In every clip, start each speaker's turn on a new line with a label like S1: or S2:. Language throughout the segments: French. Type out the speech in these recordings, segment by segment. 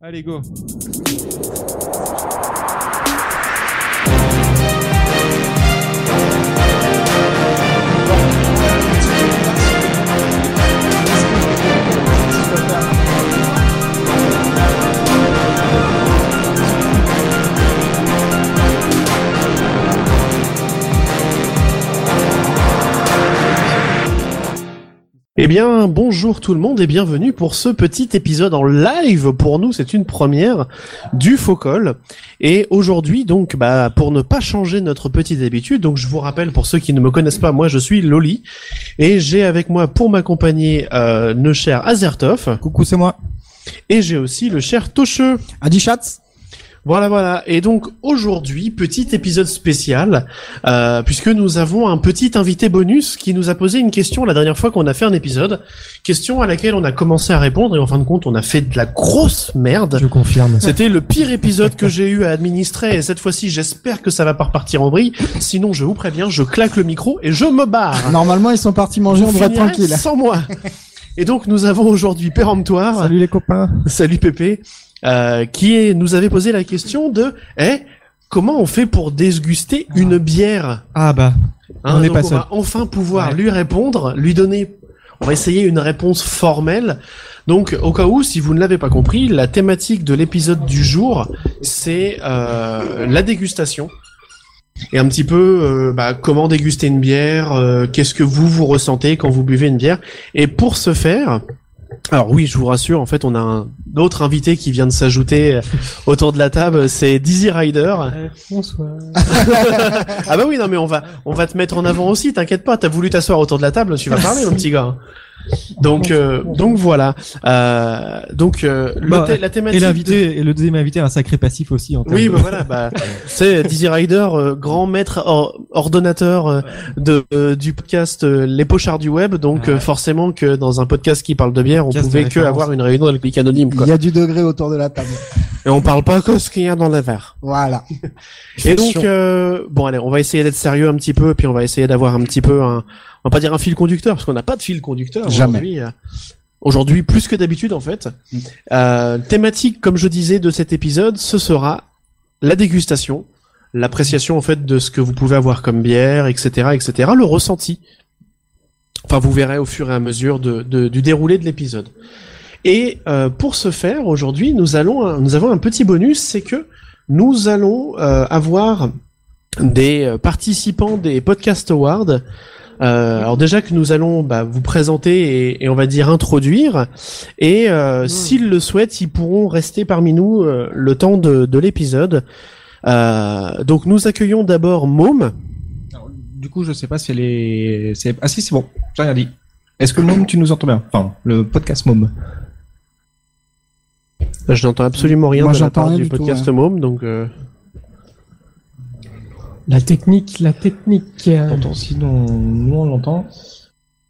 S1: Allez, go.
S2: Eh bien, bonjour tout le monde et bienvenue pour ce petit épisode en live. Pour nous, c'est une première du Focol. Et aujourd'hui, donc, bah, pour ne pas changer notre petite habitude, donc je vous rappelle pour ceux qui ne me connaissent pas, moi je suis Loli et j'ai avec moi pour m'accompagner euh, le cher Azertov
S3: Coucou, c'est moi.
S2: et j'ai aussi le cher Tocheux.
S3: Adi Chatz.
S2: Voilà, voilà. Et donc aujourd'hui, petit épisode spécial, euh, puisque nous avons un petit invité bonus qui nous a posé une question la dernière fois qu'on a fait un épisode, question à laquelle on a commencé à répondre et en fin de compte, on a fait de la grosse merde.
S3: Je confirme.
S2: C'était le pire épisode que j'ai eu à administrer et cette fois-ci, j'espère que ça va pas repartir en vrille. Sinon, je vous préviens, je claque le micro et je me barre.
S3: Normalement, ils sont partis manger, on
S2: Vous
S3: devrait être
S2: finirez
S3: tranquille.
S2: Sans moi. Et donc, nous avons aujourd'hui péremptoire.
S3: Salut les copains.
S2: Salut Pépé, euh, qui est, nous avait posé la question de eh, comment on fait pour déguster une bière hein,
S3: Ah bah, On n'est
S2: donc
S3: pas
S2: On
S3: seul.
S2: va enfin pouvoir
S3: Ouais.
S2: lui répondre, lui donner. On va essayer une réponse formelle. Donc, au cas où, si vous ne l'avez pas compris, la thématique de l'épisode du jour, c'est euh, la dégustation. Et un petit peu, euh, bah, comment déguster une bière, euh, qu'est-ce que vous vous ressentez quand vous buvez une bière. Et pour ce faire, alors oui, je vous rassure, en fait, on a un autre invité qui vient de s'ajouter euh, autour de la table, c'est Dizzy Rider.
S4: Bonsoir.
S2: Ah bah oui, non mais on va on va te mettre en avant aussi, t'inquiète pas, t'as voulu t'asseoir autour de la table, tu vas parler mon petit gars. Donc euh, donc voilà. Euh, donc euh, le
S4: Bah,
S2: thé- la
S4: Et
S2: thématique
S4: l'invité, et le deuxième invité, a un sacré passif aussi en
S2: de-
S4: termes
S2: Oui,
S4: de-
S2: bah voilà, bah c'est Dizzy Rider euh, grand maître or- ordonnateur euh, de euh, du podcast euh, Les Pochards du web, donc
S4: Ouais.
S2: euh, forcément que dans un podcast qui parle de bière, on
S4: Podcast de
S2: pouvait que
S4: référence.
S2: avoir une réunion avec les anonyme quoi.
S3: Il y a du degré autour de la table.
S2: Et on parle pas que ce qu'il y a dans les verres.
S3: Voilà.
S2: Et donc, euh, bon, allez, on va essayer d'être sérieux un petit peu, puis on va essayer d'avoir un petit peu un, on va pas dire un fil conducteur, parce qu'on n'a pas de fil conducteur
S3: Jamais.
S2: aujourd'hui. euh, Aujourd'hui, plus que d'habitude, en fait. Euh, thématique, comme je disais, de cet épisode, ce sera la dégustation, l'appréciation, en fait, de ce que vous pouvez avoir comme bière, etc., etc., le ressenti. Enfin, vous verrez au fur et à mesure de, de- du déroulé de l'épisode. Et euh, pour ce faire, aujourd'hui, nous allons, un- nous avons un petit bonus, c'est que nous allons euh, avoir des euh, participants des Podcast Awards. Euh, alors déjà que nous allons bah, vous présenter et, et on va dire introduire, et euh, s'ils le souhaitent, ils pourront rester parmi nous euh, le temps de, de l'épisode. Euh, donc nous accueillons d'abord Môme.
S5: Du coup, je sais pas si elle est. c'est- Ah si, c'est bon, j'ai rien dit. Est-ce que Mom, tu nous entends bien Enfin, le podcast Mom.
S2: Je n'entends absolument rien
S3: Moi,
S2: de la
S3: j'entends
S2: part
S3: rien
S2: du
S3: du tout,
S2: podcast
S3: ouais.
S2: Môme, donc euh,
S4: La technique, la technique. euh,
S5: Pourtant, sinon, nous on l'entend.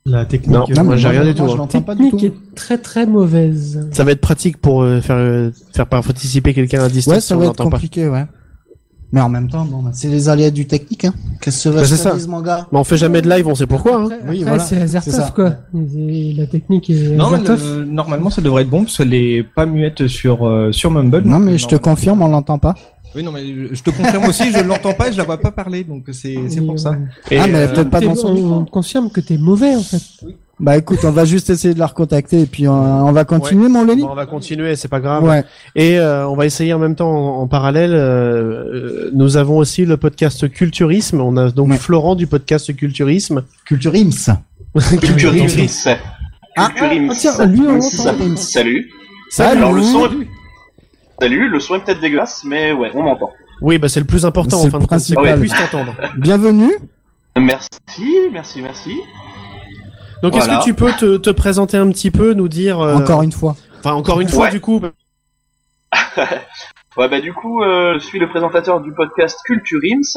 S4: La technique.
S2: Non,
S4: euh,
S2: moi,
S3: mais
S2: j'ai rien
S3: moi,
S2: du tout,
S3: Moi, je
S2: hein.
S4: la
S3: l'entends pas du
S4: technique
S3: tout.
S4: est très très mauvaise.
S2: ça va être pratique pour euh, faire euh, faire participer quelqu'un à distance.
S3: Ouais,
S2: si
S3: ça
S2: on
S3: va être
S2: l'entend pas.
S3: compliqué, ouais. Mais en même temps, bon, bah, c'est les aléas du technique, hein. Qu'est-ce que
S2: Bah,
S3: ça
S2: c'est
S3: va se
S2: ça.
S3: faire, ce manga
S2: Mais on fait jamais de live, on sait pourquoi. Hein.
S4: Après,
S3: Oui,
S4: après,
S3: voilà,
S4: c'est
S3: c'est ça.
S4: Azertov quoi. Et La technique est
S5: Non, mais
S4: Azertov.
S5: le- normalement, ça devrait être bon parce qu'elle est pas muette sur euh, sur Mumble.
S3: Bah, Non,
S5: donc,
S3: mais je te
S5: normal-
S3: confirme, on l'entend pas.
S5: Oui, non, mais je je te confirme aussi, je l'entends pas, et je la vois pas parler, donc c'est c'est pour
S4: Et,
S5: ça.
S4: euh,
S2: Et,
S3: ah, mais
S5: euh,
S3: peut-être pas
S4: t'es-
S3: dans son
S4: on, on
S3: micro.
S4: te confirme que t'es mauvais en fait.
S3: Bah écoute, on va juste essayer de la recontacter et puis on, on va continuer, mon Lenny.
S2: Bon, on va continuer, c'est pas grave.
S3: Ouais.
S2: Et euh, on va essayer en même temps, en, en parallèle, euh, euh, nous avons aussi le podcast Culturisme. On a donc
S3: Ouais.
S2: Florent du podcast Culturisme.
S3: Culture Ims.
S6: Culture Ims.
S3: Ah,
S6: Culture Ims.
S3: tiens, lui, on l'entend.
S6: Salut. Salut.
S2: Salut.
S6: Alors, le son est- Salut, le son est peut-être dégueulasse, mais ouais, on m'entend.
S2: Oui, bah c'est le plus important,
S3: C'est
S2: en fin
S3: le
S2: de compte, c'est
S6: principal.
S2: qu'on puisse t'entendre.
S3: Bienvenue.
S6: Merci, merci, merci.
S2: Donc est-ce
S6: Voilà.
S2: que tu peux te, te présenter un petit peu, nous dire... euh,
S3: Encore une fois.
S2: Enfin, encore une fois,
S6: Ouais.
S2: du coup.
S6: Ouais, bah du coup, euh, je suis le présentateur du podcast Culture Ims.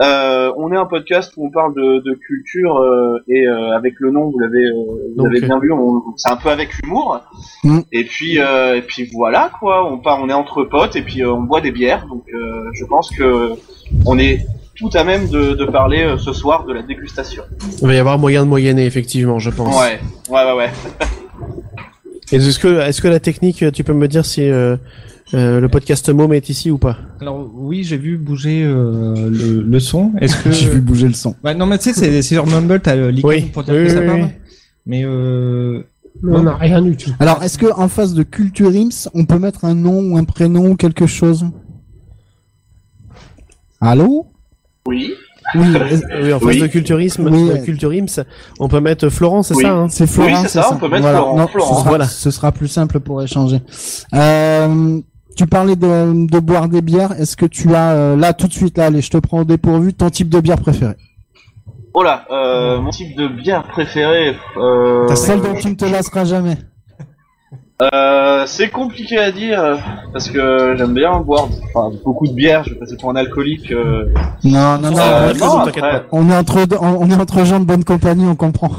S6: Euh, on est un podcast où on parle de, de culture euh, et euh, avec le nom, vous l'avez, euh, vous
S2: Donc,
S6: l'avez
S2: euh,
S6: bien vu, on, c'est un peu avec humour.
S3: Mm.
S6: Et puis, euh, et puis voilà quoi. On part, on est entre potes et puis euh, on boit des bières. Donc, euh, je pense que on est tout à même de, de parler euh, ce soir de la dégustation.
S2: Il va y avoir moyen de moyenner, effectivement, je pense.
S6: Ouais, ouais, ouais, ouais.
S2: Et Est-ce que, est-ce que la technique, tu peux me dire si euh, euh, le podcast Môme est ici ou pas
S5: Alors oui, j'ai vu bouger euh, le, le son. Est-ce que
S3: J'ai vu bouger le son.
S5: Ouais, non, mais tu sais, c'est- c'est sur Mumble, t'as le- l'icône
S2: Oui,
S5: pour dire
S2: oui,
S5: que ça
S2: oui,
S5: parle.
S2: oui.
S5: Mais euh,
S4: Mais on n'a rien du tout.
S3: Alors, est-ce que en face de Culture Ims, on peut mettre un nom ou un prénom ou quelque chose Allô
S6: Oui.
S3: Oui,
S2: Oui, en face
S6: Oui.
S2: de culturisme,
S3: Oui.
S2: euh, culturims, on peut mettre Florent, c'est
S6: Oui.
S2: ça hein
S3: c'est Florent.
S6: Oui, c'est ça, on peut mettre
S3: Voilà.
S6: Florent,
S3: Non,
S6: Florent.
S3: Ce sera,
S2: Voilà.
S3: ce sera plus simple pour échanger. Euh, tu parlais de, de boire des bières. Est-ce que tu as euh, là tout de suite là, allez, je te prends au dépourvu, ton type de bière préférée
S6: Oh là, euh, mon type de bière préféré. Euh,
S2: T'as
S3: Celle dont tu ne te lasseras jamais.
S6: euh, c'est compliqué à dire euh, parce que j'aime bien boire enfin, beaucoup de bière. Je vais passer pour un alcoolique. euh.
S3: Non, non, non.
S2: Ça va
S6: Euh,
S2: être raison,
S6: non,
S2: t'inquiète
S6: après,
S2: pas.
S3: On est entre deux- on on est entre gens de bonne compagnie, on comprend.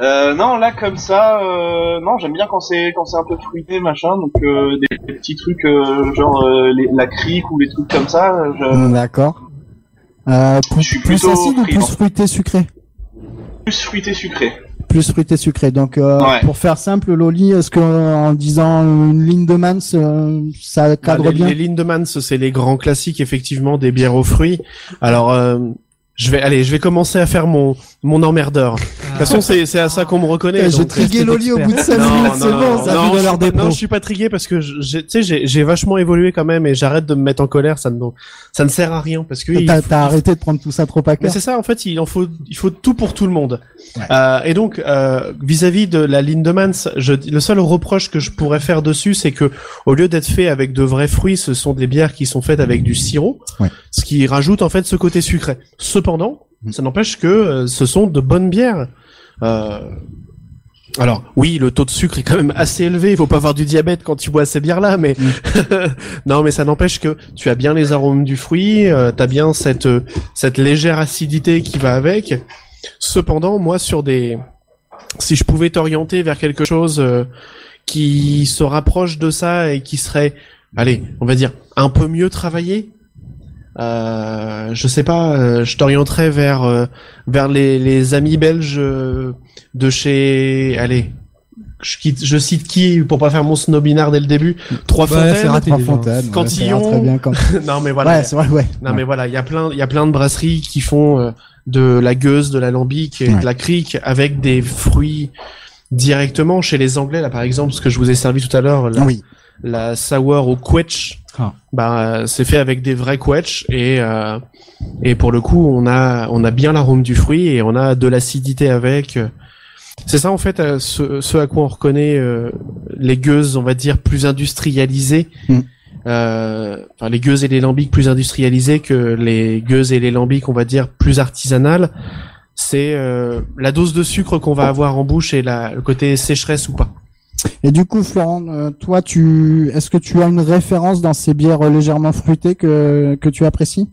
S6: Euh, non, là comme ça, euh, non, j'aime bien quand c'est quand c'est un peu fruité, machin. Donc euh, des, des petits trucs euh, genre euh, les- la crique ou les trucs comme ça. euh, Je,
S3: Mm, D'accord. Euh, plus,
S6: Je suis
S3: plus
S6: plutôt
S3: acide ou
S6: friand.
S3: plus fruité sucré
S6: plus fruité sucré.
S3: Plus fruité sucré. Donc euh,
S6: Ouais.
S3: pour faire simple, Loli, est-ce que euh, en disant une ligne de Mans, euh, ça
S2: Bah,
S3: cadre
S2: les,
S3: bien
S2: les Lindemans, c'est les grands classiques effectivement des bières aux fruits. Alors euh, je vais allez, je vais commencer à faire mon mon emmerdeur. De toute façon, c'est c'est à ça qu'on me reconnaît.
S3: Eh, J'ai
S2: donc,
S3: trigué
S2: restez
S3: Loli au
S2: experts.
S3: bout de 5
S2: Non,
S3: minutes,
S2: non,
S3: c'est
S2: non,
S3: bon,
S2: non,
S3: ça
S2: non,
S3: fait de
S2: je
S3: l'heure
S2: suis
S3: des
S2: pas-
S3: pros.
S2: Non, je suis pas trigué parce que je- j'ai- tu sais, j'ai j'ai vachement évolué quand même et j'arrête de me mettre en colère. Ça ne ça ne sert à rien parce que il
S3: T'as
S2: faut-
S3: t'as arrêté de prendre tout ça trop à
S2: mais
S3: cœur.
S2: c'est ça, en fait, il en faut, il faut tout pour tout le monde. Euh, et donc, euh, vis-à-vis de la Lindemans, je, dis- le seul reproche que je pourrais faire dessus, c'est que au lieu d'être fait avec de vrais fruits, ce sont des bières qui sont faites avec du sirop,
S3: Ouais.
S2: ce qui rajoute en fait ce côté sucré. Cependant, ça n'empêche que euh, ce sont de bonnes bières. Euh, alors oui, le taux de sucre est quand même assez élevé. Il faut pas avoir du diabète quand tu bois ces bières-là, mais non, mais ça n'empêche que tu as bien les arômes du fruit, euh, t'as bien cette euh, cette légère acidité qui va avec. Cependant, moi, sur des, si je pouvais t'orienter vers quelque chose euh, qui se rapproche de ça et qui serait, allez, on va dire un peu mieux travaillé. Euh, je sais pas, euh, je t'orienterais vers euh, vers les, les amis belges euh, de chez, allez, je, quitte- je cite qui pour pas faire mon snobinard dès le début, Trois
S5: c'est
S2: Fontaines.
S5: raté
S3: Trois
S5: déjà.
S3: fontaines, ouais,
S2: Cantillon.
S3: ça ira très bien comme-
S2: non mais hein. voilà,
S3: Ouais, c'est vrai, ouais.
S2: non mais voilà, il y a plein, il y a plein de brasseries qui font euh, de la gueuse, de l'alambic et
S3: Ouais.
S2: de la crique avec des fruits directement. Chez les Anglais, là par exemple, ce que je vous ai servi tout à l'heure, la,
S3: Oui.
S2: la sour au quetch,
S3: Ah.
S2: bah euh, c'est fait avec des vrais quetch et euh, et pour le coup, on a on a bien l'arôme du fruit et on a de l'acidité avec. C'est ça en fait euh, ce, ce à quoi on reconnaît euh, les gueuses, on va dire plus industrialisées.
S3: Mm.
S2: Euh, enfin les gueuses et les lambics plus industrialisées que les gueuses et les lambics, on va dire plus artisanales. C'est euh, la dose de sucre qu'on va avoir en bouche et la, le côté sécheresse ou pas.
S3: Et du coup, Florent, euh, toi, tu, est-ce que tu as une référence dans ces bières euh, légèrement fruitées que, que tu apprécies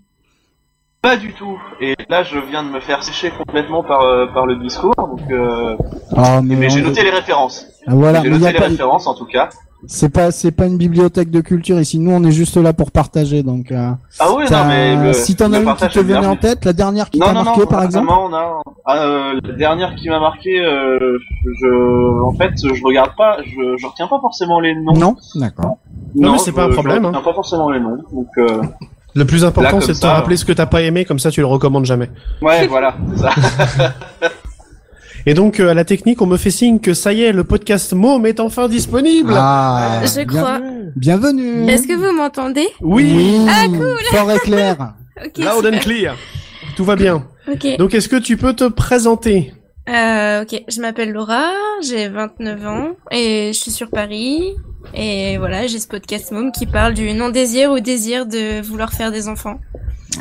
S6: Pas du tout. Et là, je viens de me faire sécher complètement par euh, par le discours. Donc, euh,
S3: Ah,
S6: mais j'ai
S3: on-
S6: noté les références.
S3: Ah, Voilà,
S6: j'ai
S3: mais y
S6: noté
S3: a
S6: les
S3: pas-
S6: références en tout cas.
S3: c'est pas, c'est pas une bibliothèque de culture ici. Nous, on est juste là pour partager. Donc, euh,
S6: Ah oui,
S3: t'as-
S6: non mais le,
S3: si t'en
S6: le
S3: as une qui
S6: partage
S3: te
S6: est bien
S3: venait en
S6: venu.
S3: tête, la dernière qui
S6: Non,
S3: t'a
S6: non,
S3: marqué,
S6: non,
S3: par exemple.
S6: récemment, on a... ah, euh, la dernière qui m'a marqué, euh, je... En fait, je regarde pas, je, je retiens pas forcément les noms.
S3: d'accord.
S2: Non, mais c'est pas un
S6: je-
S2: problème, hein.
S6: Je retiens pas forcément les noms, donc... Euh...
S2: Le plus
S6: Là,
S2: important,
S6: comme
S2: c'est de te
S6: ça,
S2: rappeler ce que t'as pas aimé, comme ça tu le recommandes jamais.
S6: Ouais, voilà, c'est ça.
S2: Et donc, euh, à la technique, on me fait signe que ça y est, le podcast Môme est enfin disponible.
S3: Ah,
S1: Je
S3: bien-
S1: crois.
S3: Bienvenue.
S1: Est-ce que vous m'entendez
S2: Oui,
S3: Ah, cool. Fort et clair.
S1: Ok.
S2: loud and
S1: super.
S2: clear. Tout va bien.
S1: Ok.
S2: Donc, est-ce que tu peux te présenter
S1: Euh, ok. Je m'appelle Laura, j'ai 29 ans et je suis sur Paris. Et voilà, j'ai ce podcast Mom qui parle du non-désir au désir de vouloir faire des enfants.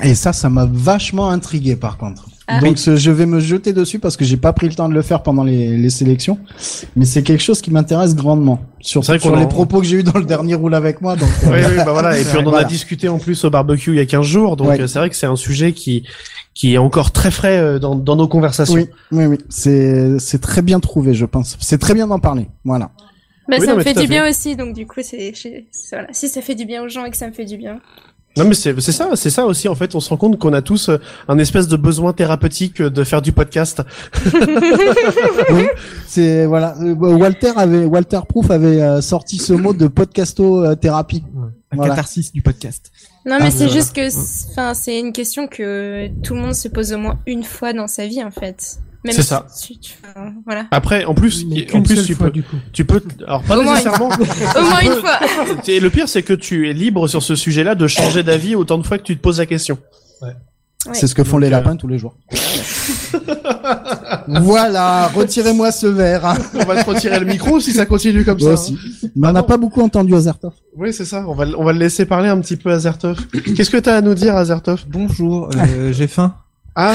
S3: Et ça, ça m'a vachement intrigué par contre.
S1: Ah.
S3: Donc ce- je vais me jeter dessus parce que j'ai pas pris le temps de le faire pendant les, les sélections, mais c'est quelque chose qui m'intéresse grandement sur,
S2: C'est vrai
S3: sur
S2: qu'on
S3: les
S2: en-
S3: propos que j'ai eu dans le dernier roule avec moi. Donc, euh,
S2: Oui, oui, bah voilà. Et puis on en
S3: Voilà.
S2: a discuté en plus au barbecue il y a 15 jours, donc
S3: Ouais.
S2: euh, c'est vrai que c'est un sujet qui qui est encore très frais euh, dans, dans nos conversations.
S3: oui, oui, oui, c'est c'est très bien trouvé, je pense. C'est très bien d'en parler. Voilà.
S1: Bah,
S2: Oui,
S1: ça
S2: non,
S1: me
S2: mais
S1: fait
S2: tout à
S1: du bien aussi, donc du coup, c'est, je- voilà. Si ça fait du bien aux gens et que ça me fait du bien,
S2: Non mais c'est c'est ça, c'est ça aussi en fait. On se rend compte qu'on a tous euh, un espèce de besoin thérapeutique euh, de faire du podcast.
S3: C'est voilà, euh, Walter avait Walter Proof avait euh, sorti ce mot de podcasto euh, thérapie.
S7: La
S3: Voilà.
S7: catharsis du podcast.
S1: Non,
S3: Ah,
S1: mais c'est
S3: voilà.
S1: juste que, enfin, c'est une question que tout le monde se pose au moins une fois dans sa vie, en fait. Même
S2: C'est
S1: si
S2: ça.
S1: tu- tu- enfin, voilà.
S2: Après, en plus,
S4: Mais
S2: en
S4: qu'une
S2: plus
S4: seule
S2: tu
S4: fois,
S2: peux,
S4: du coup.
S2: tu peux, alors pas
S1: Au moins une
S2: nécessairement.
S1: Au moins
S2: peux-
S1: une fois.
S2: Et le pire, c'est que tu es libre sur ce sujet-là de changer d'avis autant de fois que tu te poses la question.
S1: Ouais.
S3: C'est ce que font
S2: euh,
S3: les lapins tous les jours. voilà, retirez-moi ce verre.
S2: On va te retirer le micro si ça continue comme
S3: Moi aussi. Mais on n'a pas beaucoup entendu Azertov.
S2: Oui, c'est ça. On va, on va le laisser parler un petit peu à Zertov. Qu'est-ce que t'as à nous dire à Zertov
S7: Bonjour, euh, j'ai faim.
S2: Ah,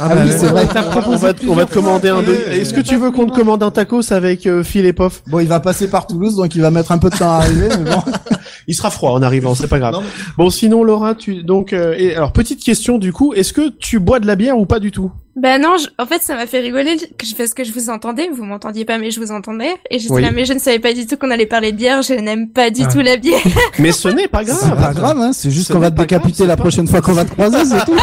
S3: Ah oui, c'est vrai.
S2: on va, te- on va te commander un. de- Est-ce que tu veux qu'on te commande un tacos avec euh, Phil et Pof
S3: Bon, il va passer par Toulouse, donc il va mettre un peu de temps à arriver. Mais bon.
S2: Il sera froid en arrivant, c'est pas grave.
S5: Non.
S2: Bon, sinon Laura, tu donc euh, et, alors petite question du coup, est-ce que tu bois de la bière ou pas du tout
S1: Bah non, je- en fait, ça m'a fait rigoler que je parce que je vous entendais, vous m'entendiez pas, mais je vous entendais, et j'étais
S2: Oui.
S1: là, mais je ne savais pas du tout qu'on allait parler de bière, je n'aime pas du
S5: Ah.
S1: tout la bière.
S2: Mais ce n'est pas
S3: C'est
S2: grave.
S3: pas grave, hein, c'est juste
S2: Ce
S3: qu'on va
S2: n'est
S3: te
S2: pas grave,
S3: décapiter
S2: c'est
S3: la
S2: pas-
S3: prochaine fois qu'on va te croiser, c'est tout.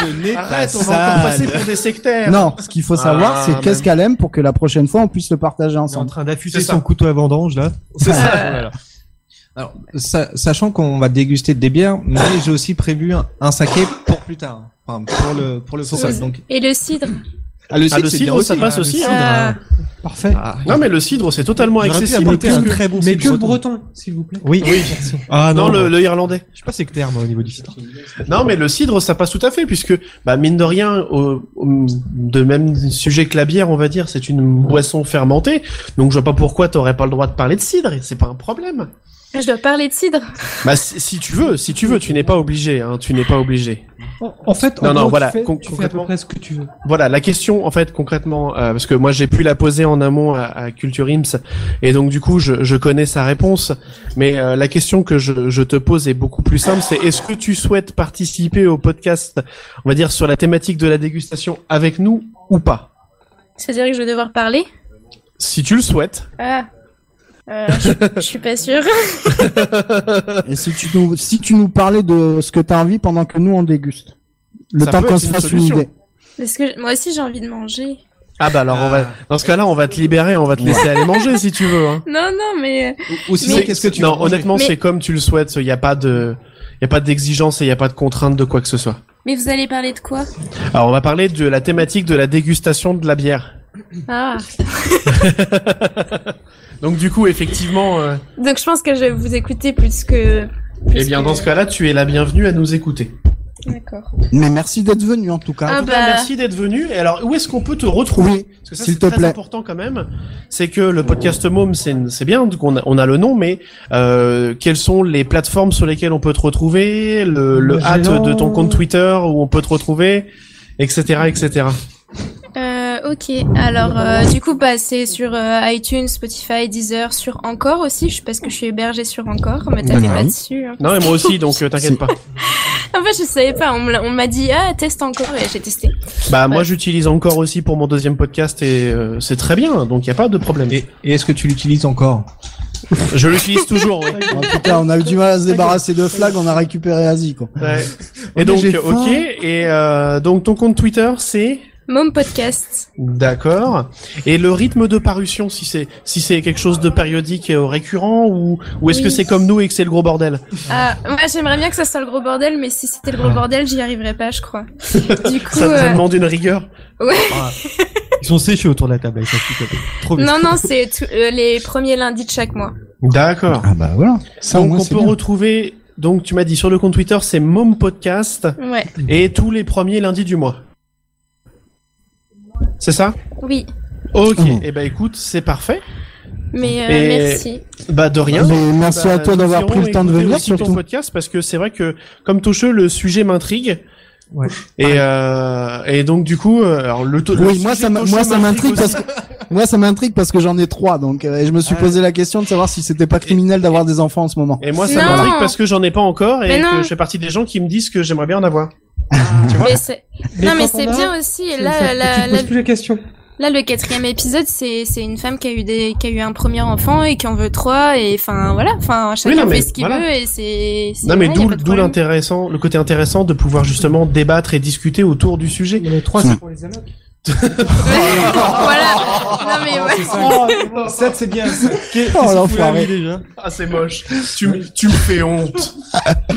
S7: Ce n'est
S2: Arrête, on va encore passer pour des sectaires.
S3: Non, ce qu'il faut savoir,
S2: Ah,
S3: c'est qu'est-ce qu'elle aime pour que la prochaine fois on puisse le partager
S7: On est en
S3: ensemble.
S7: train d'affuser
S5: C'est ça.
S7: son couteau à vendange là.
S5: C'est ça.
S1: Euh,
S5: Alors, sa- sachant qu'on va déguster des bières, mais j'ai aussi prévu un, un saké pour plus tard. Enfin, pour le, pour le
S1: ça.
S5: focus. Donc,
S1: Et le cidre.
S5: ah, le
S2: Ah, le cidre, ça passe aussi. hein.
S1: Ah,
S4: Parfait.
S2: Non, mais le cidre, c'est totalement
S7: J'aurais pu
S2: accessible.
S7: apporter un
S2: puisque-
S7: très bon
S4: Mais
S7: cidre
S4: que le breton, s'il vous plaît.
S7: Oui.
S2: Oui.
S7: Ah
S2: Non, le, le irlandais.
S7: Je suis pas sectaire moi au niveau du cidre.
S2: Non, mais le cidre, ça passe tout à fait, puisque, bah, mine de rien, au- au- de même sujet que la bière, on va dire, c'est une boisson fermentée. Donc, je vois pas pourquoi t'aurais pas le droit de parler de cidre. et C'est pas un problème.
S1: je dois parler de cidre.
S2: Bah, si, si tu veux, si tu veux, tu n'es pas obligé. Hein, tu n'es pas obligé.
S4: En, en fait, en
S2: Non, non,
S4: gros,
S2: voilà,
S4: tu, fais,
S2: con-
S4: tu fais à
S2: concrètement.
S4: peu près ce que tu veux.
S2: Voilà, la question, en fait, concrètement, euh, parce que moi, j'ai pu la poser en amont à, à Culture Ims, et donc, du coup, je, je connais sa réponse. Mais euh, la question que je, je te pose est beaucoup plus simple, c'est est-ce que tu souhaites participer au podcast, on va dire, sur la thématique de la dégustation avec nous ou pas
S1: C'est-à-dire que je vais devoir parler.
S2: Si tu le souhaites.
S1: Ah. Euh, je- je suis pas sûre.
S3: Et si tu nous, si tu nous parlais de ce que t'as envie pendant que nous on déguste, le
S2: Ça
S3: temps
S2: peut
S3: qu'on
S2: être
S3: se
S2: une
S3: fasse une
S2: solution.
S3: idée.
S1: Parce que moi aussi j'ai envie de manger.
S2: Ah bah alors on va dans ce cas-là on va te libérer, on va te laisser aller manger si tu veux. Hein.
S1: Non, non, mais euh,
S5: Ou sinon,
S1: Mais-
S5: qu'est-ce que tu veux
S2: Non
S5: manger
S2: honnêtement
S1: Mais-
S2: c'est comme tu le souhaites, il n'y a pas de il y a pas d'exigence et il n'y a pas de contrainte de quoi que ce soit.
S1: mais vous allez parler de quoi
S2: Alors on va parler de la thématique de la dégustation de la bière.
S1: Ah.
S2: Donc du coup effectivement euh,
S1: Donc je pense que je vais vous écouter plus que.
S2: eh bien dans ce cas-là tu es la bienvenue à nous écouter.
S1: D'accord.
S3: Mais merci d'être venu en tout cas.
S1: Ah
S2: En tout cas,
S1: bah.
S2: Merci d'être venu. Et alors où est-ce qu'on peut te retrouver
S3: Oui,
S2: Parce que ça,
S3: S'il
S2: c'est
S3: te
S2: très
S3: plaît.
S2: important quand même. C'est que le podcast Môme, c'est c'est bien qu'on a, on a le nom, mais euh, quelles sont les plateformes sur lesquelles on peut te retrouver, le, le
S4: J'ai
S3: Bah,
S2: hâte de
S4: l'en-
S2: ton compte Twitter où on peut te retrouver, etc., etc.
S1: Euh, ok. Alors euh, du coup bah c'est sur euh, iTunes, Spotify, Deezer, sur Encore aussi. Je sais pas ce que je suis hébergée sur Encore. Me tapez
S3: Bah,
S1: pas
S3: oui.
S1: dessus. hein.
S2: Non, et moi aussi, donc euh, t'inquiète pas.
S1: En fait je savais pas. On me l'a- on m'a dit ah teste Encore et j'ai testé.
S2: Bah moi, j'utilise encore aussi pour mon deuxième podcast et euh, c'est très bien, donc il y a pas de problème.
S5: Et, et est-ce que tu l'utilises encore
S2: Je l'utilise toujours. oui.
S3: en tout cas, on a eu du mal à se débarrasser de flag, on a récupéré Asie quoi.
S2: Ouais. Et donc, ok. Et euh, donc ton compte Twitter, c'est
S1: Mom podcast.
S2: D'accord. Et le rythme de parution, si c'est si c'est quelque chose de périodique et euh, récurrent ou ou est-ce que
S1: Oui.
S2: c'est comme nous et que c'est le gros bordel
S1: Ah moi j'aimerais bien que ça soit le gros bordel, mais si c'était le gros bordel j'y arriverais pas je crois. Du coup.
S2: Ça, ça
S1: euh,
S2: demande une rigueur.
S7: Ils sont séchés autour de la table. Ils sont tout à fait- Trop bien.
S1: Non, non, c'est tout- euh, les premiers lundis de chaque mois.
S2: D'accord.
S3: Ah bah voilà. Ça au
S2: Donc
S3: moins,
S2: on
S3: c'est
S2: peut
S3: bien.
S2: retrouver. Donc tu m'as dit sur le compte Twitter, c'est Mom Podcast
S1: Ouais,
S2: et tous les premiers lundis du mois. C'est ça
S1: oui.
S2: Ok.
S3: Mhm.
S2: Et bah écoute, c'est parfait.
S1: Mais euh,
S2: Et-
S1: merci.
S2: Bah de rien.
S3: Mais merci
S2: Bah,
S3: à toi
S2: nous
S3: d'avoir
S2: irons
S3: pris le temps de
S2: écouter
S3: venir
S2: aussi ton
S3: surtout.
S2: podcast parce que c'est vrai que comme Tocheux, le sujet m'intrigue.
S7: Ouais.
S2: Et euh, et donc du coup, euh, alors le, to- le
S3: Oui, moi
S2: sujet
S3: ça m'a-
S2: Tocheux
S3: moi ça m'intrigue
S2: aussi.
S3: parce que moi ça m'intrigue parce que j'en ai trois donc euh, et je me suis
S2: Ah.
S3: posé la question de savoir si c'était pas criminel d'avoir des enfants en ce moment.
S2: Et moi, ça
S1: Non.
S2: m'intrigue parce que j'en ai pas encore et
S1: Mais non.
S2: que je fais partie des gens qui me disent que j'aimerais bien en avoir.
S1: Mais c'est- non, mais c'est bien aussi. Et
S4: C'est-
S1: là,
S4: ça-
S1: la,
S4: tu te poses
S1: la-
S4: plus la question.
S1: Là, le quatrième épisode, c'est c'est une femme qui a eu des qui a eu un premier enfant et qui en veut trois et enfin voilà, enfin chacun
S2: non, mais
S1: fait ce qu'il
S2: voilà.
S1: veut et c'est. c'est
S2: Non mais
S1: vrai, y a
S2: d'où
S1: pas de
S2: d'où
S1: problème.
S2: l'intéressant, le côté intéressant de pouvoir justement débattre et discuter autour du sujet.
S4: Il y en a trois, c'est pour les amocs.
S1: voilà. Non
S2: Ah,
S1: mais ouais.
S4: Oh,
S7: Ça, c'est bien. ça. Qu'est- Qu'est-ce
S3: Oh,
S7: que vous
S3: l'enfoiré.
S7: avez déjà
S2: Ah c'est moche. tu, me- tu me fais honte.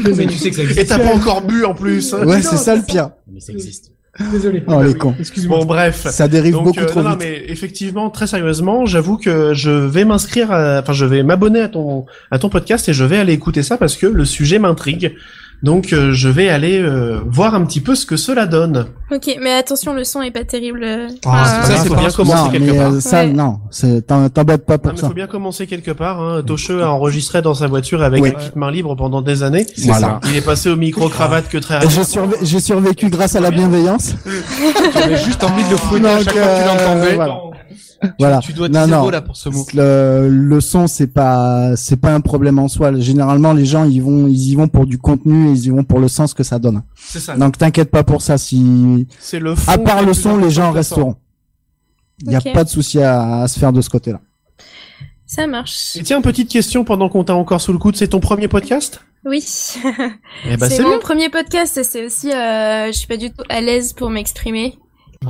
S4: désolé.
S2: Et t'as pas encore bu en plus. hein.
S3: Ouais,
S2: Dis
S3: c'est
S2: donc.
S3: ça le pire.
S8: Mais ça existe.
S4: Désolé.
S3: Oh, les cons.
S4: Excuse-moi.
S2: Bon bref.
S3: Ça dérive
S2: Donc
S3: beaucoup
S2: euh,
S3: trop
S2: non, non,
S3: vite.
S2: mais effectivement, très sérieusement, j'avoue que je vais m'inscrire, à- enfin je vais m'abonner à ton à ton podcast et je vais aller écouter ça parce que le sujet m'intrigue. Donc euh, je vais aller euh, voir un petit peu ce que cela donne.
S1: Ok, mais attention, le son est pas terrible. euh,
S2: Ah,
S1: enfin,
S2: ça
S1: euh,
S2: c'est bien
S3: Non,
S2: commencer
S3: mais
S2: quelque part.
S3: euh, ça,
S1: Ouais.
S3: non, c'est- t'en- t'embêtes pas
S2: Non,
S3: pour
S2: mais
S3: ça.
S2: faut bien commencer quelque part. Hein. Tocheux a enregistré dans sa voiture avec
S3: Oui.
S2: la petite main libre pendant des années.
S3: Voilà.
S2: Il est passé au micro-cravate que très
S3: Et
S2: rapidement.
S3: J'ai survé- j'ai survécu grâce à la bienveillance.
S5: J'avais juste envie de le fouetter à
S3: Donc,
S5: chaque fois que tu l'entendais.
S3: euh, voilà. Voilà.
S5: Tu dois
S3: Non,
S5: être zéro
S3: non.
S5: là pour ce mot.
S3: Le, le son, c'est pas, c'est pas un problème en soi. Généralement, les gens, ils vont, ils y vont pour du contenu, ils y vont pour le sens que ça donne.
S2: C'est ça.
S3: Donc, t'inquiète pas pour ça. Si,
S2: C'est le fond.
S3: à part
S2: qui est
S3: le
S2: plus
S3: son, les
S2: important
S3: gens
S2: que la forme.
S3: resteront. Il n'y a
S1: Ok.
S3: pas de souci à, à se faire de ce côté-là.
S1: ça marche.
S2: Et tiens, petite question pendant qu'on t'a encore sous le coude, c'est ton premier podcast
S1: Oui.
S2: Eh ben
S1: c'est
S2: c'est
S1: mon
S2: bon.
S1: premier podcast et c'est aussi, euh, je suis pas du tout à l'aise pour m'exprimer.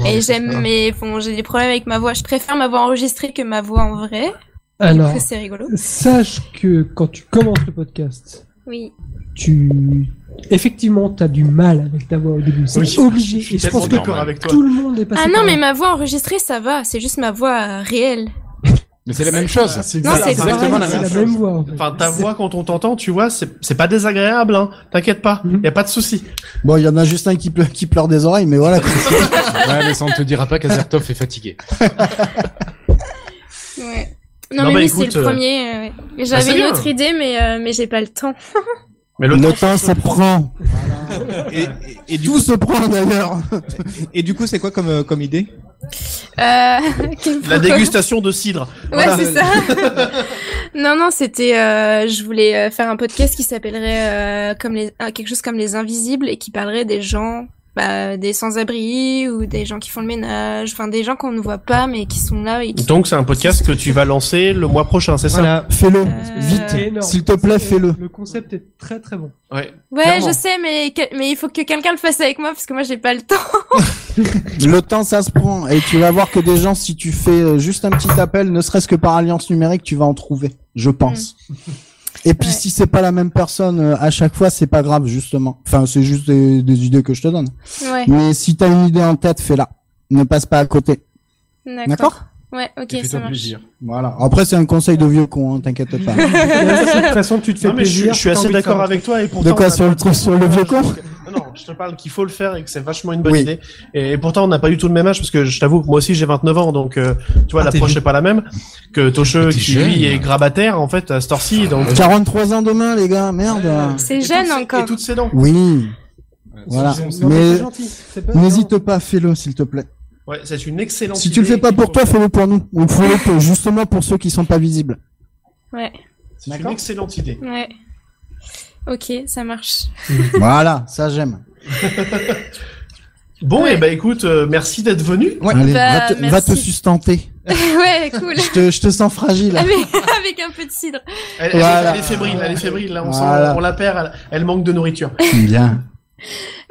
S1: et j'aime, mais bon, j'ai des problèmes avec ma voix. Je préfère ma voix enregistrée que ma voix en vrai.
S4: Alors,
S1: Parce que c'est rigolo.
S4: sache que quand tu commences le podcast,
S1: Oui.
S4: tu. Effectivement, t'as du mal avec ta voix au début. C'est
S2: Oui.
S4: obligé.
S2: Je suis
S4: Et je pense
S2: tellement
S4: que
S2: d'accord avec toi.
S4: tout le monde
S2: Bah,
S4: est passé
S1: Ah non,
S4: par là.
S1: mais ma voix enregistrée, ça va. C'est juste ma voix euh, réelle.
S8: Mais c'est la même chose.
S1: Non,
S2: Voilà,
S1: c'est
S2: exactement
S4: pareil,
S8: la
S4: c'est
S8: même
S4: la même voix. en fait.
S2: Enfin, ta voix quand on t'entend, tu vois, c'est c'est pas désagréable, hein. T'inquiète pas,
S4: Mhm.
S3: Mm-hmm.
S2: y a pas de souci.
S3: Bon, il y en a juste un qui, pleu- qui pleure des oreilles, mais voilà. quoi.
S8: Ouais, mais ça ne te dira pas qu'Azertov est fatigué.
S1: Ouais. Non,
S2: Non,
S1: mais
S2: bah,
S1: oui,
S2: écoute,
S1: c'est le
S2: euh,
S1: premier. euh, ouais. Et
S2: c'est
S1: J'avais
S2: bien.
S1: une autre idée, mais euh, mais j'ai pas le temps.
S2: Mais le,
S3: Le
S2: temps,
S3: temps, ça prend.
S5: Et, et, et du,
S3: Tout se prend d'ailleurs.
S5: et du coup, c'est quoi comme, euh, comme idée
S1: Euh, quel
S2: la
S1: point-
S2: dégustation de cidre.
S1: Ouais,
S2: Voilà.
S1: c'est ça. non, non, c'était. euh, je voulais euh, faire un podcast qui s'appellerait euh, comme les euh, quelque chose comme les Invisibles et qui parlerait des gens, bah, des sans-abri ou des gens qui font le ménage, enfin des gens qu'on ne voit pas mais qui sont là et qui.
S2: Donc c'est un podcast que tu vas lancer le mois prochain, c'est ça
S4: Voilà.
S3: Fais-le.
S1: Euh,
S4: C'est
S3: Vite.
S4: énorme.
S3: S'il te plaît, fais-le.
S4: Le concept est très très bon.
S2: Ouais.
S1: Ouais,
S2: clairement.
S1: je sais, mais que- mais il faut que quelqu'un le fasse avec moi parce que moi j'ai pas le temps.
S3: Le temps, ça se prend. Et tu vas voir que des gens, si tu fais euh, juste un petit appel, ne serait-ce que par alliance numérique, tu vas en trouver, je pense. Et puis
S1: Mm. Ouais.
S3: si c'est pas la même personne euh, à chaque fois, c'est pas grave justement. Enfin, c'est juste des, des idées que je te donne.
S1: Ouais,
S3: Mais si t'as une idée en tête, fais-la. Ne passe pas à côté.
S1: d'accord.
S3: D'accord
S1: Ouais, ok,
S8: Et
S1: ça
S8: Fais-toi
S1: marche.
S8: plaisir.
S3: Voilà. Après, c'est un conseil de vieux con, hein, t'inquiète pas.
S4: De toute façon, tu te fais
S2: Non, mais je, suis-
S4: plaisir.
S2: je suis
S4: t'as envie
S2: assez
S4: de
S2: d'accord
S4: faire un
S2: avec toi et pourtant.
S3: De quoi,
S2: on a
S3: sur
S2: pas
S3: le truc, sur le vieux con
S2: Non, Non, je te parle qu'il faut le faire et que c'est vachement une bonne
S3: Oui.
S2: idée. Et, et pourtant, on n'a pas du tout le même âge parce que je t'avoue que moi aussi j'ai 29 ans, donc euh, tu vois,
S5: Ah, t'es
S2: l'approche
S5: vieux.
S2: n'est pas la même que Tocheux
S8: T'es
S2: qui
S8: jeune.
S2: lui est grabataire en fait à cette heure-ci. Donc
S3: 43 ans demain, les gars. Merde.
S1: C'est
S2: Et
S1: jeune
S2: toutes ses-
S1: encore.
S2: Et toutes ses dents.
S3: Oui. Voilà.
S4: truc. Non, mais
S3: Mais
S4: c'est gentil, c'est pas-
S3: n'hésite pas, fais-le, s'il te plaît.
S2: Ouais, c'est une excellente.
S3: Si tu le fais
S2: idée
S3: pas
S2: qu'il
S3: pour
S2: faut-
S3: toi, fais-le pour nous. Ou fais-le pour- justement pour ceux qui sont pas visibles.
S2: c'est une
S3: D'accord.
S2: excellente idée.
S1: Ouais. Ok, ça marche.
S3: Voilà, ça j'aime.
S2: Bon,
S1: Ouais.
S2: et ben écoute, euh, merci d'être venu.
S5: Ouais.
S3: Allez,
S1: Bah,
S3: va, te, va
S1: merci.
S3: te sustenter.
S1: ouais, cool.
S3: Je te, je te sens fragile.
S1: Avec, avec un peu de cidre.
S2: Elle, elle-
S3: Voilà.
S2: elle est fébrile, elle est fébrile. Là, on, sent-
S3: Voilà.
S2: on la perd. Elle, elle manque de nourriture.
S3: Bien.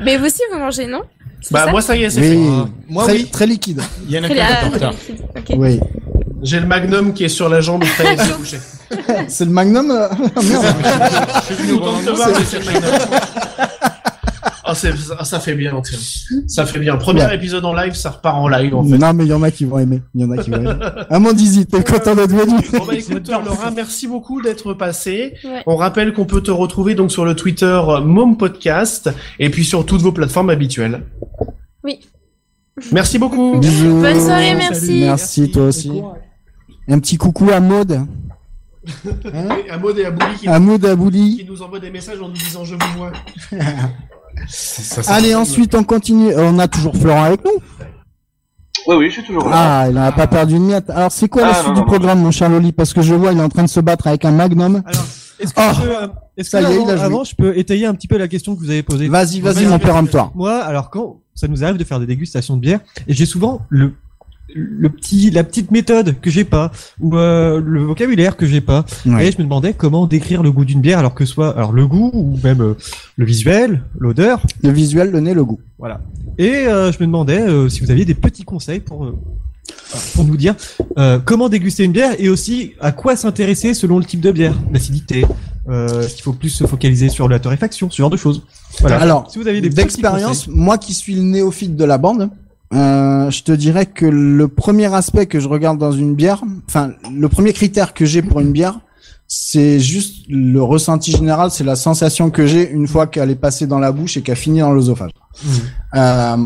S1: Mais vous aussi, vous mangez, non C'est
S2: bah
S1: ça
S2: moi, ça y est, c'est fait.
S3: Oui.
S5: Ah, moi,
S3: très,
S5: oui.
S3: très liquide.
S8: Il y en a qui
S1: Très
S8: est en
S1: bien.
S8: retard.
S1: Ah, Ok.
S3: Oui.
S2: J'ai le magnum qui est sur la jambe. Ça y est, c'est bouché.
S3: C'est le magnum. euh, Merde.
S2: Je suis content de te voir, mais c'est le magnum. Ah, c'est- ah, ça fait bien, tiens. Ça fait bien. Premier
S3: Ouais.
S2: épisode en live, ça repart en live, en fait.
S3: Non, mais il y en a qui vont aimer. Il y en a qui vont aimer. Amandizzy, t'es content d'être venu.
S2: Bon, bah, écoute, Laura, merci beaucoup d'être passé.
S1: Ouais.
S2: On rappelle qu'on peut te retrouver donc sur le Twitter euh, Mom Podcast et puis sur toutes vos plateformes habituelles.
S1: Oui.
S2: Merci beaucoup.
S3: Bisous.
S1: Bonne soirée, merci.
S3: Merci, toi aussi. Un petit coucou à Maud. Hein
S2: à Maud et à Bouli qui,
S3: à Maud Abouli.
S2: qui nous envoient des messages en nous disant je vous vois.
S8: Ça, ça-
S3: Allez, ensuite, on continue. Euh, On a toujours Florent avec nous.
S6: Oui, oui, je suis toujours là.
S3: Ah, il en a pas perdu une miette. Alors, c'est quoi la
S6: Ah,
S3: suite
S6: non,
S3: du
S6: non, non.
S3: programme, mon cher Loli Parce que je vois, il est en train de se battre avec un magnum.
S7: Alors, est-ce que,
S3: Ah.
S7: je peux, euh, est-ce que
S3: Ça y est,
S7: avant,
S3: il a joué.
S7: avant, je peux étayer un petit peu la question que vous avez posée
S3: Vas-y, vas-y,
S7: Vas-y,
S3: mon
S7: vas-y.
S3: péremptoire.
S7: Moi, alors quand ça nous arrive de faire des dégustations de bière, et j'ai souvent le
S5: le petit, la petite méthode que j'ai pas, ou euh, le vocabulaire que j'ai pas.
S3: Ouais.
S5: Et je me demandais comment décrire le goût d'une bière, alors que ce soit, alors le goût ou même euh, le visuel, l'odeur.
S3: Le visuel, le nez, le goût.
S5: Voilà. Et euh, je me demandais euh, si vous aviez des petits conseils pour euh, pour nous dire euh, comment déguster une bière et aussi à quoi s'intéresser selon le type de bière, l'acidité. Euh, est-ce qu'il faut plus se focaliser sur la torréfaction, ce genre de choses. Voilà.
S3: Alors,
S5: si vous avez des petits
S3: d'expérience, moi qui suis le néophyte de la bande, euh, je te dirais que le premier aspect que je regarde dans une bière, enfin le premier critère que j'ai pour une bière, c'est juste le ressenti général, c'est la sensation que j'ai une fois qu'elle est passée dans la bouche et qu'elle finit dans l'œsophage.
S5: Mmh.
S3: Euh,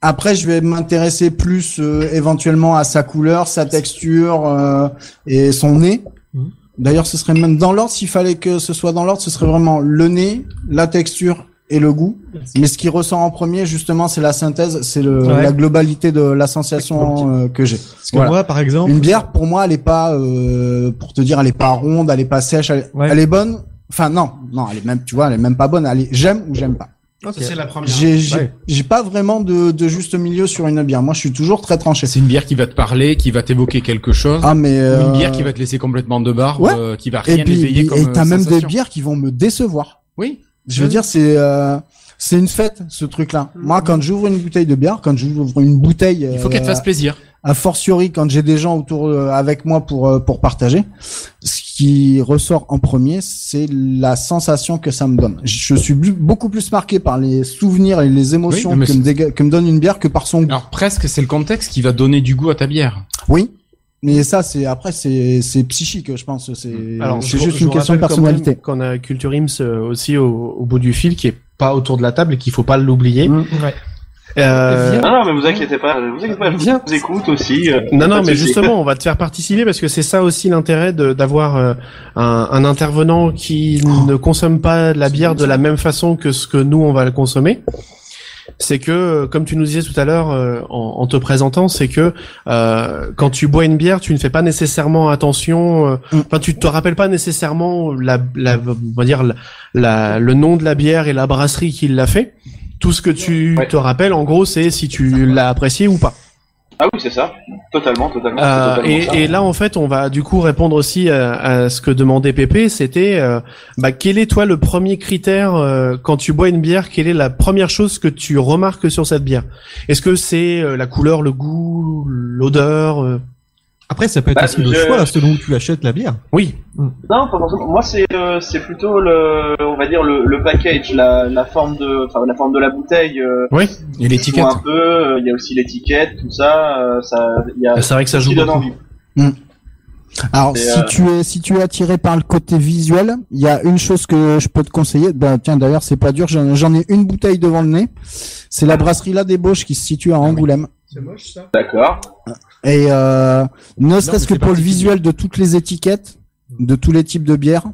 S3: après, je vais m'intéresser plus euh, éventuellement à sa couleur, sa texture euh, et son nez.
S5: Mhm.
S3: D'ailleurs, ce serait même dans l'ordre. S'il fallait que ce soit dans l'ordre, ce serait vraiment le nez, la texture et le goût. Mais ce qui ressort en premier, justement, c'est la synthèse, c'est le-
S5: Ouais.
S3: la globalité de la sensation euh, que j'ai.
S5: Parce que
S3: Voilà.
S5: moi, par exemple,
S3: Une bière, pour moi, elle est pas, euh, pour te dire, elle est pas ronde, elle est pas sèche, elle,
S5: Ouais.
S3: elle est bonne. Enfin non, non, elle est même, tu vois, elle est même pas bonne. Elle est j'aime ou j'aime pas.
S8: Ça, c'est la première.
S3: J'ai j'ai-
S5: Ouais.
S3: j'ai pas vraiment de, de juste milieu sur une bière. Moi, je suis toujours très tranché.
S8: C'est une bière qui va te parler, qui va t'évoquer quelque chose.
S3: Ah mais
S8: ou
S3: euh,
S8: Une bière qui va te laisser complètement de barre,
S3: ouais.
S8: euh, qui va rien
S3: et puis
S8: éveiller comme
S3: et t'as
S8: euh,
S3: même des
S8: sensation.
S3: bières qui vont me décevoir.
S8: Oui.
S3: Je veux dire, c'est euh, c'est une fête ce truc-là. Moi, quand j'ouvre une bouteille de bière, quand j'ouvre une bouteille, euh,
S8: Il faut qu'elle te fasse plaisir.
S3: a fortiori quand j'ai des gens autour euh, avec moi pour euh, pour partager, ce qui ressort en premier, c'est la sensation que ça me donne. Je suis bu- beaucoup plus marqué par les souvenirs et les émotions
S8: Oui, mais
S3: que, me déga- que me donne une bière que par son goût.
S8: Alors presque c'est le contexte qui va donner du goût à ta bière.
S2: Ah.
S3: Oui. Mais ça, c'est après, c'est c'est psychique, je pense. C'est c'est
S2: je-
S3: juste
S2: je
S3: une
S2: vous
S3: question de
S2: rappelle quand même
S3: personnalité.
S2: Qu'on a Culture Ims euh, aussi au, au bout du fil qui est pas autour de la table et qu'il faut pas l'oublier.
S3: Mm.
S4: Ouais.
S2: Euh,
S3: Ah.
S6: Non, non, mais vous inquiétez pas, vous inquiétez pas, je
S2: Viens.
S6: vous écoute aussi. euh,
S2: Non,
S6: pas
S2: non,
S6: de
S2: mais
S6: souci.
S2: justement, on va te faire participer parce que c'est ça aussi l'intérêt de- d'avoir euh, un, un intervenant qui ne consomme pas la bière de la même façon que ce que nous on va le consommer. C'est que, euh, comme tu nous disais tout à l'heure euh, en, en te présentant, c'est que euh, quand tu bois une bière, tu ne fais pas nécessairement attention. euh,
S3: Mm.
S2: Enfin, tu te rappelles pas nécessairement la, la on va dire la, la- le nom de la bière et la brasserie qui l'a fait. Tout ce que tu
S6: Ouais.
S2: te rappelles, en gros, c'est si tu l'as apprécié ou pas.
S6: Ah oui, c'est ça. Totalement, totalement. c'est
S2: Euh,
S6: totalement ça.
S2: et, et là, en fait, on va du coup répondre aussi à, à ce que demandait Pépé. C'était, euh, bah, quel est toi le premier critère euh, quand tu bois une bière Quelle est la première chose que tu remarques sur cette bière Est-ce que c'est euh, la couleur, le goût, l'odeur euh,
S5: après ça peut être
S6: Bah,
S5: aussi le
S6: je-
S5: choix selon où tu achètes la bière.
S2: Oui.
S6: Non, pas forcément. Moi, c'est euh, c'est plutôt le, on va dire le, le package, la, la forme de, enfin la forme de la bouteille. euh,
S2: Oui.
S8: Et
S6: qui joue
S8: l'étiquette.
S6: Un peu. euh, Il y a aussi l'étiquette, tout ça. euh, ça, il y a.
S2: C'est vrai que ça
S6: ce
S2: joue.
S6: qui donne
S2: beaucoup.
S6: envie.
S3: Alors,
S6: Et,
S3: si
S6: euh,
S3: tu es si tu es attiré par le côté visuel, il y a une chose que je peux te conseiller. Ben, tiens, d'ailleurs, c'est pas dur. J'en j'en ai une bouteille devant le nez. C'est la brasserie La Débauche qui se situe à Angoulême.
S6: D'accord.
S3: Et euh, ne
S8: mais
S3: serait-ce que
S8: c'est
S3: pour le
S8: particulier.
S3: visuel de toutes les étiquettes, de tous les types de bières,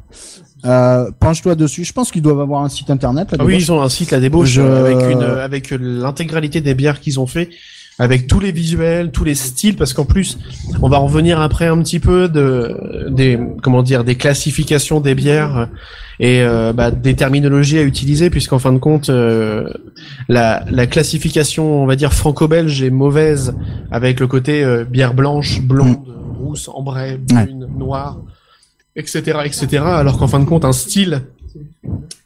S3: euh, penche-toi dessus. Je pense qu'ils doivent avoir un site internet. là,
S2: Ah
S3: des
S2: oui,
S3: boîtes.
S2: ils ont un site la débauche
S3: Je-
S2: euh, avec une euh, avec l'intégralité des bières qu'ils ont fait avec tous les visuels, tous les styles parce qu'en plus, on va en revenir après un petit peu de des comment dire des classifications des bières euh, et euh, bah, des terminologies à utiliser puisqu'en fin de compte euh, la la classification, on va dire franco-belge est mauvaise avec le côté euh, bière blanche, blonde, rousse, ambrée, brune, noire, etc., etc. Alors qu'en fin de compte, un style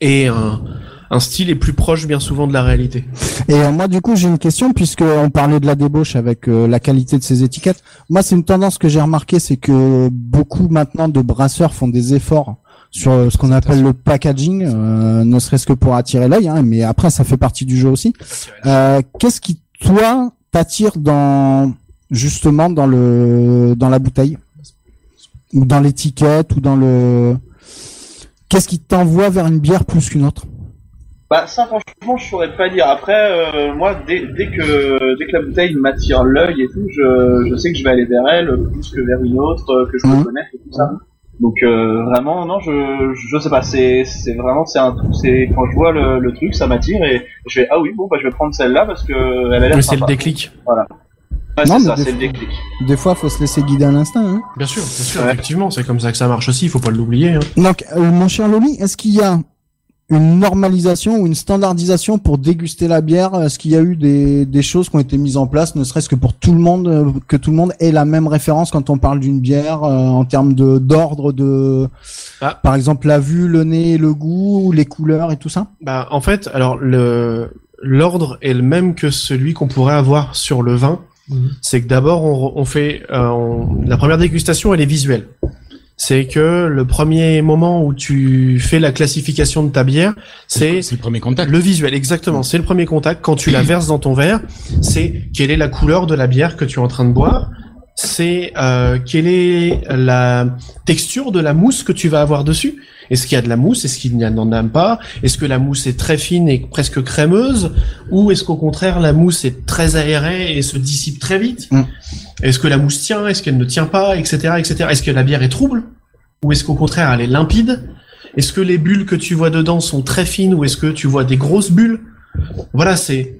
S2: et un, un style est plus proche bien souvent de la réalité.
S3: Et euh, moi, du coup, j'ai une question puisque on parlait de la débauche avec euh, la qualité de ces étiquettes. Moi, c'est une tendance que j'ai remarqué, c'est que beaucoup maintenant de brasseurs font des efforts sur euh, ce qu'on appelle le packaging, euh, ne serait-ce que pour attirer l'œil, hein, mais après, ça fait partie du jeu aussi. Euh, Qu'est-ce qui, toi, t'attire dans justement dans le dans la bouteille ou dans l'étiquette ou dans le Qu'est-ce qui t'envoie vers une bière plus qu'une autre
S6: Bah ça, franchement, je saurais pas dire. Après, euh, moi, dès, dès que dès que la bouteille m'attire l'œil et tout, je, je sais que je vais aller vers elle plus que vers une autre euh, que je
S3: Mhm.
S6: peux connaître et tout ça. Donc euh, vraiment, non, je je sais pas. C'est c'est vraiment c'est un truc. C'est quand je vois le, le truc, ça m'attire et je fais ah oui bon bah je vais prendre celle-là parce que elle a l'air
S2: Mais c'est le
S6: sympa.
S2: déclic.
S6: Ouais,
S3: Non,
S6: c'est
S3: mais
S6: ça,
S3: des
S6: c'est le
S3: fois-
S6: déclic.
S3: Des fois, faut se laisser guider à l'instinct. Hein
S2: Bien sûr, bien sûr,
S6: Ouais.
S2: effectivement, c'est comme ça que ça marche aussi, il faut pas l'oublier. hein.
S3: Donc, euh, mon cher Loli, est-ce qu'il y a une normalisation ou une standardisation pour déguster la bière Est-ce qu'il y a eu des, des choses qui ont été mises en place, ne serait-ce que pour tout le monde, euh, que tout le monde ait la même référence quand on parle d'une bière euh, en termes de d'ordre de,
S2: Ah.
S3: par exemple la vue, le nez, le goût, les couleurs et tout ça
S2: Bah, en fait, alors le l'ordre est le même que celui qu'on pourrait avoir sur le vin.
S5: Mhm.
S2: C'est que d'abord on, re- on fait euh, on- la première dégustation, elle est visuelle. C'est que le premier moment où tu fais la classification de ta bière, c'est
S8: C'est le premier contact.
S2: le visuel, exactement. C'est le premier contact. Quand tu la verses dans ton verre, c'est quelle est la couleur de la bière que tu es en train de boire. C'est euh, quelle est la texture de la mousse que tu vas avoir dessus. Est-ce qu'il y a de la mousse Est-ce qu'il n'y en a pas Est-ce que la mousse est très fine et presque crémeuse Ou est-ce qu'au contraire, la mousse est très aérée et se dissipe très vite
S3: Mm.
S2: Est-ce que la mousse tient Est-ce qu'elle ne tient pas Etc. etc. Est-ce que la bière est trouble Ou est-ce qu'au contraire, elle est limpide est-ce que les bulles que tu vois dedans sont très fines ou est-ce que tu vois des grosses bulles Voilà, c'est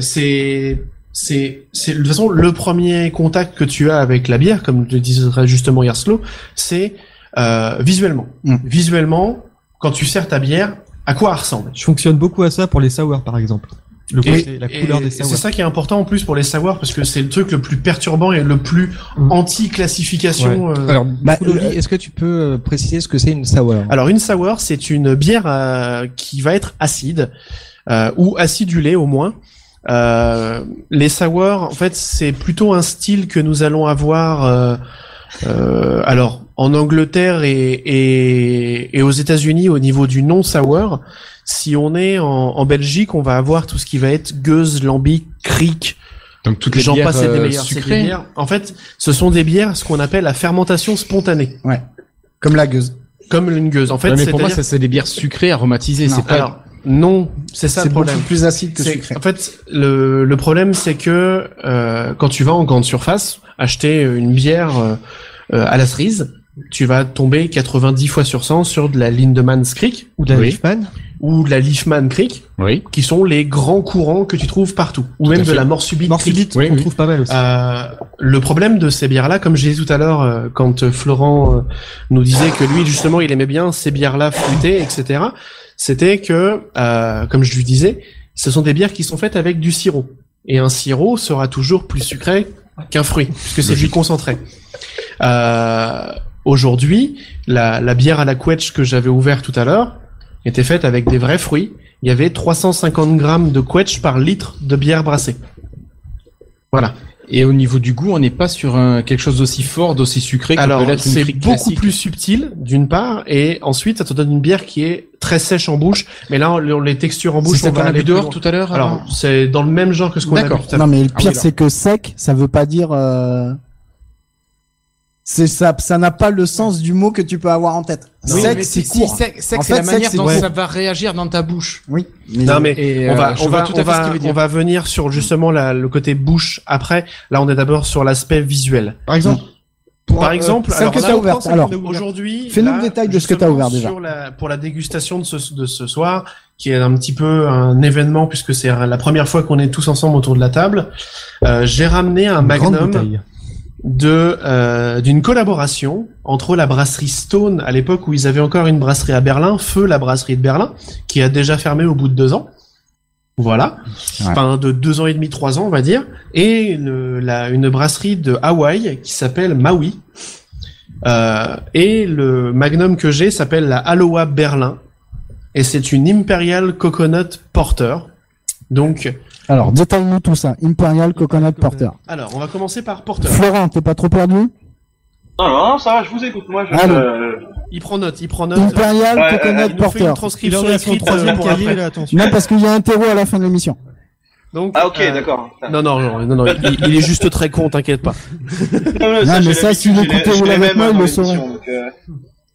S2: c'est c'est c'est de toute façon le premier contact que tu as avec la bière, comme le disait justement Yerslo, c'est euh, visuellement.
S3: Mm.
S2: Visuellement, quand tu sers ta bière, à quoi elle ressemble
S5: Je fonctionne beaucoup à ça pour les sours, par exemple. Le
S2: Et-
S5: côté, la
S2: et
S5: couleur des
S2: C'est
S5: sours.
S2: ça qui est important en plus pour les savoir parce que c'est le truc le plus perturbant et le plus
S5: Mm.
S2: anti-classification. euh,
S9: Alors,
S3: Bah,
S9: du coup, Loli,
S3: euh,
S9: est-ce que tu peux euh, préciser ce que c'est une sour
S2: Alors une sour, c'est une bière euh, qui va être acide euh, ou acidulée au moins. Euh, les sour, en fait, c'est plutôt un style que nous allons avoir. euh, euh, alors en Angleterre et, et, et aux États-Unis au niveau du non sour. Si on est en, en Belgique, on va avoir tout ce qui va être gueuse, lambic, cric,
S8: Donc toutes les
S2: j'en
S8: bières
S2: passe et des
S8: euh,
S2: meilleures. C'est des
S8: sucrées.
S2: bières- En fait, ce sont des bières ce qu'on appelle la fermentation spontanée,
S3: Comme la gueuse.
S2: comme une gueuse. En fait,
S8: Ouais, mais pour moi,
S2: c'est-à-dire-
S8: ça c'est des bières sucrées aromatisées.
S3: Non,
S8: C'est pas.
S2: alors, non, c'est ça
S3: Euh, C'est
S2: le
S3: beaucoup
S2: problème.
S3: plus acide que
S2: C'est-
S3: sucré.
S2: En fait, le, le problème, c'est que euh, quand tu vas en grande surface, acheter une bière euh, euh, à la cerise, tu vas tomber 90 fois sur 100 sur de la Lindemann's Creek
S5: Ou de la
S8: Oui.
S5: Leafman.
S2: ou de la Leafman Creek,
S8: Oui.
S2: qui sont les grands courants que tu trouves partout, ou même
S8: à
S2: de
S8: fait.
S2: la Morsubite Creek.
S5: Morsubite,
S8: Oui,
S5: on
S8: oui.
S5: trouve pas mal aussi.
S2: Euh, le problème de ces bières-là, comme je disais tout à l'heure, euh, quand euh, Florent euh, nous disait que lui, justement, il aimait bien ces bières-là fruitées, etc., c'était que, euh, comme je lui disais, ce sont des bières qui sont faites avec du sirop. Et un sirop sera toujours plus sucré qu'un fruit, puisque c'est du concentré. Euh, Aujourd'hui, la, la bière à la couette que j'avais ouverte tout à l'heure était faite avec des vrais fruits. Il y avait 350 grammes de couette par litre de bière brassée. Voilà.
S8: Et au niveau du goût, on n'est pas sur un- quelque chose d'aussi fort, d'aussi sucré que
S2: Alors,
S8: peut l'être une
S2: c'est
S8: crique
S2: beaucoup
S8: classique.
S2: plus subtil, d'une part, et ensuite, ça te donne une bière qui est très sèche en bouche. Mais là, on- on- les textures en bouche,
S8: C'est
S2: on
S8: ça qu'on
S2: va
S8: a
S2: aller
S8: bu
S2: plus
S8: dehors
S2: loin.
S8: tout à l'heure.
S2: Alors, c'est dans le même genre que ce qu'on a bu
S8: D'accord.
S2: tout à l'heure.
S3: Non, mais le
S8: Ah oui,
S3: pire,
S8: là.
S3: c'est que sec, ça veut pas dire. euh, C'est ça, ça n'a pas le sens du mot que tu peux avoir en tête.
S8: Oui,
S3: sec,
S8: mais
S3: c'est
S8: si,
S3: court.
S8: sec, sec,
S3: En
S8: c'est
S3: fait,
S8: la
S3: sec,
S8: manière
S3: c'est
S8: dont
S3: court.
S8: ça va réagir dans ta bouche.
S3: Oui, mais,
S2: Non, mais
S8: Et
S2: on
S8: euh,
S2: va,
S8: je
S2: on
S8: vois
S2: va, on
S8: tout à fait ce
S2: va,
S8: qu'il veut
S2: on
S8: dire.
S2: va venir sur justement la- le côté bouche après. Là, on est d'abord sur l'aspect visuel.
S5: Par exemple.
S3: euh,
S2: Par exemple,
S3: celle
S2: alors
S3: que
S2: là,
S3: t'as ouverte. Alors,
S2: Aujourd'hui,
S3: Fais-nous
S2: là,
S3: le détail de ce que
S2: justement,
S3: t'as ouvert déjà.
S2: sur la- pour la dégustation de ce, de ce soir, qui est un petit peu un événement puisque c'est la première fois qu'on est tous ensemble autour de la table. euh, J'ai ramené un Magnum de euh, d'une collaboration entre la brasserie Stone à l'époque où ils avaient encore une brasserie à Berlin, Feu la brasserie de Berlin, qui a déjà fermé au bout de deux ans. Voilà, enfin de deux ans et demi, trois ans, on va dire, et une, la- une brasserie de Hawaï qui s'appelle Maui. Euh, et le magnum que j'ai s'appelle la Aloha Berlin, et c'est une Imperial Coconut Porter. Donc,
S3: alors détaille-nous tout ça. Imperial Coconut Porter.
S2: alors, on va commencer par Porter.
S3: Florent, t'es pas trop perdu
S6: Non, non, non, ça va, je vous écoute. Moi, je.
S2: Ah,
S3: Allô.
S6: euh,
S2: Il prend note, il prend note. Ah,
S3: Imperial
S6: Ouais, euh,
S3: Coconut
S2: Il nous fait une
S3: Porter.
S5: Il
S2: transcription
S5: en est son
S2: écrite euh,
S5: troisième
S2: pour
S5: cahier,
S2: après.
S5: là, attention.
S3: Non, parce qu'il y a un terreau à la fin de l'émission.
S2: Donc,
S6: Ah, ok,
S2: euh,
S6: d'accord.
S2: Non, non, non, non, non, il, il est juste très con, t'inquiète pas.
S6: Non,
S3: mais ça, si vous écoutez, vous l'avez pas, il le saurait. euh.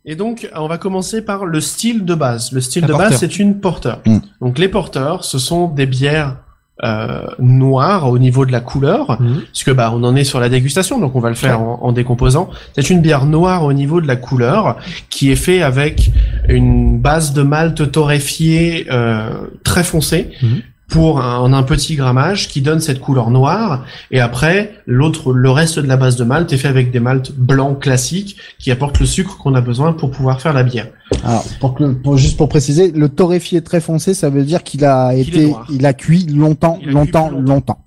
S2: Et donc, on va commencer par le style de base. Le style
S5: La
S2: de base,
S5: porteur.
S2: c'est une porteur.
S3: Mm.
S2: Donc, les porteurs, ce sont des bières euh, noires au niveau de la couleur,
S5: Mhm.
S2: puisque bah on en est sur la dégustation, donc on va le faire en, en décomposant. C'est une bière noire au niveau de la couleur, qui est faite avec une base de malt torréfié euh, très foncé.
S5: Mhm.
S2: pour un, en un petit grammage qui donne cette couleur noire. Et après, l'autre, le reste de la base de malt est fait avec des malts blancs classiques qui apportent le sucre qu'on a besoin pour pouvoir faire la bière.
S3: Alors, Ah, pour que, pour- juste pour préciser, le torréfié très foncé, ça veut dire qu'il a
S2: Qu'il est
S3: été,
S2: noir.
S3: il a cuit longtemps,
S2: Il a cuit
S3: longtemps,
S2: plus longtemps.
S3: longtemps.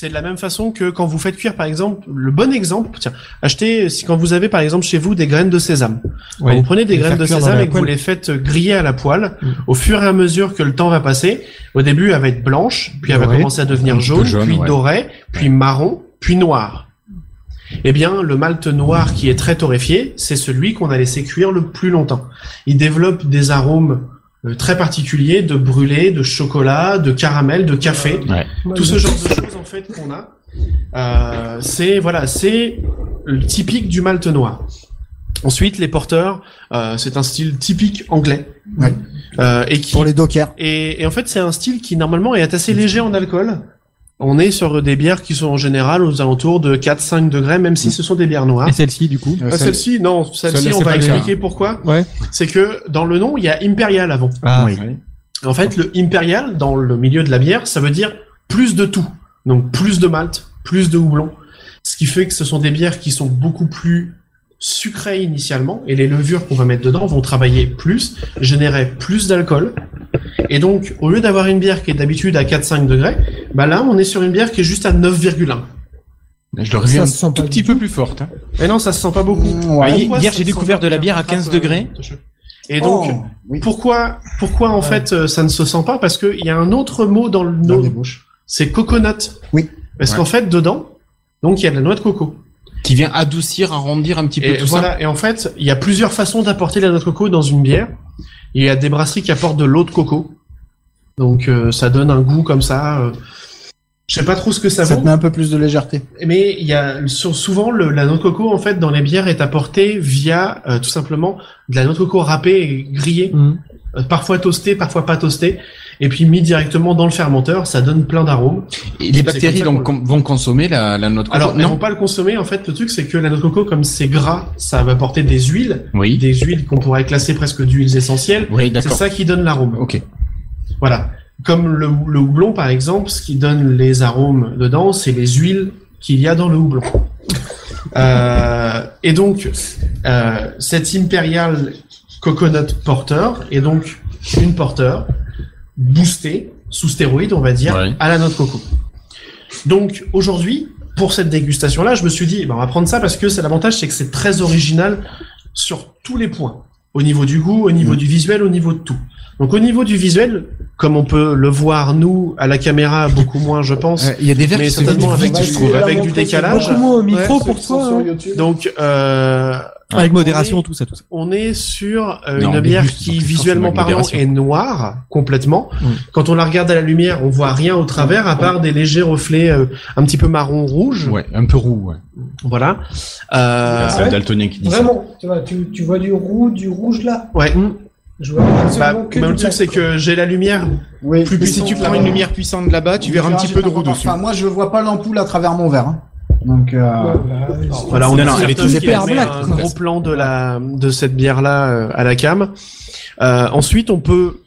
S2: C'est de la même façon que quand vous faites cuire, par exemple, le bon exemple, tiens, achetez, si quand vous avez, par exemple, chez vous des graines de sésame. Quand vous prenez des
S5: Les
S2: graines
S5: faire
S2: de
S5: cuire dans
S2: sésame
S5: la
S2: et que vous
S5: poêle.
S2: les faites euh, griller à la poêle,
S5: Mm.
S2: au fur et à mesure que le temps va passer, au début, elle va être blanche, puis elle va
S5: Ouais.
S2: commencer à devenir
S8: peu
S2: jaune,
S8: jaune,
S2: puis
S8: ouais.
S2: dorée, puis marron, puis noire. Eh bien, le malt noir qui est très torréfié, c'est celui qu'on a laissé cuire le plus longtemps. Il développe des arômes euh, très particuliers de brûlé, de chocolat, de caramel, de café tout ce genre de choses en fait qu'on a, euh, c'est voilà, c'est le typique du malt noir. Ensuite, les porteurs, euh, c'est un style typique anglais.
S3: Ouais.
S2: Euh, et qui
S3: Pour les dockers.
S2: et, et en fait, c'est un style qui normalement est assez léger en alcool. On est sur des bières qui sont en général aux alentours de 4-5 degrés, même si ce sont des bières noires.
S5: Et celle-ci, du
S8: euh,
S5: coup.
S2: Ah, celle-ci, non, celle-ci,
S8: celle-là,
S2: on
S8: c'est
S2: va
S8: pas clair.
S2: expliquer pourquoi.
S5: Ouais.
S2: C'est que dans le nom, il y a Imperial avant.
S5: Ah,
S3: Oui.
S2: En fait, le impérial, dans le milieu de la bière, ça veut dire plus de tout. Donc plus de malt, plus de houblon. Ce qui fait que ce sont des bières qui sont beaucoup plus sucrées initialement, et les levures qu'on va mettre dedans vont travailler plus, générer plus d'alcool. Et donc, au lieu d'avoir une bière qui est d'habitude à 4-5 degrés, bah là, on est sur une bière qui est juste à 9,1.
S8: Je le reviens
S4: Ça
S8: un
S4: se sent pas
S8: tout
S4: du
S8: petit peu plus forte. hein.
S2: Mais Eh non, ça se sent pas beaucoup.
S3: Mm, ouais.
S2: Pourquoi ça
S10: Hier, j'ai
S2: se sent
S10: découvert
S2: pas
S10: de la bière à
S2: quand tu
S10: 15
S2: attrapes,
S10: degrés.
S2: euh, Tocheux Et donc,
S3: Oh, oui.
S2: pourquoi, pourquoi en fait euh, ça ne se sent pas Parce qu'il y a un autre mot dans le
S3: Dans
S2: nom,
S3: les bouches.
S2: c'est coconut.
S3: Oui.
S2: Parce
S8: Ouais.
S2: qu'en fait, dedans, donc il y a de la noix de coco.
S8: Qui vient adoucir, arrondir un petit peu
S2: Et
S8: tout ça.
S2: voilà. Et en fait, il y a plusieurs façons d'apporter la noix de coco dans une bière. Il y a des brasseries qui apportent de l'eau de coco. Donc euh, ça donne un goût comme ça. euh, Je sais pas trop ce que ça,
S3: Ça,
S2: vaut.
S3: te met un peu plus de légèreté.
S2: Mais il y a sur- souvent le, la noix de coco en fait dans les bières est apportée via euh, tout simplement de la noix de coco râpée et grillée,
S5: Mhm.
S2: Euh, parfois toastée, parfois pas toastée, et puis mis directement dans le fermenteur, ça donne plein d'arômes.
S8: Et les
S2: C'est comme
S8: bactéries
S2: ça
S8: donc,
S2: qu'on
S8: com- vont consommer la, la noix de coco.
S2: Alors elles
S8: non.
S2: vont pas le consommer en fait. Le truc c'est que la noix de coco comme c'est gras, ça va apporter des huiles,
S8: Oui.
S2: des huiles qu'on pourrait classer presque d'huiles essentielles.
S8: Oui,
S2: C'est
S8: d'accord.
S2: ça qui donne l'arôme.
S8: Ok.
S2: Voilà. Comme le, le houblon, par exemple, ce qui donne les arômes dedans, c'est les huiles qu'il y a dans le houblon. Euh, et donc, euh, cette Imperial Coconut Porter est donc une porteur boostée, sous stéroïde, on va dire,
S8: Ouais.
S2: à la noix de coco. Donc, aujourd'hui, pour cette dégustation-là, je me suis dit, eh ben, on va prendre ça parce que c'est l'avantage, c'est que c'est très original sur tous les points. Au niveau du goût, au
S8: Mmh.
S2: niveau du visuel, au niveau de tout. Donc, au niveau du visuel, comme on peut le voir nous à la caméra beaucoup moins je pense
S8: Ouais, Euh, Il y a des verres
S2: Mais
S8: qui sont
S2: certainement
S8: vite
S2: avec
S8: vite,
S2: du-
S8: je trouve.
S2: avec du décalage.
S4: Beaucoup moins au micro
S6: Ouais,
S4: pour
S6: ceux qui sont
S4: toi.
S6: sur
S4: hein.
S6: YouTube.
S2: donc euh,
S5: Avec modération,
S2: Oui.
S5: tout ça, tout ça.
S2: on est sur euh,
S8: Non,
S2: une
S8: mais
S2: bière
S8: juste,
S2: qui
S8: donc,
S2: visuellement
S8: forcément, avec
S2: parlant
S8: modération.
S2: est noire complètement
S5: Mm.
S2: quand on la regarde à la lumière on voit rien au travers à part des légers reflets euh, un petit peu marron rouge
S8: Ouais, un peu roux. ouais.
S2: voilà euh,
S8: C'est
S4: ouais.
S8: un daltonien qui dit ça.
S4: Vraiment, tu vois, tu, tu vois du roux, du rouge là.
S2: ouais
S4: Je vois
S2: Bah,
S4: absolument que
S2: mais
S4: du
S2: le truc
S4: black,
S2: c'est
S4: quoi.
S2: que j'ai la lumière
S3: Oui.
S2: Plus-
S3: mais
S2: si
S3: bon,
S2: tu
S3: euh,
S2: prends une
S8: lumière puissante de là-bas, tu verras un
S3: verra,
S8: petit
S3: j'ai
S8: peu
S3: pas
S8: de roux
S3: encore-
S8: dessus.
S3: Enfin, moi, je vois pas l'ampoule à travers mon verre. hein. Donc, euh,
S2: Voilà, on
S8: Non,
S2: a
S8: non, elle
S2: Certain
S8: est très
S2: qui a
S4: hyper
S2: fait
S4: black,
S2: un
S4: quoi.
S2: gros plan de la de cette bière là à la cam. Euh, ensuite, on peut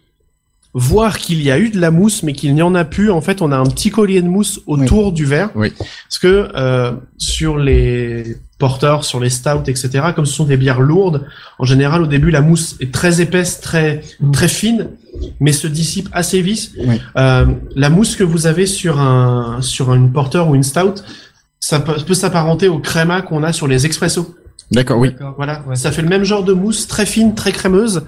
S2: voir qu'il y a eu de la mousse, mais qu'il n'y en a plus. En fait, on a un petit collier de mousse autour du verre.
S8: Oui.
S2: Parce que euh, sur les porteurs, sur les stouts, etc., comme ce sont des bières lourdes, en général, au début, la mousse est très épaisse, très très fine, mais se dissipe assez vite.
S3: Oui.
S2: Euh, la mousse que vous avez sur un sur une porter ou une stout, ça peut, peut s'apparenter au créma qu'on a sur les expressos.
S8: D'accord, oui.
S2: Voilà, ça fait le même genre de mousse, très fine, très crémeuse.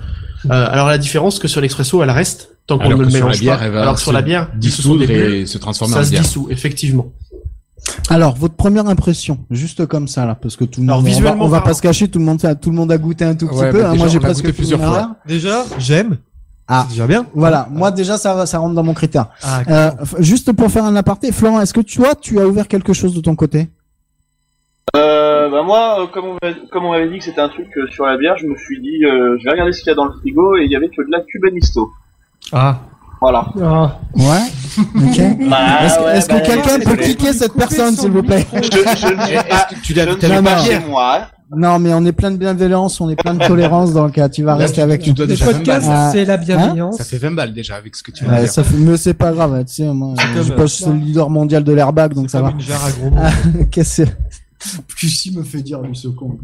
S2: Euh, alors la différence que sur l'expresso, elle reste tant qu'on
S8: Alors
S2: ne le
S8: que sur la
S2: mélange
S8: bière,
S2: pas.
S8: elle va
S2: alors que sur
S8: se
S2: la bière, ce sont des
S8: Dissoudre
S2: bulles,
S8: et se transformer
S2: ça
S8: en
S2: se
S8: bière.
S2: dissout effectivement.
S3: Alors, votre première impression, juste comme ça, là, parce que tout le
S2: Alors,
S3: monde, on va-
S2: visuellement
S3: on va,
S2: parlant.
S3: pas se cacher, tout le monde, a- tout le monde a goûté un tout petit
S8: Ouais,
S3: peu.
S8: bah,
S3: hein,
S8: déjà,
S3: moi, j'ai
S8: on l'a
S3: presque
S8: goûté
S3: fini
S8: plusieurs
S3: ma
S8: fois. Ah.
S3: barre.
S5: Déjà, j'aime.
S3: Ah.
S5: C'est déjà bien.
S3: Voilà, moi déjà, ça, va- ça rentre dans mon critère.
S5: Ah,
S3: Euh, f- juste pour faire un aparté, Florent, est-ce que toi, tu as ouvert quelque chose de ton côté
S6: Euh, bah moi, euh, comme on m'a- comme on m'avait dit que c'était un truc euh, sur la bière, je me suis dit, euh, je vais regarder ce qu'il y a dans le frigo et il y avait que de la Cubanisto.
S5: Ah.
S6: Voilà.
S4: Ah.
S3: Ouais. Ok.
S8: Ah
S3: est-ce que, est-ce que
S6: bah,
S3: quelqu'un peut
S6: désolé.
S3: cliquer cette personne, s'il vous plaît
S8: Eh,
S6: Je, je ne suis pas,
S8: Tu
S6: je
S8: l'as
S6: ne
S8: t'as
S6: suis
S3: la
S6: pas
S3: main.
S6: chez moi. hein.
S3: Non, mais on est plein de bienveillance, on est plein de tolérance dans le cas. Tu vas
S8: Là,
S3: rester
S8: tu-
S3: avec
S8: tu
S3: nous.
S8: dois
S4: Le
S8: déjà 20 balles.
S4: podcast,
S3: Ah.
S4: c'est la bienveillance.
S8: Ça fait 20 balles déjà avec ce que tu
S3: Ouais,
S8: vas dire.
S3: ça fait- mais c'est pas grave, hein, tu sais, moi,
S5: C'est
S3: euh,
S5: comme,
S3: je
S5: euh,
S3: poste sur le leader mondial de l'airbag,
S8: Ah,
S3: donc ça va.
S5: Comme une jarre à gros mots.
S3: Qu'est-ce que Qu'est-ce qu'il me fait dire, lui, ce con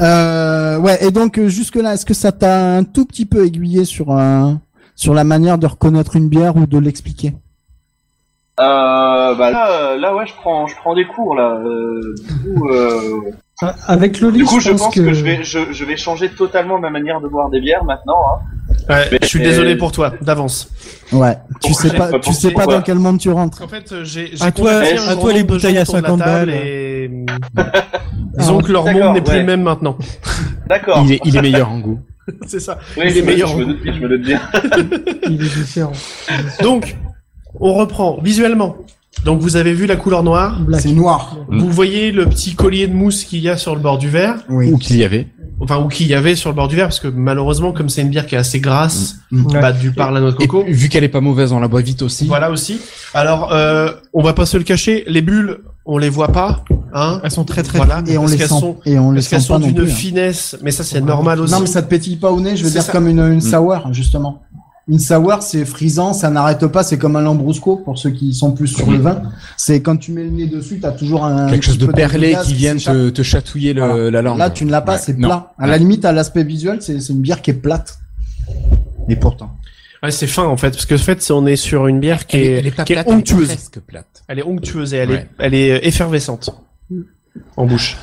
S3: euh, Ouais, et donc, euh, jusque-là, est-ce que ça t'a un tout petit peu aiguillé sur, un, sur la manière de reconnaître une bière ou de l'expliquer
S6: Euh, bah là, euh, là ouais, je prends, je prends des cours là. Euh, du coup, euh,
S4: Ah, Avec Loli,
S6: du coup, je pense que, je vais, je, je vais changer totalement ma manière de boire des bières maintenant. Hein.
S2: Ouais,
S6: Mais-
S2: je suis désolé pour toi, d'avance.
S3: Ouais, tu
S6: Bon,
S3: sais
S6: j'ai
S3: pas,
S6: pas
S3: tu sais
S6: pensé,
S3: pas
S6: quoi.
S3: dans quel monde tu rentres.
S2: En fait, euh, j'ai.
S5: À toi-
S6: à
S5: toi les bouteilles à 50 balles.
S2: Et... Ah. Disons que leur
S6: D'accord,
S2: monde n'est plus
S6: ouais.
S2: le même maintenant.
S6: D'accord.
S8: Il est, il est meilleur en goût.
S2: C'est ça.
S6: Oui,
S2: il est
S6: je me-
S2: meilleur.
S6: Je me doute, bien, je me doute bien.
S4: Il est différent.
S2: Donc, on reprend visuellement. Donc, vous avez vu la couleur noire.
S4: Black.
S3: C'est noir.
S8: Mm.
S2: Vous voyez le petit collier de mousse qu'il y a sur le bord du verre.
S3: Oui.
S8: Ou qu'il y avait.
S2: Enfin, ou qu'il y avait sur le bord du verre, parce que malheureusement, comme c'est une bière qui est assez grasse,
S3: Mm.
S2: bah, du par la noix de
S8: Et
S2: coco.
S8: vu qu'elle est pas mauvaise, on la boit vite aussi.
S2: Voilà aussi. Alors, euh, on va pas se le cacher, les bulles, on les voit pas, hein.
S5: Elles sont très très.
S2: Voilà.
S3: Et on
S2: parce
S3: les
S2: qu'elles
S3: sent.
S2: sont-
S3: Et on les
S2: parce
S3: sent
S2: qu'elles
S3: pas
S2: sont
S3: non
S2: d'une
S3: plus. hein.
S2: finesse, mais ça c'est normal aussi.
S3: Non, mais ça te pétille pas au nez, je veux
S2: C'est
S3: dire
S2: ça.
S3: comme une, une sour, justement. Une sour, c'est frisant, ça n'arrête pas, c'est comme un lambrusco pour ceux qui sont plus sur
S8: Oui.
S3: le vin. C'est quand tu mets le nez dessus, t'as toujours un
S8: Quelque chose
S3: petit
S8: de
S3: peu
S8: perlé
S3: gaz
S8: qui vient
S3: s'échappe.
S8: te, te chatouiller le-
S3: Voilà.
S8: la langue.
S3: Là, tu ne l'as pas,
S8: Ouais,
S3: c'est
S8: non.
S3: plat. À la limite, à l'aspect visuel, c'est c'est une bière qui est plate. Et pourtant.
S2: Ouais, c'est fin en fait, parce que en fait, c'est- on est sur une bière qui
S8: Elle est,
S2: est,
S8: elle est pas
S2: qui est
S8: plate, elle est
S2: onctueuse.
S8: presque plate.
S2: Elle est onctueuse et elle
S8: Ouais.
S2: est, elle est euh, effervescente en bouche.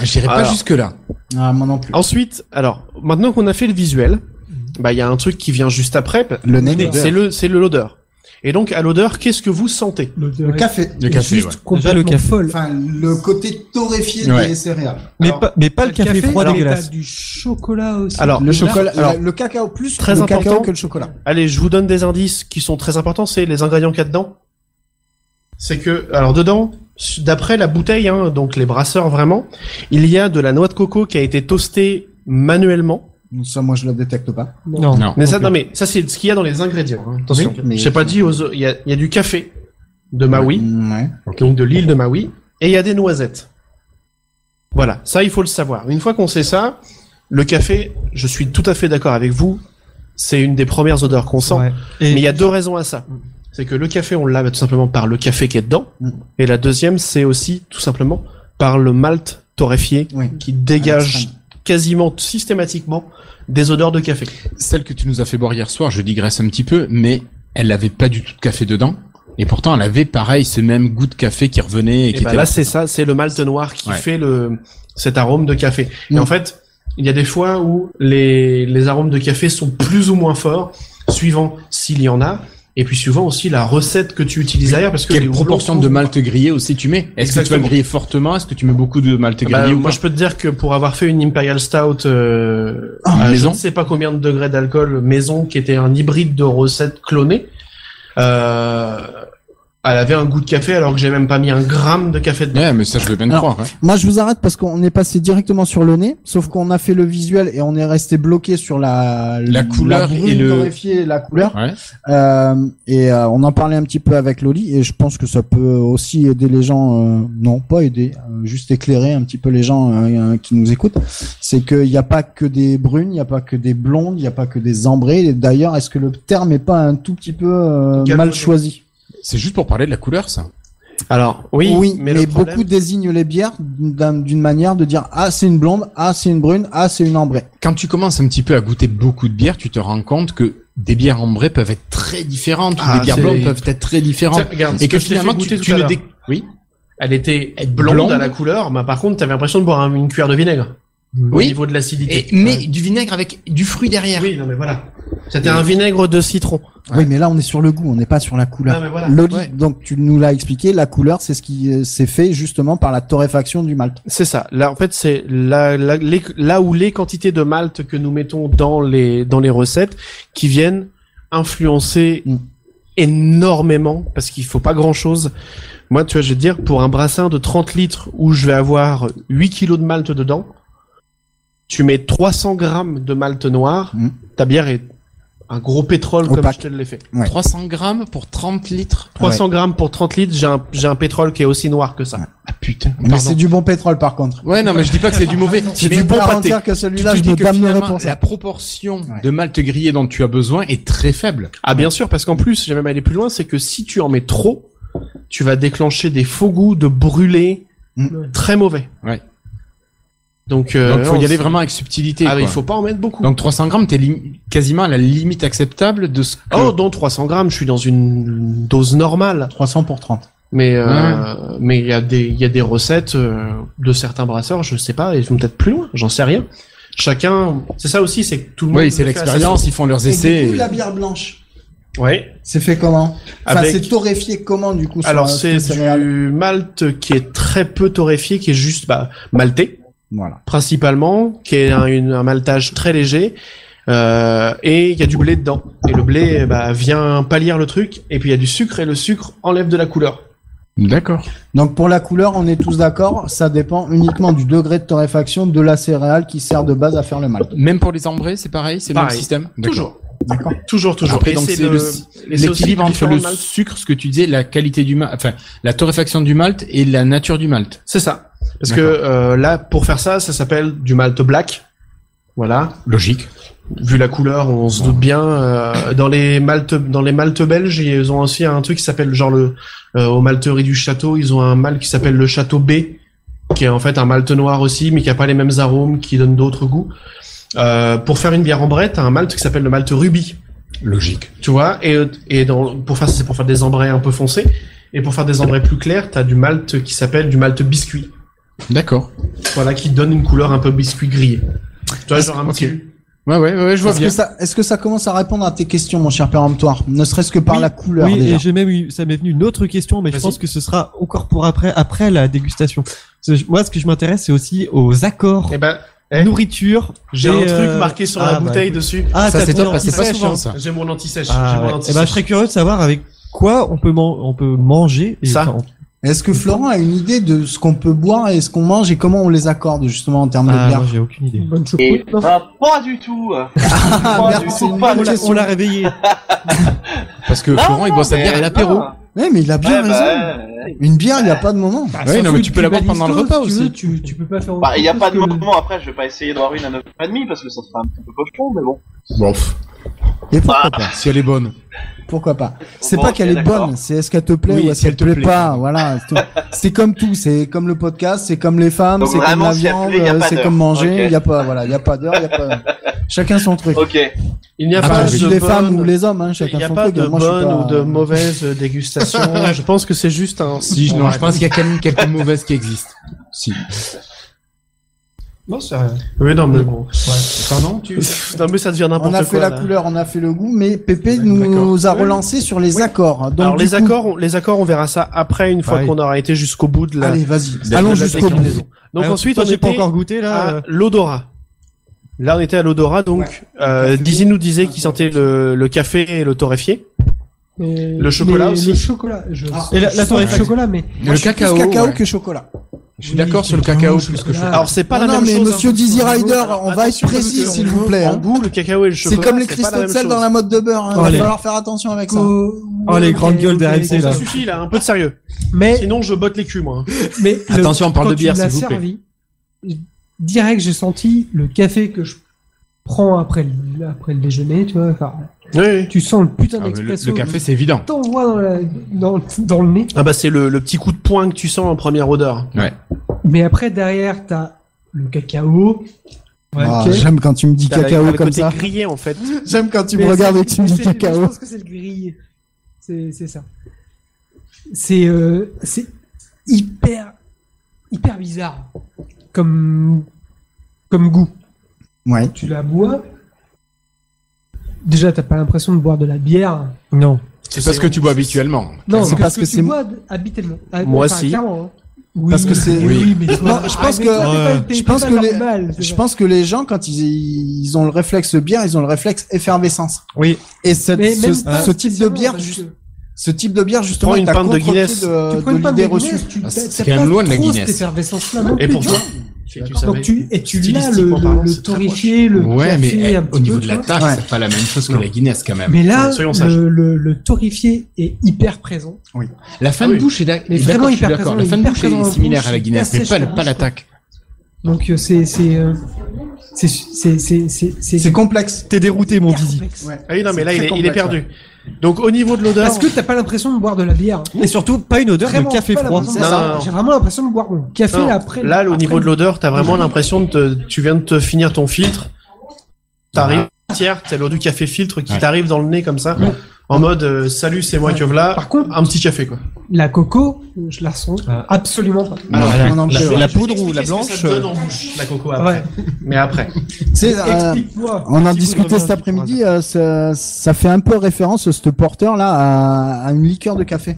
S8: Ah, J'irai pas
S2: Alors.
S8: jusque là.
S3: Ah, moi non plus.
S2: Ensuite, alors maintenant qu'on a fait le visuel,
S3: Mm.
S2: bah il y a un truc qui vient juste après. bah,
S3: Le nez, l'odeur.
S2: C'est le, c'est le l'odeur. Et donc à l'odeur, qu'est-ce que vous sentez
S3: Le café.
S8: Le café,
S4: Juste
S8: ouais.
S5: Déjà le
S4: complètement
S5: café.
S4: folle.
S3: Enfin, le côté torréfié
S8: Ouais.
S3: des céréales.
S5: Mais
S3: Alors,
S5: pas, mais pas le café, froid
S4: mais
S5: dégueulasse.
S4: t'as du chocolat aussi.
S2: Alors
S3: le chocolat,
S2: alors-
S3: le cacao plus
S2: Très
S3: le
S2: important.
S3: cacao que le chocolat.
S2: Allez, je vous donne des indices qui sont très importants, c'est les ingrédients qu'il y a dedans. C'est que, alors dedans, s- d'après la bouteille, hein, donc les brasseurs vraiment, il y a de la noix de coco qui a été toastée manuellement.
S3: Ça, moi, je le détecte pas.
S5: Non.
S8: Non.
S2: Mais ça, non mais ça c'est ce qu'il y a dans les ingrédients. hein. Attention,
S3: Oui, mais-
S2: j'ai pas dit aux, il y a, il y a du café de Maui,
S3: Ouais.
S2: donc de l'île de Maui, et il y a des noisettes. Voilà, ça il faut le savoir. Une fois qu'on sait ça, le café, je suis tout à fait d'accord avec vous, c'est une des premières odeurs qu'on sent.
S5: Ouais. Et
S2: Mais il y a deux raisons à ça. C'est que le café, on l'a tout simplement par le café qui est dedans.
S3: Mm.
S2: Et la deuxième, c'est aussi tout simplement par le malt torréfié
S3: Oui.
S2: qui dégage quasiment systématiquement des odeurs de café.
S8: Celle que tu nous as fait boire hier soir, je digresse un petit peu, mais elle n'avait pas du tout de café dedans. Et pourtant, elle avait pareil ce même goût de café qui revenait et,
S2: Et,
S8: qui
S2: bah
S8: était
S2: là, c'est ça, c'est le malt noir qui
S8: Ouais.
S2: fait le, cet arôme de café. Et
S3: Mm.
S2: en fait, il y a des fois où les, les arômes de café sont plus ou moins forts, suivant s'il y en a, et puis suivant aussi la recette que tu utilises derrière, parce que les
S8: Quelle
S2: houblons
S8: proportion
S2: sont-
S8: de malt grillé aussi tu mets Est-ce que tu vas le
S2: Exactement.
S8: griller fortement Est-ce que tu mets beaucoup de malt grillé
S2: Bah,
S8: ou
S2: moi,
S8: pas
S2: je peux te dire que pour avoir fait une Imperial Stout euh,
S3: Ah,
S2: à
S8: maison
S2: je ne sais pas combien de degrés d'alcool maison, qui était un hybride de recettes clonées, euh, elle avait un goût de café alors que j'ai même pas mis un gramme de café dedans.
S8: Ouais, mais ça, je veux bien te
S3: Alors,
S8: croire. hein. ouais.
S3: Moi, je vous arrête parce qu'on est passé directement sur le nez, sauf qu'on a fait le visuel et on est resté bloqué sur la,
S8: La couleur
S3: brume
S8: et le-
S3: torréfiée et la couleur.
S8: Ouais.
S3: Euh, et euh, on en parlait un petit peu avec Loli et je pense que ça peut aussi aider les gens, euh, non pas aider, euh, juste éclairer un petit peu les gens euh, euh, qui nous écoutent. C'est qu'il n'y a pas que des brunes, il n'y a pas que des blondes, il n'y a pas que des ambrées. Et D'ailleurs, est-ce que le terme est pas un tout petit peu euh,
S2: Galvaudé.
S3: mal choisi
S8: C'est juste pour parler de la couleur, ça.
S2: Alors oui,
S3: mais,
S2: le problème-
S3: beaucoup désignent les bières d'un- d'une manière de dire ah c'est une blonde, ah c'est une brune, ah c'est une ambrée.
S8: Quand tu commences un petit peu à goûter beaucoup de bières, tu te rends compte que des bières ambrées peuvent être très différentes, ou
S2: Ah,
S8: des bières
S2: c'est-
S8: blondes peuvent être très différentes.
S2: Tiens, regarde, ce
S8: Et que,
S2: je t'ai fait
S8: finalement,
S2: goûter
S8: tu,
S2: tout
S8: tu
S2: à
S8: ne
S2: l'heure.
S8: déc- Oui,
S2: elle était
S8: Elle est
S2: blonde,
S8: blonde.
S2: à la couleur, mais par contre, t'avais l'impression de boire un- une cuillère de vinaigre au
S8: oui.
S2: niveau de l'acidité.
S8: Et- mais
S2: Ouais.
S8: du vinaigre avec du fruit derrière.
S2: oui, non mais voilà, c'était un vinaigre de citron.
S8: Ouais.
S3: Oui, mais là on est sur le goût, on n'est pas sur la couleur.
S2: Non mais Ah, voilà,
S3: Loli,
S8: Ouais.
S3: donc tu nous l'as expliqué, la couleur, c'est ce qui euh, s'est fait justement par la torréfaction du malt.
S2: C'est ça. Là, en fait, c'est la- la- les- là où les quantités de malt que nous mettons dans les, dans les recettes qui viennent influencer
S3: Mm.
S2: énormément parce qu'il faut pas grand chose. Moi, tu vois, je vais te dire, pour un brassin de 30 litres où je vais avoir 8 kilos de malt dedans, tu mets 300 grammes de malt noir,
S3: Mm.
S2: ta bière est un gros pétrole comme
S3: Opaque.
S2: je te l'ai fait.
S3: Ouais.
S8: 300 grammes pour 30 litres.
S2: 300 grammes pour 30 litres, j'ai un, j'ai un pétrole qui est aussi noir que ça.
S8: Ah putain.
S3: Mais c'est du bon pétrole par contre.
S8: Ouais, non, mais je dis pas que c'est du mauvais.
S3: C'est
S8: Mais
S3: du
S8: tu
S3: bon
S8: te
S3: garantir
S8: dis
S3: que celui-là, je
S8: que
S3: me damnerai
S8: finalement,
S3: pour
S8: La
S3: ça.
S8: proportion
S3: Ouais.
S8: de malt grillé dont tu as besoin est très faible.
S2: Ah bien sûr, parce qu'en plus, j'ai même allé plus loin, c'est que si tu en mets trop, tu vas déclencher des faux goûts de brûlé
S3: Mm.
S2: très mauvais.
S8: Ouais.
S2: Donc, euh,
S8: Donc, faut
S2: non,
S8: y aller
S2: c'est-
S8: vraiment avec subtilité.
S2: Ah, mais
S8: quoi.
S2: il faut pas en mettre beaucoup.
S8: Donc, 300 grammes, t'es lim- quasiment à la limite acceptable de ce que...
S2: Oh, dans 300 grammes, je suis dans une dose normale.
S3: 300 pour 30.
S2: Mais euh, mais il y a des il y a des recettes euh, de certains brasseurs, je sais pas, ils vont peut-être plus loin, j'en sais rien. Chacun, c'est ça aussi, c'est que tout le monde.
S8: oui, c'est
S2: le fait à sa
S8: l'expérience, ils font leurs
S3: Et
S8: essais.
S3: du coup,
S8: et-
S3: la bière blanche,
S2: sauce. Ouais.
S3: c'est fait comment Enfin,
S2: Avec-
S3: c'est torréfié comment du coup sur
S2: Alors
S3: un
S2: c'est
S3: truc céréal
S2: du malt qui est très peu torréfié, qui est juste bah, malté
S3: Voilà.
S2: principalement, qui est un, une- un maltage très léger. euh, et il y a du blé dedans. Et le blé bah, vient pâlir le truc. Et puis il y a du sucre et le sucre enlève de la couleur.
S8: D'accord.
S3: Donc pour la couleur, on est tous d'accord, ça dépend uniquement du degré de torréfaction de la céréale qui sert de base à faire le malt.
S8: Même pour les ambrés, c'est pareil, c'est le même
S2: Pareil.
S8: système. D'accord.
S2: Toujours,
S3: D'accord
S2: toujours, toujours.
S8: Après,
S2: Et
S8: donc,
S2: c'est
S8: c'est
S2: le-
S8: le-
S2: et c'est aussi
S8: L'équilibre entre
S2: différents
S8: le
S2: malts.
S8: sucre, ce que tu disais, la qualité du malt, enfin, la torréfaction du malt et la nature du malt.
S2: C'est ça. Parce que
S8: D'accord.
S2: euh, là, pour faire ça, ça s'appelle du malt black. Voilà.
S8: Logique.
S2: Vu la couleur, on se doute bien. euh, dans les maltes, dans les maltes belges, ils ont aussi un truc qui s'appelle genre le euh, aux malteries du château, ils ont un malt qui s'appelle le château B, qui est en fait un malt noir aussi, mais qui a pas les mêmes arômes, qui donne d'autres goûts. Euh, pour faire une bière ambrette, t'as un malt qui s'appelle le malt rubis.
S8: Logique.
S2: Tu vois, et, et dans, pour faire, c'est pour faire des embrais un peu foncés. Et pour faire des embrais plus clairs, t'as du malt qui s'appelle du malt biscuit.
S8: D'accord.
S2: Voilà, qui donne une couleur un peu biscuit grillé. Tu vois, genre un
S8: Ok.
S2: petit.
S8: Ouais, ouais, ouais, je vois
S3: Est-ce que,
S8: bien.
S3: ça, est-ce que ça commence à répondre à tes questions, mon cher péremptoire Ne serait-ce que par
S5: Oui,
S3: la couleur,
S5: oui,
S3: déjà.
S5: et j'ai même eu, ça m'est venu une autre question, mais je
S2: Vas-y.
S5: pense que ce sera encore pour après, après la dégustation. Parce que je- Moi, ce que je m'intéresse, c'est aussi aux accords,
S2: Eh ben, eh,
S5: nourriture.
S2: j'ai
S5: et,
S2: un
S5: euh,
S2: truc marqué sur
S5: ah,
S2: la
S5: bah,
S2: bouteille
S5: écoute.
S2: dessus.
S5: Ah,
S8: Ça,
S5: t'as
S8: c'est
S5: ton
S8: top, parce que c'est pas
S5: anti-sèche,
S8: souvent,
S5: hein.
S8: ça.
S2: J'ai mon anti-sèche.
S5: Ah,
S2: j'ai mon
S5: ouais. Eh ben, je
S2: anti-sèche.
S5: serais curieux de savoir avec quoi on peut, man- on peut manger. et-
S2: Ça.
S5: enfin, on-
S3: Est-ce que Florent a une idée de ce qu'on peut boire et ce qu'on mange et comment on les accorde, justement, en termes de
S5: Ah,
S3: bière
S5: moi, j'ai aucune idée.
S4: Une bonne
S6: Et
S4: choucroute, non
S2: Ah,
S6: bah, pas du tout.
S3: Ah,
S6: Pas
S3: merde,
S6: du
S3: c'est
S6: tout,
S3: une
S6: pas
S3: bonne
S5: On l'a-
S3: question.
S5: On l'a réveillé.
S8: Parce que Florent, il boit sa
S6: mais
S8: bière à l'apéro.
S6: Bah non.
S3: Ouais, mais il a bien
S6: Ah, Ouais,
S3: raison.
S6: bah, ouais.
S3: Une bière, il n'y a pas de moment.
S8: Ouais,
S4: S'en
S8: non, mais
S4: fout
S8: tu
S4: de
S8: peux l'avoir
S4: Cuba
S8: pendant le
S4: Listo,
S8: repas
S4: si tu
S8: aussi.
S4: veux, Tu, tu peux pas faire
S6: Bah, il n'y a
S4: autre
S6: pas de
S4: chose que-
S6: moment. Après, je vais pas essayer de boire une à 9h30 parce que ça sera un petit peu cochon, mais bon.
S8: Bon, pff,
S3: Et pourquoi pas
S8: si elle est bonne.
S3: Pourquoi pas C'est
S6: Bah. Bon,
S3: pas
S6: ok,
S3: qu'elle est
S6: d'accord.
S3: bonne, c'est est-ce qu'elle te plaît
S8: Oui,
S3: ou est-ce
S8: si elle
S3: qu'elle
S8: te
S3: te plaît,
S8: plaît.
S3: pas. Voilà, c'est tout. c'est comme tout, c'est comme le podcast, c'est comme les femmes,
S6: Donc
S3: c'est comme
S6: vraiment,
S3: la
S6: si elle
S3: viande,
S6: plaît, y a
S3: euh,
S6: pas
S3: c'est
S6: d'heure.
S3: comme manger. Il
S6: Ok.
S3: y a pas, voilà, il y a pas d'heure, il y a pas. Chacun son truc.
S6: Ok.
S2: Il n'y a
S3: Enfin,
S2: pas
S3: je
S2: de
S3: dis les femmes
S2: Ah, bonne-
S3: ou les hommes, hein,
S2: Il
S3: chacun
S2: n'y a
S3: son
S2: pas
S3: truc.
S2: de
S3: Moi, je suis
S2: bonne
S3: pas-
S2: ou de mauvaise dégustation. je pense que c'est juste un.
S8: Si, non, je pense qu'il y a quand même quelques mauvaises qui existent. Si.
S5: Non, ça-
S2: Oui, non, mais bon.
S8: Pardon, tu.
S2: Non, mais ça devient n'importe
S3: On
S2: quoi.
S3: a fait la
S2: là.
S3: couleur, on a fait le goût, mais Pépé
S8: D'accord.
S3: nous a relancé sur les accords. Donc,
S2: Alors
S3: du
S2: les
S3: coup-
S2: accords, on, les accords, on verra ça après une fois
S5: Pareil.
S2: qu'on aura été jusqu'au bout de la.
S3: Allez, vas-y.
S2: de
S3: Allons
S2: la
S3: jusqu'au bout.
S2: déclinaison. Donc
S5: Ah,
S2: ensuite,
S5: toi,
S2: on
S5: j'ai
S2: était
S5: pas encore goûté là.
S2: à
S5: euh,
S2: l'odorat. Ah, Là, on était à l'odorat, donc euh, Dizzy nous disait qu'il sentait le, le café et le torréfié.
S4: Mais-
S2: Le chocolat
S4: mais
S2: aussi.
S4: Le chocolat. Je...
S3: Ah,
S5: Et la-
S4: je
S5: la
S4: sens le
S5: torréfaction.
S4: chocolat, mais
S3: Moi, je
S8: le
S3: suis plus
S8: cacao.
S3: cacao
S8: ouais.
S3: que chocolat.
S8: Je suis d'accord sur le cacao plus que je.
S2: Alors c'est pas
S3: Ah. non,
S2: la
S3: non,
S2: même
S3: mais
S2: chose. hein.
S3: Monsieur Dizzy Rider, on va être
S2: Attention,
S3: précis,
S2: parce que
S3: s'il vous plaît.
S2: En
S3: hein.
S2: goût, le cacao et le
S3: C'est
S2: chocolat.
S3: comme les
S2: pas la
S3: cristaux de
S2: même
S3: sel
S2: chose.
S3: dans la mode de beurre. hein. Il va
S5: Allez.
S3: falloir faire attention avec ça.
S5: Oh, les grandes gueules des RMC,
S2: Ça
S5: là.
S2: suffit là, un peu de sérieux.
S4: Mais,
S2: Sinon, je botte les culs, moi. hein.
S4: mais le-
S8: Attention, on parle
S4: quand
S8: de
S4: tu
S8: bière,
S4: me
S8: s'il
S4: l'as
S8: vous plaît.
S4: servi, direct, j'ai senti le café que je prends après le, après le déjeuner, tu vois. enfin,
S2: Oui.
S4: tu sens le putain
S8: Ah, mais le,
S4: d'expresso.
S8: le café, c'est évident.
S4: t'envoie dans, la- dans, dans le nez.
S2: Ah bah c'est le, le petit coup de poing que tu sens en première odeur.
S4: Mais après, derrière, t'as le cacao. Ouais,
S3: Ah,
S4: ok.
S3: J'aime quand tu me dis
S2: T'as la-
S3: cacao
S2: t'as le
S3: comme
S2: côté
S3: ça.
S2: grillé en fait.
S3: J'aime quand tu
S4: Mais
S3: me regardes
S4: c'est-
S3: et que tu me
S4: mais
S3: dis
S4: c'est- Je
S3: cacao.
S4: pense que c'est le grillé. C'est c'est ça. C'est euh, c'est hyper hyper bizarre comme comme goût.
S3: Ouais.
S4: Tu la bois. Déjà, t'as pas l'impression de boire de la bière.
S5: Non.
S8: C'est pas ce que tu bois habituellement.
S4: Non,
S3: C'est parce
S4: ce
S3: que
S4: tu
S3: c'est-
S4: bois habituellement. Ah,
S2: Moi,
S4: enfin,
S2: si.
S4: clairement, hein. Oui,
S3: Parce que c'est-
S4: Oui, mais
S3: Non, je pense que- je pense que les- Je pense que les gens, quand ils, ils ont le réflexe bière, ils ont le réflexe effervescence.
S5: Oui.
S3: Et cette-
S4: Mais
S3: ce,
S4: même pas
S3: ce type de
S4: spécialement,
S3: bière,
S4: parce
S3: juste,
S4: que
S3: ce type de bière, justement,
S2: Prends une
S3: est à
S2: pinte de
S3: contre-pied
S2: Guinness.
S3: de,
S4: Tu prends
S3: de
S4: une pinte de
S3: l'idée reçue.
S4: Guinness, tu
S8: Ah, c'est
S4: t'as
S8: quand même
S4: pas
S8: loin de la
S4: trop
S8: Guinness.
S4: cette effervescence-là non
S2: Et
S4: plus,
S2: pourtant-
S4: tu vois.
S2: Tu- tu savais-
S4: Donc tu, et tu l'as le,
S2: stylistiquement parlant,
S4: le,
S2: c'est très
S4: torréfié, le
S8: Ouais,
S4: café,
S8: mais eh,
S4: un
S8: au
S4: petit
S8: niveau
S4: peu,
S8: de
S4: tu
S8: la
S4: vois.
S8: tasse,
S3: Ouais.
S8: c'est pas la même chose que
S2: Non.
S8: la Guinness quand même.
S4: Mais là,
S2: Ouais, soyons sages.
S4: le, le, le torréfié est hyper présent.
S8: La fin
S2: Ah
S8: de
S2: oui.
S8: bouche est d'ac-
S4: Mais
S8: est
S4: vraiment
S8: d'accord, je suis
S4: hyper
S8: d'accord.
S4: présent,
S8: La fin de
S4: hyper
S8: bouche est
S4: présent en
S8: similaire
S4: bouche,
S8: à la Guinness,
S4: hyper
S8: mais pas,
S4: sèche
S8: le-
S4: en
S8: pas
S4: bouche.
S8: l'attaque.
S4: Donc euh, c'est c'est euh, c'est c'est c'est c'est
S3: C'est complexe.
S5: T'es dérouté, mon
S4: hyper
S5: Didi.
S4: complexe.
S2: Ah oui, non, mais
S3: C'est
S2: là, il
S3: très
S2: est, il est
S3: complexe,
S2: perdu. Donc, au niveau de l'odeur.
S4: Parce que t'as pas l'impression de boire de la bière.
S5: Et surtout, pas une odeur
S4: Vraiment,
S5: de café
S4: pas
S5: froid.
S4: l'impression de
S2: Non,
S4: boire
S2: non,
S4: ça.
S2: non.
S4: J'ai vraiment l'impression de boire mon café
S2: Non,
S4: là après.
S2: là, au
S4: après-
S2: niveau de l'odeur, t'as vraiment l'impression de te, tu viens de te finir ton filtre. T'arrives, tiers, t'as l'eau du café filtre qui
S8: Ouais.
S2: t'arrive dans le nez comme ça. En mode, euh, salut, c'est moi,
S4: Ouais.
S2: Kevla.
S4: Par contre,
S2: Un petit café, quoi.
S4: la coco, je la sens
S5: Ah.
S4: absolument pas.
S3: Alors,
S8: Voilà.
S3: non, non,
S5: La,
S3: je-
S5: la poudre ou la blanche
S2: Ça donne en bouche, la coco
S4: après.
S2: après. Mais après.
S3: c'est, euh,
S4: Explique-moi.
S3: On en
S5: Si vous
S3: discutait
S5: revenez
S3: cet
S5: un
S3: après-midi, euh, ça, ça fait un peu référence, ce porteur-là, à, à une liqueur de café.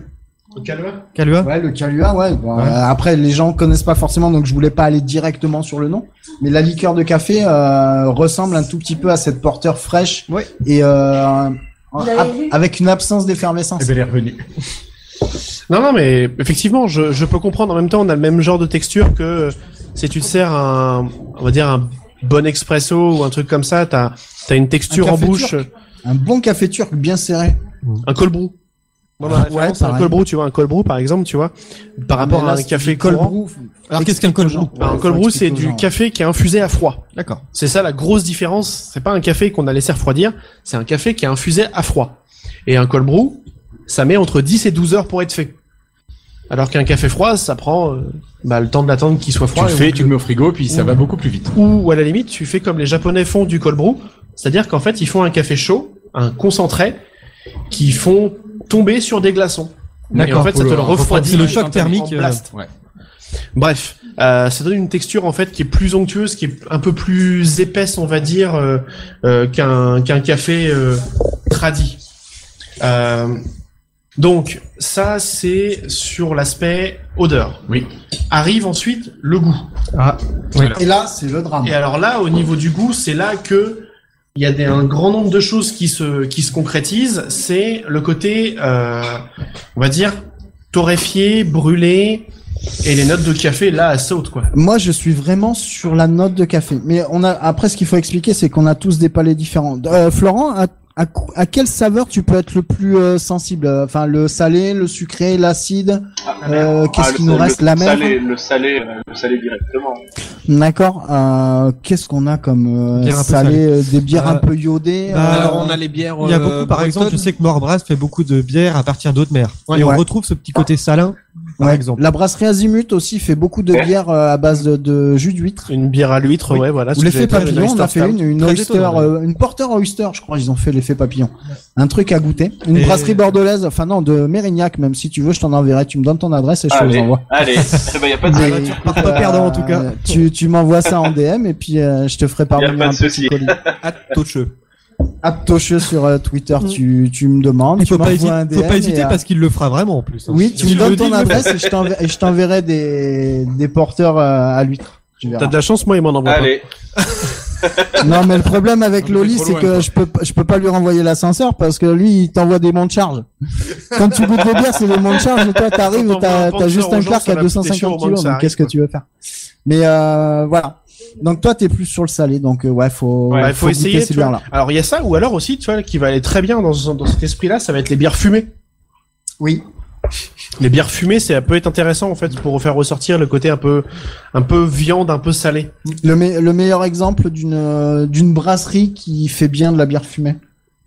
S5: Calua
S3: Ouais, le Calua, ouais. Bon, euh, après, les gens connaissent pas forcément, donc je voulais pas aller directement sur le nom. Mais la liqueur de café euh, ressemble un tout petit peu à cette porteur fraîche.
S5: Ouais.
S3: Et euh,
S10: Vous l'avez
S3: ap-
S10: vu
S3: avec une absence
S2: Eh
S3: d'effervescence.
S2: ben,
S8: elle est revenue.
S2: Non, non, mais effectivement, je, je peux comprendre. En même temps, on a le même genre de texture que euh, si tu te sers un, on va dire un bon expresso ou un truc comme ça, t'as as une texture
S3: Un
S2: en
S3: café
S2: bouche,
S3: turc. Un bon café turk bien serré.
S2: un cold brew. Moi, ma
S3: Ouais,
S2: référence, c'est un
S3: pareil.
S2: cold brew, tu vois, un cold brew par exemple, tu vois, par rapport
S3: Mais là,
S2: à un
S3: c'est
S2: café
S3: du cold
S2: courant.
S3: brew.
S5: Alors, qu'est-ce qu'un cold brew
S3: Ouais,
S2: Bah, un
S3: faut
S2: cold brew,
S3: expliquer
S2: c'est
S3: aux
S2: du
S3: gens.
S2: café qui est infusé à froid.
S5: D'accord.
S2: C'est ça la grosse différence. C'est pas un café qu'on a laissé refroidir, c'est un café qui est infusé à froid. Et un cold brew, ça met entre 10 et 12 heures pour être fait. Alors qu'un café froid, ça prend euh, bah, le temps de l'attendre qu'il soit
S8: Tu
S2: froid.
S8: le
S2: et
S8: fais,
S2: au-
S8: tu le mets au frigo, puis ça va beaucoup plus vite.
S2: ou, ou à la limite, tu fais comme les Japonais font du cold brew, c'est-à-dire qu'en fait, ils font un café chaud, un concentré, qu'ils font tomber sur des glaçons. Et en fait, ça te le refroidit.
S5: C'est le
S2: quand
S5: choc
S2: t'es en
S5: thermique, euh,
S2: blast.
S8: ouais.
S2: Bref, euh, ça donne une texture en fait qui est plus onctueuse, qui est un peu plus épaisse, on va dire, euh, euh, qu'un qu'un café euh, tradi. Euh, donc ça, c'est sur l'aspect odeur.
S8: Oui.
S2: Arrive ensuite le goût.
S3: Et là, c'est le drame.
S2: Et alors là, au niveau du goût, c'est là que il y a des, un grand nombre de choses qui se qui se concrétisent. C'est le côté, euh, on va dire, torréfié, brûlé, et les notes de café là à saute quoi.
S3: Moi, je suis vraiment sur la note de café. Mais on a après, ce qu'il faut expliquer, c'est qu'on a tous des palais différents. Euh, Florent, à, à, cou- à quelle saveur tu peux être le plus euh, sensible Enfin, le salé, le sucré, l'acide. Euh, Qu'est-ce
S6: Ah,
S3: qui
S6: le-
S3: nous
S6: le
S3: reste La mer.
S6: salé, Le salé, euh, le salé directement.
S3: D'accord. Euh, Qu'est-ce qu'on a comme euh,
S5: Bière un peu
S3: salé,
S5: salée.
S3: euh, Des bières
S5: Euh,
S3: un peu iodées.
S5: bah,
S3: euh,
S5: alors,
S9: on a les bières.
S5: Il y a
S9: euh,
S5: beaucoup, par exemple, je
S9: bretonnes.
S5: sais que Morbras fait beaucoup de bières à partir d'autres mers.
S3: Ouais.
S5: Et on
S3: Ouais.
S5: retrouve ce petit côté salin, par
S3: ouais.
S5: exemple.
S3: La brasserie Azimut aussi fait beaucoup de bières euh, à base de, de jus d'huître.
S2: Une bière à l'huître, ouais, voilà.
S3: Ou l'effet papillon, on a fait une, une
S5: Très
S3: oyster,
S5: étonnant,
S3: euh, une porteur oyster, je crois, ils ont fait l'effet papillon. Un truc à goûter. Une
S5: Et-
S3: brasserie bordelaise, enfin non, de Mérignac, même si tu veux, je t'en enverrai, tu me donnes ton adresse et je te les
S6: Allez,
S3: envoie.
S6: allez. Eh ben, y a pas de
S3: Mais,
S6: souci.
S5: Par Ah, pas
S3: euh,
S5: perdant, en tout cas.
S3: Tu, tu m'envoies ça en DM et puis euh, je te ferai parvenir
S6: pas de
S3: un petit
S6: souci.
S3: colis.
S5: À taux de cheveux.
S3: Aptocheux sur euh, Twitter,
S5: Mm.
S3: tu, tu me demandes,
S5: Il
S3: tu
S5: faut pas,
S3: m'envoies
S5: hésiter,
S3: un DM.
S5: faut pas
S3: et,
S5: hésiter
S3: euh,
S5: parce qu'il le fera vraiment en plus. hein.
S3: Oui, tu me
S5: Il le
S3: donnes
S5: dit,
S3: ton
S5: il le
S3: adresse et je t'enverrai- et je t'enverrai des, des porteurs euh, à l'huître. Tu verras.
S2: T'as de la chance, moi, il m'en envoie
S6: Allez.
S3: Non, mais le problème avec
S8: Non, mais
S3: Loli,
S8: trop
S3: c'est
S8: loin,
S3: que
S8: quoi.
S3: je peux, pas- je peux pas lui renvoyer l'ascenseur parce que lui, il t'envoie des monts de charge. Quand tu goûtes les bières, c'est des monts de charge et toi, t'arrives,
S2: Quand on voit
S3: t'as,
S2: un
S3: t'as juste
S2: penseur
S3: un
S2: aux gens,
S3: clerc
S2: ça
S3: à
S2: va péter
S3: 250
S2: chaud au moment que
S3: kilos,
S2: ça
S3: donc qu'est-ce que
S2: arrive,
S3: tu veux faire? Mais, euh, voilà. Donc toi, t'es plus sur le salé, donc, euh, ouais, faut,
S2: Ouais, faut
S3: goûter
S2: essayer,
S3: ces
S2: tu vois.
S3: bières-là.
S2: pas. Alors, il y a ça, ou alors aussi, tu vois, qui va aller très bien dans, ce- dans cet esprit-là, ça va être les bières fumées.
S3: Oui.
S2: Les bières fumées, ça peut être intéressant, en fait, pour faire ressortir le côté un peu, un peu viande, un peu salé.
S3: Le, me- le meilleur exemple d'une, euh, d'une brasserie qui fait bien de la bière fumée.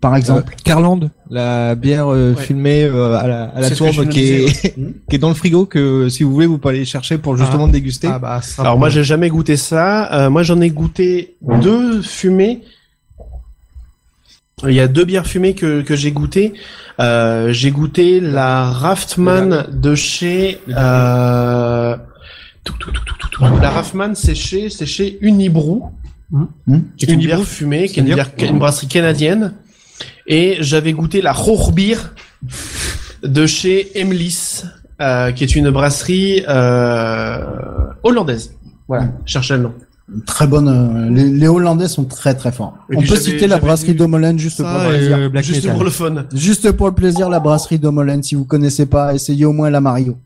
S3: Par exemple.
S9: Euh, Carland, la bière euh,
S2: Ouais.
S9: filmée euh, à la, à la
S2: C'est ce que
S9: tourbe
S2: je
S9: qui
S2: me
S9: est, qui est dans le frigo que euh, si vous voulez vous pouvez aller chercher pour justement déguster.
S5: Ah bah, ça-
S2: Alors, moi, j'ai jamais goûté ça. Euh, moi, j'en ai goûté deux fumées. Il y a deux bières fumées que, que j'ai goûtées. Euh, j'ai goûté la Raftman de chez... Euh... tout, tout, tout, tout, tout, tout. La Raftman, c'est chez, c'est chez Unibrew.
S3: Hmm
S2: qui est une bière fumée, qui est une,
S5: c'est-à-dire
S2: bière- une brasserie canadienne. Et j'avais goûté la Rohrbier de chez Emlys, euh, qui est une brasserie euh, hollandaise.
S3: Hmm.
S2: Voilà, je cherchais le nom.
S3: Très bonne, euh, les, les Hollandais sont très très forts.
S2: Et
S3: On
S2: puis
S3: peut
S2: j'avais-
S3: citer la
S2: j'avais
S3: brasserie
S2: du-
S3: d'Omolen juste pour
S5: ça
S3: le
S5: et
S3: plaisir.
S5: euh, Black
S2: Juste
S5: Metal.
S2: pour le fun.
S3: Juste pour le plaisir, la brasserie d'Omolen, si vous connaissez pas, essayez au moins la Mario.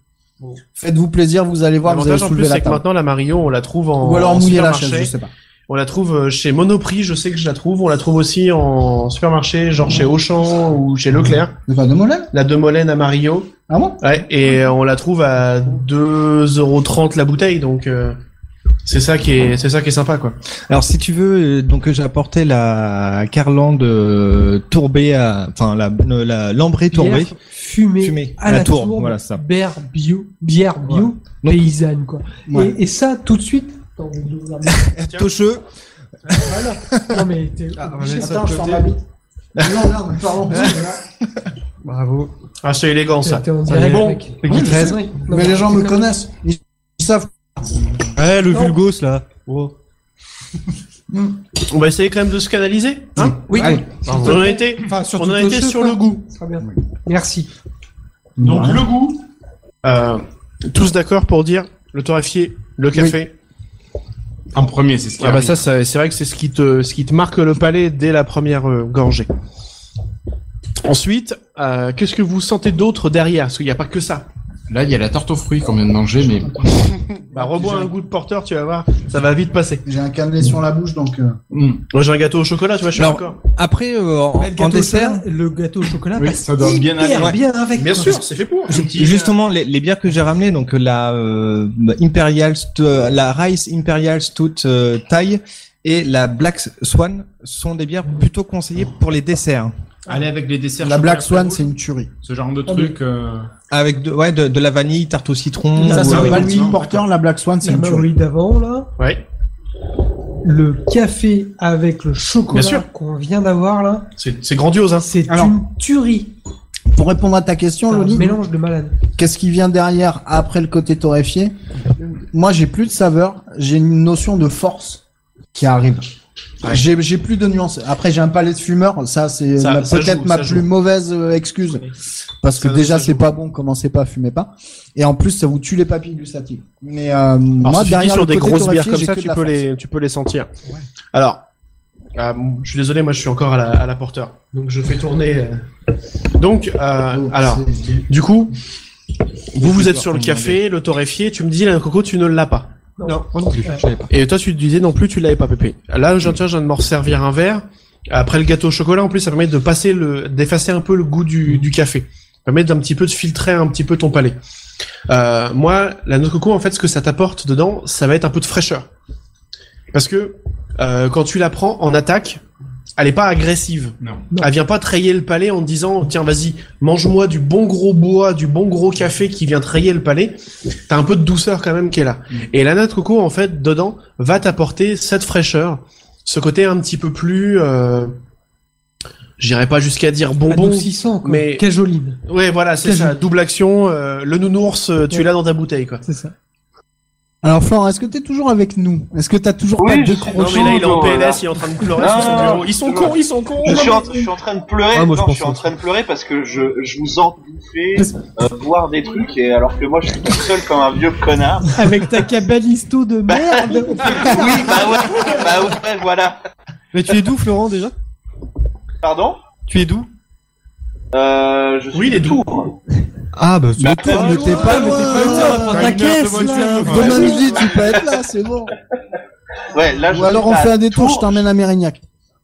S3: Faites-vous plaisir, vous allez voir, vous allez
S2: L'avantage en
S3: soulever
S2: plus,
S3: la
S2: c'est que
S3: table.
S2: maintenant la Mario, on la trouve en
S3: Ou alors
S2: en
S3: mouiller la
S2: supermarché.
S3: chaise, je sais pas.
S2: On la trouve euh, chez Monoprix, je sais que je la trouve. On la trouve aussi en supermarché, genre chez Auchan ou chez Leclerc.
S3: C'est pas de Molen
S2: La Demolène à Mario.
S3: Ah bon
S2: Ouais, et euh, on la trouve à 2,30€ la bouteille, donc euh, c'est ça qui est c'est ça qui est sympa quoi.
S9: Alors si tu veux, euh, donc j'ai apporté la Carland euh, tourbée, à- enfin la le- la l'ambrée tourbée.
S4: Bière fumée,
S9: Fumée.
S4: à
S9: La
S4: la,
S9: tourbe,
S4: tour,
S9: voilà, ça.
S4: Bière bio, bière bio
S9: Donc-
S4: paysanne quoi.
S3: Ouais.
S4: Et, et ça tout de suite. Attends, je vais ouvrir mes-
S9: Tocheux.
S4: voilà. Non mais t'es obligé.
S3: Attends, je sors ma bite. Non, non, pardon.
S5: Bravo.
S2: Ah c'est élégant ça.
S4: T'es en
S5: Ça
S4: direct
S5: y est.
S4: avec-
S5: Le
S4: Oui,
S5: Guy
S4: c'est
S5: 13.
S4: vrai. Non,
S3: Mais les gens me
S4: non,
S3: connaissent. Ils ils savent.
S5: Ouais, le
S4: Non.
S5: vulgos là. Oh.
S2: On va essayer quand même de se canaliser, hein
S3: Oui.
S2: On en a été
S3: Enfin,
S2: on en a été sur le goût.
S4: ça va bien. Merci.
S2: Donc le goût. Euh, tous d'accord pour dire le torréfié, le café.
S8: En premier, c'est ce qui
S2: Ah bah
S8: arrive.
S2: ça, ça- c'est vrai que c'est ce qui te ce qui te marque le palais dès la première euh, gorgée. Ensuite, euh, qu'est-ce que vous sentez d'autre derrière Parce qu'il n'y a pas que ça.
S8: Là, il y a la tarte aux fruits qu'on vient de manger, mais
S2: Bah rebois un goût de porteur, tu vas voir, ça va vite passer.
S3: J'ai un cannelé sur la bouche, donc. euh,
S8: Mm.
S2: Moi j'ai un gâteau au chocolat, tu vois, je suis
S9: Non.
S2: d'accord.
S9: Après euh, en,
S4: Le
S9: en
S4: gâteau au
S9: dessert,
S4: chocolat- le gâteau au chocolat
S8: Oui,
S4: passe
S8: ça doit bien
S4: hyper
S8: aller.
S4: bien avec.
S2: Bien
S4: quoi.
S2: sûr, c'est fait pour. Un petit-
S9: Justement, les, les bières que j'ai ramenées, donc la euh, Imperial, Stout- euh, la Rice Imperial Stout euh, Thai et la Black Swan sont des bières plutôt conseillées pour les desserts.
S8: Allez avec les desserts.
S3: La
S8: chocolat,
S3: Black Swan,
S8: fruits,
S3: c'est une tuerie.
S8: Ce genre de truc. euh,
S9: Avec de, ouais, de, de la vanille, tarte au citron.
S3: Ça,
S9: ou,
S3: c'est
S9: euh,
S3: un Baltic
S8: non,
S3: Porter, la Black Swan, c'est
S4: La
S3: une tuerie.
S4: Maori d'avant là,
S2: Ouais,
S4: le café avec le chocolat
S2: sûr.
S4: qu'on vient d'avoir là,
S2: c'est c'est grandiose. Hein.
S4: c'est
S3: Alors,
S4: une tuerie.
S3: Pour répondre à ta question,
S4: Un
S3: Loli,
S4: mélange de malade.
S3: qu'est-ce qui vient derrière après le côté torréfié Moi, j'ai plus de saveur, j'ai une notion de force qui arrive. J'ai j'ai plus de nuances. Après, j'ai un palais de fumeur. Ça, c'est
S2: Ça-
S3: ma-
S2: ça
S3: peut-être
S2: joue,
S3: ma
S2: ça
S3: plus
S2: joue.
S3: mauvaise euh, excuse. Parce que
S2: Ça-
S3: déjà,
S2: ça
S3: c'est
S2: joue.
S3: pas bon. Commencez pas, fumez pas. Et en plus, ça vous tue les papilles gustatives. Mais euh,
S2: Alors,
S3: moi,
S2: si tu dis
S3: derrière
S2: sur
S3: le
S2: des
S3: côté
S2: grosses bières
S3: torréfié,
S2: comme
S3: j'ai
S2: ça,
S3: que de
S2: tu
S3: la
S2: peux
S3: force.
S2: les tu peux les sentir. Alors, euh, je suis désolé, moi je suis encore à la, à la porteur, donc je fais tourner. euh. Donc, euh,
S3: Donc,
S2: alors,
S3: c'est-
S2: du coup, vous vous êtes sur le
S8: Comme on
S2: café, le torréfié. Tu me dis, la coco, tu ne l'as pas.
S4: Non.
S9: moi non plus, je savais pas.
S2: Et toi, tu te disais non plus, tu l'avais pas, Pépé. Là, je tiens, je viens de m'en servir un verre. Après le gâteau au chocolat, en plus, ça permet de passer le, d'effacer un peu le goût du, du café. Ça permet d'un petit peu de filtrer un petit peu ton palais. Euh, moi, la noix de coco, en fait, ce que ça t'apporte dedans, ça va être un peu de fraîcheur. Parce que euh, quand tu la prends en attaque, elle est pas agressive.
S8: Non.
S2: Elle vient pas trayer le palais en te disant tiens vas-y mange-moi du bon gros bois, du bon gros café qui vient trayer le palais. T'as un peu de douceur quand même qui est là. Et la noix de coco, en fait, dedans, va t'apporter cette fraîcheur, ce côté un petit peu plus, euh, j'irai pas jusqu'à dire bonbon.
S4: Adoucissant, quoi.
S2: mais-
S4: Cajoline,
S2: Ouais, voilà, c'est
S4: Quasi.
S2: ça, double action, euh, le nounours, euh, tu
S4: Ouais.
S2: l'as dans ta bouteille, quoi.
S4: c'est ça.
S3: Alors, Florent, est-ce que t'es toujours avec nous Est-ce que t'as toujours
S6: Oui,
S3: pas
S6: je suis-
S2: Non,
S3: décroché
S2: mais là, il est en
S6: Bonjour,
S2: PLS,
S6: voilà.
S2: il est en train de pleurer
S6: Ah,
S2: sur son bureau. Ils sont
S6: c'est
S2: cons,
S6: vrai.
S2: ils sont cons.
S6: Je suis, en, je suis en train de pleurer.
S5: Ah, moi, je
S6: non, je,
S5: pense
S6: suis en
S5: aussi.
S6: train de pleurer parce que je, je vous entouffais euh, boire des trucs et alors que moi je suis tout seul comme un vieux connard.
S4: Avec ta cabalisto de merde.
S6: oui, bah ouais, bah ouais, voilà.
S5: Mais tu es d'où, Florent, déjà
S6: Pardon
S5: Tu es d'où
S6: euh, je suis
S2: Oui, il est
S6: tout.
S9: Ah, bah,
S6: Bah,
S3: Tourne,
S6: euh,
S3: mais Ah, t'es pas
S4: loin,
S3: loin.
S8: T'as
S3: Ta
S8: une
S3: caisse,
S8: heure de
S3: là.
S8: voiture,
S3: Demain
S6: ouais.
S3: midi, tu peux être là, c'est bon.
S6: ouais, là, je
S3: Ou alors on
S6: suis à
S3: fait un détour, je
S6: Tours.
S3: t'emmène à Mérignac.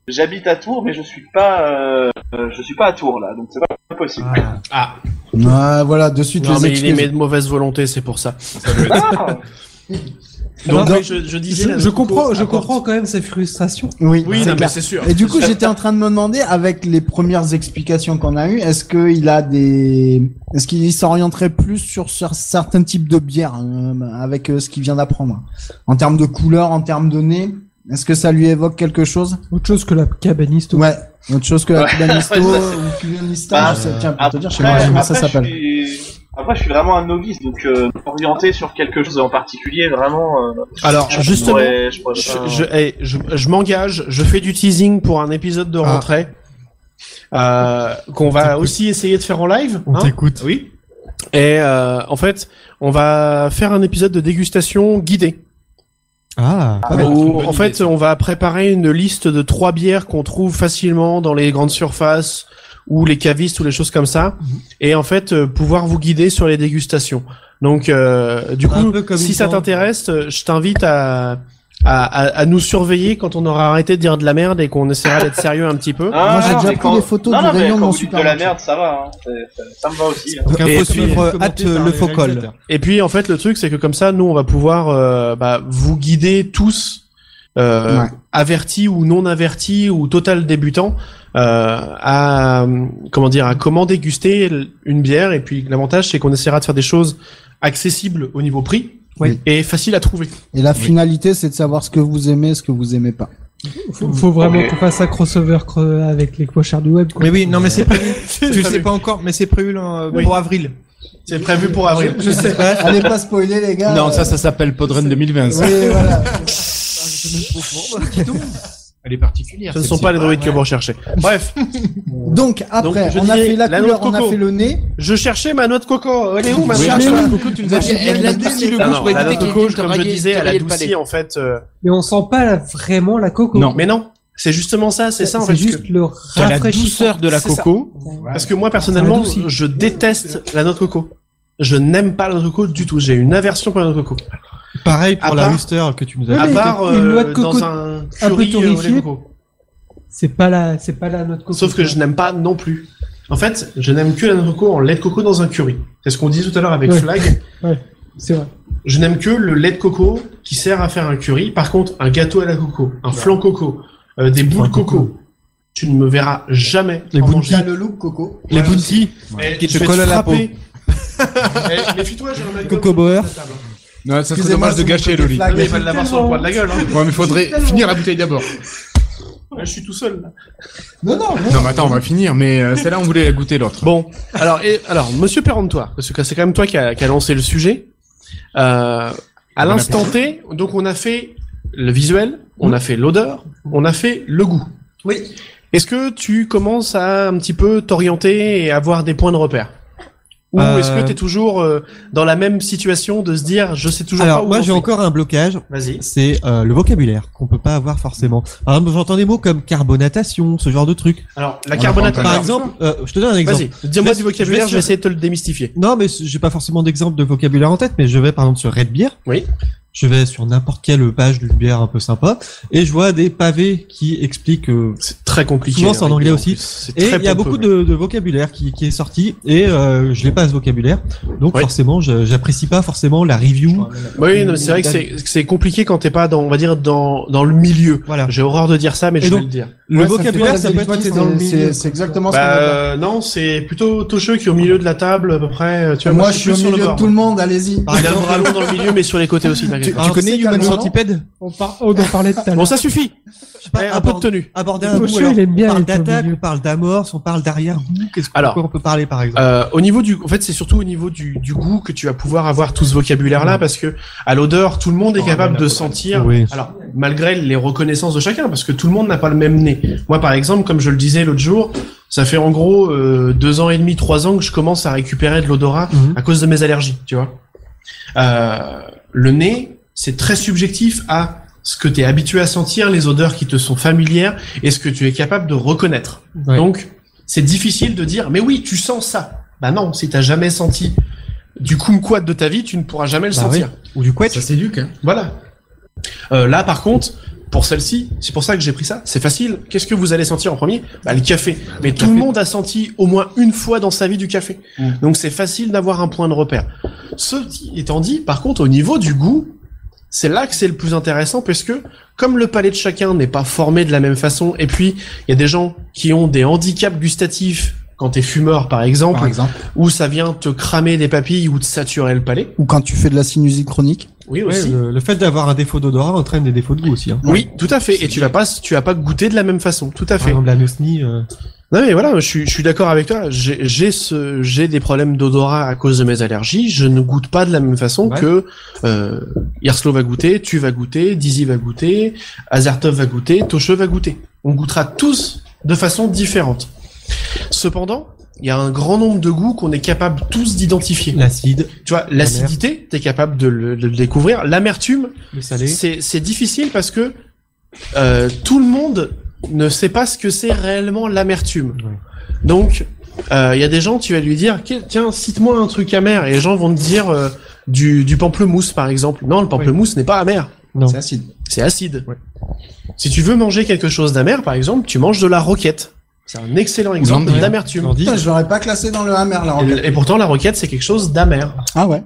S6: J'habite à Tours, mais je suis pas, euh, euh, je suis pas à Tours là, donc c'est pas possible.
S2: Ah,
S3: Ah, voilà, de suite
S2: non,
S3: les
S2: mais il est
S3: excuses.
S2: mais de mauvaise volonté, c'est pour ça.
S6: Ah,
S2: Donc,
S3: Alors,
S2: oui, je, je disais,
S4: Je,
S2: la
S4: je
S2: noix de coco
S4: comprends, je
S2: apporte-
S4: comprends quand même sa frustration.
S3: Oui,
S2: Oui,
S3: c'est
S2: non, mais
S3: clair.
S2: c'est sûr.
S3: Et du coup, j'étais en train de me demander, avec les premières explications qu'on a eues, est-ce qu'il a des, est-ce qu'il s'orienterait plus sur cer- certains types de bières euh, avec euh, ce qu'il vient d'apprendre, en termes de couleur, en termes de nez, est-ce que ça lui évoque quelque chose
S4: Autre chose que la cabanisto.
S3: Ouais, autre chose que la
S6: Ouais,
S3: Cubanisto
S6: ouais, ça, c'est-
S3: ou Cubanista,
S6: Bah,
S3: je sais, tiens, pour te
S6: Après,
S3: dire, Ah, je sais pas comment ça
S6: après, je
S3: s'appelle.
S6: suis- Après, je suis vraiment un novice, donc euh, orienté sur quelque chose en particulier, vraiment. euh,
S2: Alors,
S6: je
S2: justement,
S6: pourrais- je pourrais
S2: Je,
S6: pas-
S2: je, hey, je, je m'engage, je fais du teasing pour un épisode
S5: Ah.
S2: de rentrée euh, qu'on va aussi essayer de faire en live.
S5: On
S2: hein.
S5: t'écoute.
S2: Oui. Et euh, en fait, on va faire un épisode de dégustation guidée.
S5: Ah,
S6: Ah, ouais.
S2: où,
S8: bonne
S2: en fait,
S8: idée, ça.
S2: on va préparer une liste de trois bières qu'on trouve facilement dans les grandes
S5: Mhm.
S2: surfaces ou les cavistes ou les choses comme ça. Et en fait, euh, pouvoir vous guider sur les dégustations. Donc, euh, du
S5: Un
S2: coup,
S5: peu comme
S2: si
S5: une
S2: ça
S5: tente.
S2: t'intéresse, euh, je t'invite à, à, à, à nous surveiller quand on aura arrêté de dire de la merde et qu'on essaiera d'être sérieux un petit peu.
S3: Moi, j'ai déjà
S6: non, Ah, mais
S3: pris des photos
S6: non,
S3: du
S6: non, mais
S3: rayon de
S6: quand
S3: mon
S6: vous dites de la
S3: supermarché.
S6: merde, ça va. hein. C'est- Ça, ça me va aussi. hein.
S5: Donc,
S2: Et
S5: info
S2: puis,
S5: suivre
S9: euh,
S5: commenté
S9: at, euh,
S5: par
S9: le
S5: les
S9: Focol.
S5: réalisateurs.
S2: Et puis en fait le truc c'est que comme ça nous on va pouvoir euh, bah, vous guider tous euh,
S3: Ouais.
S2: avertis ou non avertis ou total débutant euh, à euh, comment dire à comment déguster l- une bière et puis l'avantage c'est qu'on essaiera de faire des choses accessibles au niveau prix
S3: Oui.
S2: et faciles à trouver.
S3: Et la finalité, c'est de savoir ce que vous aimez, ce que vous aimez pas.
S4: Faut, faut vraiment qu'on fasse un crossover cre- avec les cochards du web. quoi.
S9: Mais oui, non, mais c'est prévu. Tu le
S2: prévu.
S9: sais pas encore, mais c'est prévu là, euh,
S2: Oui.
S9: pour avril.
S2: C'est prévu pour avril.
S9: Je sais pas.
S3: Allez pas spoiler, les gars.
S8: Non, ça, ça s'appelle Podren 2020. ça.
S3: Oui, voilà.
S8: Elle est particulière.
S2: Ce ne
S8: celle-ci.
S2: sont pas les droïdes que vous recherchez. Bref,
S3: Donc après,
S2: je
S3: on a
S2: disais,
S3: fait la,
S2: la noix
S3: couleur,
S2: de
S3: on a
S2: coco.
S3: fait le nez.
S2: je cherchais ma noix de coco. Elle est où ma
S8: Oui,
S2: noix de
S8: mais
S2: coco
S8: oui.
S3: coco, tu nous as
S10: Elle a durci le
S2: Non,
S10: goût,
S2: non,
S10: je pourrais
S2: la noix
S10: éviter
S2: de
S10: qu'il
S2: coco,
S10: vienne te
S2: comme je
S10: railler
S2: disais, elle
S10: le palais.
S2: adoucit en fait. euh,
S4: Mais on sent pas la- vraiment la coco.
S8: Non.
S2: Mais non, c'est justement ça, c'est ça en fait.
S4: C'est
S2: ce que-
S4: juste le
S8: T'as la
S4: rafraîchissement.
S8: douceur de la
S2: C'est ça.
S8: coco.
S2: Parce que moi personnellement,
S4: Ça adoucit.
S2: je déteste la noix de coco. Je n'aime pas la noix de coco du tout. J'ai une aversion pour la noix de coco.
S5: Pareil
S2: À
S5: pour la
S2: part-
S5: Rooster que tu nous as
S2: À
S4: Ah,
S9: Ah
S4: mais
S2: part
S4: une
S2: euh,
S4: noix de coco
S2: dans un curry euh, au lait de
S4: torréfiée.
S2: coco.
S4: C'est pas la, c'est pas la note coco.
S2: Sauf que je n'aime pas non plus. En fait, je n'aime que la noix de coco en lait de coco dans un curry. C'est ce qu'on disait tout à l'heure avec
S4: Ouais.
S2: Flag.
S4: C'est vrai.
S2: Je n'aime que le lait de coco qui sert à faire un curry. Par contre, un gâteau à la coco, un flan coco, euh, des bouts de coco. Tu ne me verras jamais
S5: Les
S2: en
S5: bouts de
S2: manger.
S5: T'as
S3: le look coco.
S5: Les bounty.
S2: Eh,
S9: Qui te
S2: je vais
S9: colle à la
S2: frapper. Eh, Méfie-toi, j'ai un
S9: Coco Bauer.
S8: Non, ça serait
S3: Excusez-moi,
S8: dommage de
S3: c'est
S8: gâcher
S3: une
S8: le lit.
S3: blague.
S2: Ah, mais il va l'avoir sur le poids de la gueule. Hein.
S8: Ouais, mais faudrait finir la bouteille d'abord.
S2: Ouais, je suis tout seul. là.
S3: Non, non, non.
S8: Non, mais attends, on va finir, mais euh, celle-là, on voulait la goûter l'autre.
S2: Bon, alors, et, alors, Monsieur Perrantois, parce que c'est quand même toi qui a, qui a lancé le sujet. Euh, à
S8: Bon
S2: l'instant T, donc on a fait le visuel, on a fait l'odeur, on a fait le goût.
S9: Oui.
S2: Est-ce que tu commences à un petit peu t'orienter et avoir des points de repère Ou
S5: Euh,
S2: est-ce que t'es toujours euh, dans la même situation de se dire je sais toujours pas
S5: Alors
S2: où
S5: moi
S2: j'en
S5: j'ai
S2: suis
S5: encore un blocage,
S2: Vas-y.
S5: c'est euh, le vocabulaire qu'on peut pas avoir forcément. Par exemple, j'entends des mots comme carbonatation, ce genre de truc.
S2: Alors la
S8: On
S2: carbonate.
S8: apprend
S5: Par
S8: Alors,
S5: exemple, euh, je te donne un exemple.
S2: Vas-y. Dis-moi
S5: Je
S2: du
S5: vais- je
S2: vocabulaire,
S5: vais
S2: je vais essayer de te le démystifier.
S5: Non, mais j'ai pas forcément d'exemple de vocabulaire en tête, mais je vais par exemple sur Red Beer.
S2: Oui.
S5: Je vais sur n'importe quelle page d'une bière un peu sympa et je vois des pavés qui expliquent. euh,
S2: C'est très compliqué.
S5: Souvent, c'est en
S2: hein,
S5: anglais
S2: en
S5: aussi.
S2: plus. C'est
S5: et
S2: très
S5: il y a
S2: pompeux.
S5: beaucoup de, de vocabulaire qui, qui est sorti et euh, je n'ai pas ce vocabulaire, donc
S2: Oui.
S5: forcément, je- j'apprécie pas forcément la review.
S2: Oui, non, mais c'est vrai que c'est- que c'est compliqué quand t'es pas dans, on va dire, dans, dans le milieu.
S5: Voilà.
S2: J'ai horreur de dire ça, mais
S5: Et
S2: je
S5: donc,
S2: vais le dire.
S5: Le
S9: Ouais, ça
S5: vocabulaire, ça, peut être
S3: C'est c'est exactement
S2: Bah,
S3: ça.
S2: euh, non, c'est plutôt Tocheux qui est au milieu de la table, à peu près. euh, Tu vois,
S3: Moi, je suis au
S2: plus sur
S3: milieu de
S2: bord. Ah,
S3: tout le monde, allez-y.
S5: Par
S2: Il a le
S5: exemple-
S2: bras long dans le milieu, mais sur les côtés aussi, t'inquiète.
S5: Ah,
S9: Tu connais
S3: c'est
S9: Human
S3: calmant.
S9: Centipede
S4: On, par- on en parlait tout à
S2: Bon,
S4: l'heure.
S2: ça suffit.
S5: je sais pas,
S2: Eh, un peu de
S5: aborder-
S2: tenue.
S5: aborder un
S4: Le
S5: goût.
S4: show,
S5: alors,
S4: il aime
S5: on
S4: bien
S5: parle
S4: être au
S5: d'attaque,
S4: milieu.
S5: on parle d'amorce, on parle d'arrière-goût. Qu'est-ce qu'on
S2: Alors,
S5: pourquoi on peut parler par exemple
S2: Euh, au niveau du, en fait, c'est surtout au niveau du, du goût que tu vas pouvoir avoir tout ce vocabulaire-là, parce que à l'odeur, tout le monde est capable de sentir.
S5: Oui.
S2: Alors, malgré les reconnaissances de chacun, parce que tout le monde n'a pas le même nez. Moi, par exemple, comme je le disais l'autre jour, ça fait en gros euh, deux ans et demi, trois ans que je commence à récupérer de l'odorat
S5: Mhm.
S2: à cause de mes allergies, tu vois. Euh, le nez, c'est très subjectif à ce que tu es habitué à sentir, les odeurs qui te sont familières et ce que tu es capable de reconnaître.
S5: Ouais.
S2: Donc, c'est difficile de dire, mais oui, tu sens ça. Bah non, si t'as jamais senti du kumquat de ta vie, tu ne pourras jamais le
S5: Bah
S2: sentir.
S5: Ou du couette
S8: Ça, c'est Luc, hein.
S2: Voilà. Euh, là, par contre, pour celle-ci, c'est pour ça que j'ai pris ça. C'est facile. Qu'est-ce que vous allez sentir en premier bah, Le café. Mm. Mais tout le monde a senti au moins une fois dans sa vie du café. Donc c'est facile d'avoir un point de repère. Ceci étant dit, par contre, au niveau du goût, c'est là que c'est le plus intéressant parce que comme le palais de chacun n'est pas formé de la même façon, et puis il y a des gens qui ont des handicaps gustatifs quand t'es fumeur par exemple,
S8: Par exemple.
S2: où ça vient te cramer des papilles ou te saturer le palais.
S3: Ou quand tu fais de la sinusite chronique.
S2: Oui
S5: Ouais,
S2: aussi.
S5: le, le fait d'avoir un défaut d'odorat entraîne des défauts de goût aussi. Hein.
S2: Oui, tout à fait. Et tu vas pas, tu vas pas goûter de la même façon. Tout à
S5: Par
S2: fait.
S5: exemple, la nosnie, euh,
S2: Non mais voilà, je suis, je suis d'accord avec toi. J'ai j'ai ce, j'ai des problèmes d'odorat à cause de mes allergies. Je ne goûte pas de la même façon
S5: Ouais.
S2: que euh, Irslo va goûter, tu vas goûter, Dizzy va goûter, Azartov va goûter, Toche va goûter. On goûtera tous de façon différente. Cependant, il y a un grand nombre de goûts qu'on est capable tous d'identifier.
S5: l'acide,
S2: Tu vois, l'acidité, t'es capable de le- de le découvrir. L'amertume,
S5: le salé.
S2: c'est, c'est difficile parce que euh, tout le monde ne sait pas ce que c'est réellement l'amertume.
S5: Ouais.
S2: Donc, euh, il y a des gens, tu vas lui dire, Qu'est- tiens, cite-moi un truc amer, et les gens vont te dire, euh, du, du pamplemousse, par exemple. Non, le pamplemousse n'est pas amer.
S5: Non.
S9: C'est acide.
S2: C'est acide. Si tu veux manger quelque chose d'amer, par exemple, tu manges de la roquette. C'est un excellent exemple
S8: L'endive.
S2: d'amertume.
S5: L'endive.
S9: Putain, je l'aurais pas classé dans le hammer, la roquette.
S2: Et, et pourtant, la roquette, c'est quelque chose d'amer.
S3: Ah ouais.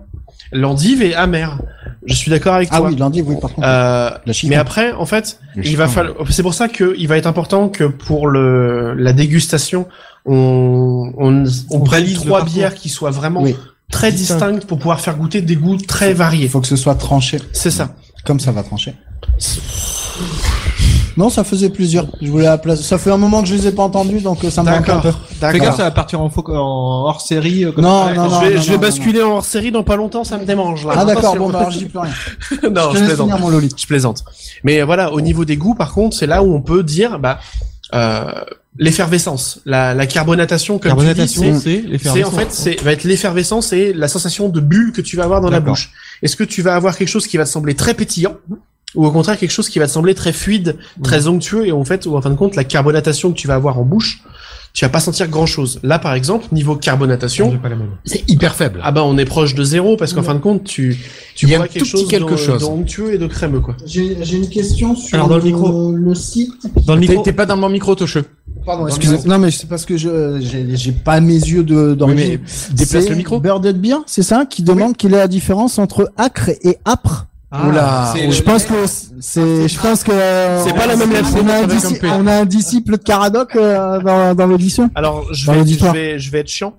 S2: L'endive est amère. Je suis d'accord avec
S3: Ah
S2: toi.
S3: oui, lundi, oui, par contre.
S2: Euh,
S3: la chiffre.
S2: mais après, en fait,
S8: Le
S2: il va
S8: chiffon.
S2: falloir. C'est pour ça que il va être important que pour le la dégustation, on on, on prenne
S5: valide le
S2: trois
S5: parcours.
S2: bières qui soient vraiment
S3: Oui.
S2: très
S5: Distinct.
S2: distinctes pour pouvoir faire goûter des goûts très
S3: Il
S2: variés.
S3: faut que ce soit tranché,
S2: C'est ça.
S3: comme ça va trancher. Non, ça faisait plusieurs. Je voulais la place. Ça fait un moment que je les ai pas entendus, donc euh, ça me manque un
S2: D'accord.
S3: peu.
S9: Fais gaffe,
S2: D'accord.
S9: ça va partir en, faux- en hors série. euh, comme
S3: Non,
S9: ça.
S3: non, non.
S2: je vais,
S3: non,
S2: je vais
S3: non,
S2: basculer en hors série dans pas longtemps, ça me démange. Là.
S3: non. Ah d'accord.
S2: Attention.
S3: Bon, bah, alors je dis plus rien.
S2: non,
S3: je
S2: je,
S3: te laisse
S2: plaisante.
S3: finir mon Loli.
S2: Je plaisante. Mais voilà, au niveau des goûts, par contre, c'est là où on peut dire, bah, euh, l'effervescence, la, la carbonatation, comme tu dis, c'est-
S5: Carbonatation, c'est
S2: Mm. c'est
S5: l'effervescence.
S2: en fait, c'est va être l'effervescence et la sensation de bulle que tu vas avoir dans la
S5: D'accord.
S2: bouche. Est-ce que tu vas avoir quelque chose qui va te sembler très pétillant ou au contraire quelque chose qui va te sembler très fluide, très onctueux et en fait, ou en fin de compte, la carbonatation que tu vas avoir en bouche, tu vas pas sentir grand chose. Là, par exemple, niveau carbonatation,
S5: J'ai pas la même.
S8: C'est hyper faible.
S2: ah bah on est proche de zéro parce qu'en fin de compte, tu tu
S8: Il y a
S2: bois
S8: un
S2: quelque
S8: tout petit
S2: chose,
S8: quelque
S2: de-
S8: chose.
S2: de onctueux et de crémeux quoi.
S3: J'ai j'ai une question sur
S5: Alors, dans le micro.
S3: le site.
S5: Dans le
S8: T'es-
S5: micro.
S8: T'es pas dans mon micro, Tocheux.
S3: Pardon, excusez. Non, mais c'est parce que je j'ai j'ai pas mes yeux de dans
S8: Oui,
S3: les
S8: mais déplace
S3: C'est
S8: le micro.
S3: Birded Beer, c'est ça, qui demande quelle est la différence entre acre et âpre.
S8: Oula.
S9: c'est-
S3: je
S9: le-
S3: pense que c'est, je pense que euh,
S2: C'est pas la même
S3: on, a
S8: lapsus,
S3: un
S8: avec
S3: disci-
S8: un P.
S3: on a un disciple de Caradoc euh, dans, dans l'audition.
S2: Alors je
S3: Dans
S2: vais, je
S3: l'auditoire.
S2: vais je vais être chiant.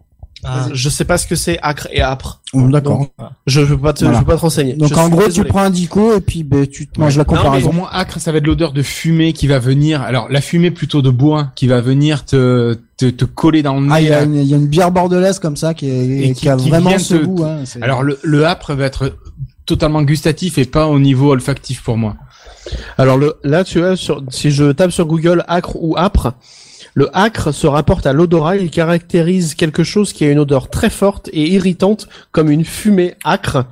S2: Euh,
S5: Ah.
S2: Je sais pas ce que c'est acre et âpre.
S3: d'accord.
S2: Donc, je peux pas te
S3: Voilà.
S2: je peux pas te renseigner.
S3: Donc
S2: Je
S3: en
S2: suis
S3: gros,
S2: désolé.
S3: tu prends un dico et puis ben, tu te manges la
S8: Non, mais
S3: comparaison.
S8: pour moi, acre, ça va être l'odeur de fumée qui va venir. Alors, la fumée plutôt de bois qui va venir te, te, te coller dans le nez.
S3: Ah, il y, a
S8: là.
S3: une- il y a une bière bordelaise comme ça qui, est,
S8: euh, Et
S3: qui,
S8: qui-
S3: a
S8: qui
S3: vraiment
S8: vient
S3: ce
S8: te-
S3: goût. Hein, c'est-
S8: Alors, le, le âpre va être totalement gustatif et pas au niveau olfactif pour moi.
S2: Alors le, là, tu vois, sur, si je tape sur Google acre ou âpre, le acre se rapporte à l'odorat. Il caractérise quelque chose qui a une odeur très forte et irritante, comme une fumée acre.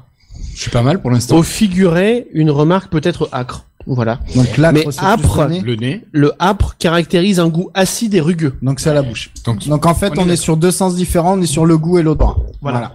S8: Je suis pas mal pour l'instant.
S2: Au figuré, une remarque peut être acre. Voilà.
S3: donc là,
S2: mais âpre,
S8: Le nez.
S2: Le âpre caractérise un goût acide et rugueux.
S3: donc c'est à la bouche.
S8: Donc,
S3: Donc en fait,
S8: On est
S3: on, est,
S8: d'accord.
S3: sur deux sens différents. On est sur le goût et l'odorat.
S2: Voilà.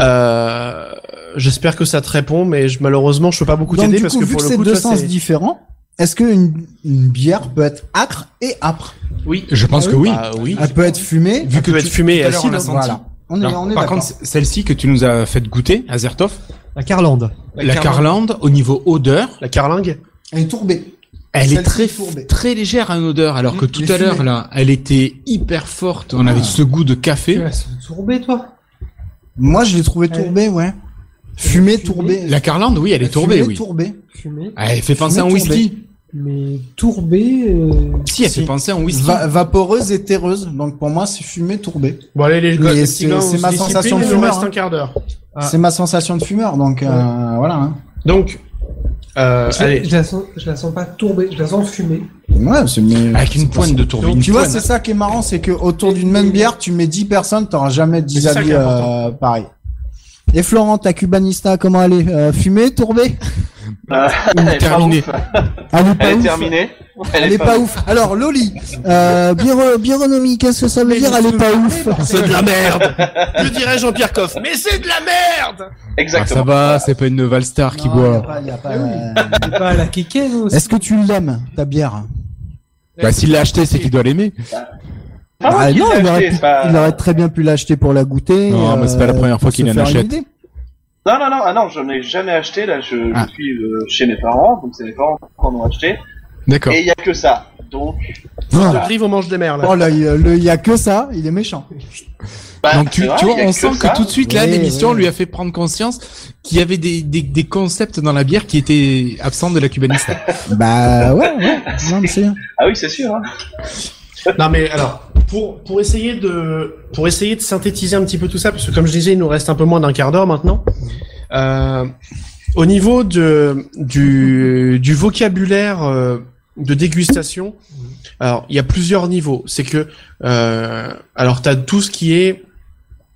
S2: Euh, J'espère que ça te répond, mais je, malheureusement, je peux pas beaucoup
S3: Donc
S2: t'aider
S3: du
S2: parce
S3: coup,
S2: que
S3: vu
S2: pour
S3: que
S2: le
S3: c'est
S2: coup,
S3: deux
S2: toi,
S3: sens
S2: c'est-
S3: différents, est-ce que une, une bière peut être acre et âpre
S8: oui, je
S3: Ah
S8: pense que oui.
S2: Bah oui.
S3: Elle peut être fumée.
S8: Vu
S2: Vu que
S8: que
S2: peut être
S8: tu-
S2: fumé et
S8: tout à l'heure,
S2: acide.
S8: on l'a senti.
S3: Voilà. On est,
S8: Alors,
S3: on est
S8: par
S3: d'accord.
S8: contre, c- celle-ci que tu nous as fait goûter à Zertov,
S5: La Carlande.
S2: Bah,
S8: la Carlande, au niveau odeur,
S2: La carlingue.
S3: Elle est tourbée.
S8: elle est
S3: Celle-ci
S8: très,
S3: tourbée.
S8: très légère à une odeur, alors que
S9: Mmh,
S8: tout
S9: les
S8: à l'heure,
S9: fumées.
S8: là, elle était hyper forte. On avait ce goût de
S4: Tu
S8: café.
S4: vas se tourber, toi.
S3: Moi, je l'ai trouvée
S4: Ouais.
S3: tourbée, ouais. Fumée,
S4: Fumée.
S3: tourbée.
S8: La Carlande, oui, elle est tourbée,
S3: Fumée,
S8: oui.
S3: tourbée.
S4: Fumé.
S8: Ah, elle fait penser à un
S3: Fumée
S8: whisky.
S4: Mais tourbé. euh,
S8: Si, elle
S3: Si.
S8: fait penser à un whisky.
S3: Va- vaporeuse et terreuse. Donc pour moi, c'est fumée, tourbée.
S2: Bon allez les
S3: Mais
S2: gars, les
S3: c'est-
S2: petits gars, on
S3: c'est
S2: se
S3: ma
S2: discipline,
S3: sensation de
S2: il nous
S3: fumeur,
S2: reste
S3: hein.
S2: un quart d'heure.
S4: Ah.
S3: C'est ma sensation de fumeur. Donc euh, voilà. hein.
S2: Donc, euh,
S4: je, la,
S2: allez,
S4: je la sens, je la sens pas tourbée, je la sens fumée.
S3: Ouais, c'est mais-
S8: Avec une
S3: c'est
S8: pointe de tourbée.
S3: Tu
S8: une
S3: vois,
S8: pointe.
S3: c'est ça qui est marrant, c'est que autour d'une même bière, tu mets 10 personnes, t'auras jamais 10
S2: C'est ça
S3: avis
S2: qui est
S3: euh, pareil. Et Florent, ta cubanista, comment elle est Euh, Fumée, tourbée
S6: Elle est pas
S8: terminée.
S6: ouf.
S3: Elle est pas
S6: Elle est
S3: ouf.
S6: terminée.
S3: Elle est pas ouf. Alors Loli, euh, biéro- biéronomie, qu'est-ce que ça veut dire Elle est pas ouf.
S2: c'est de la merde. Que dirait Jean-Pierre Coff Mais c'est de la merde.
S8: Ah, ça
S6: Exactement.
S8: va, c'est pas une Valstar qui
S3: Non, y a
S8: boit.
S3: pas- y a pas- euh,
S4: C'est pas la kékène aussi.
S3: Eh Est-ce que tu l'aimes, ta bière
S8: Bah, s'il l'a acheté, c'est qu'il doit l'aimer.
S6: Ah,
S3: Ah
S6: il
S3: Non,
S6: l'a
S3: il aurait,
S6: acheté,
S3: pu-
S6: c'est pas-
S3: il aurait très bien pu l'acheter pour la goûter. euh,
S8: Non, mais c'est pas la première fois
S3: pour
S8: qu'il
S3: se
S8: en
S3: faire une
S8: achète.
S3: idée.
S6: Non, non, non, ah non, j'en ai jamais acheté, là, je, je
S8: Ah.
S6: suis euh, chez mes parents, donc c'est mes parents qui en ont acheté,
S8: D'accord.
S6: et il y a que ça. Donc,
S2: De
S3: Voilà.
S2: rive, on mange des merdes.
S3: Oh là, il le- il y a que ça, il est méchant.
S6: bah,
S8: Donc tu,
S6: c'est vrai,
S8: tu vois,
S6: il y a
S8: on sent
S6: ça.
S8: que tout de suite là,
S3: Oui,
S8: l'émission
S3: oui.
S8: lui a fait prendre conscience qu'il y avait des, des, des concepts dans la bière qui étaient absents de la cubanista.
S3: Bah ouais, ouais. Non, mais c'est bien.
S6: Ah oui, c'est sûr. Hein.
S2: Non mais alors, pour pour essayer de pour essayer de synthétiser un petit peu tout ça, parce que comme je disais, il nous reste un peu moins d'un quart d'heure maintenant. Euh, au niveau de du du vocabulaire euh, de dégustation, alors il y a plusieurs niveaux. C'est que euh, alors t'as tout ce qui est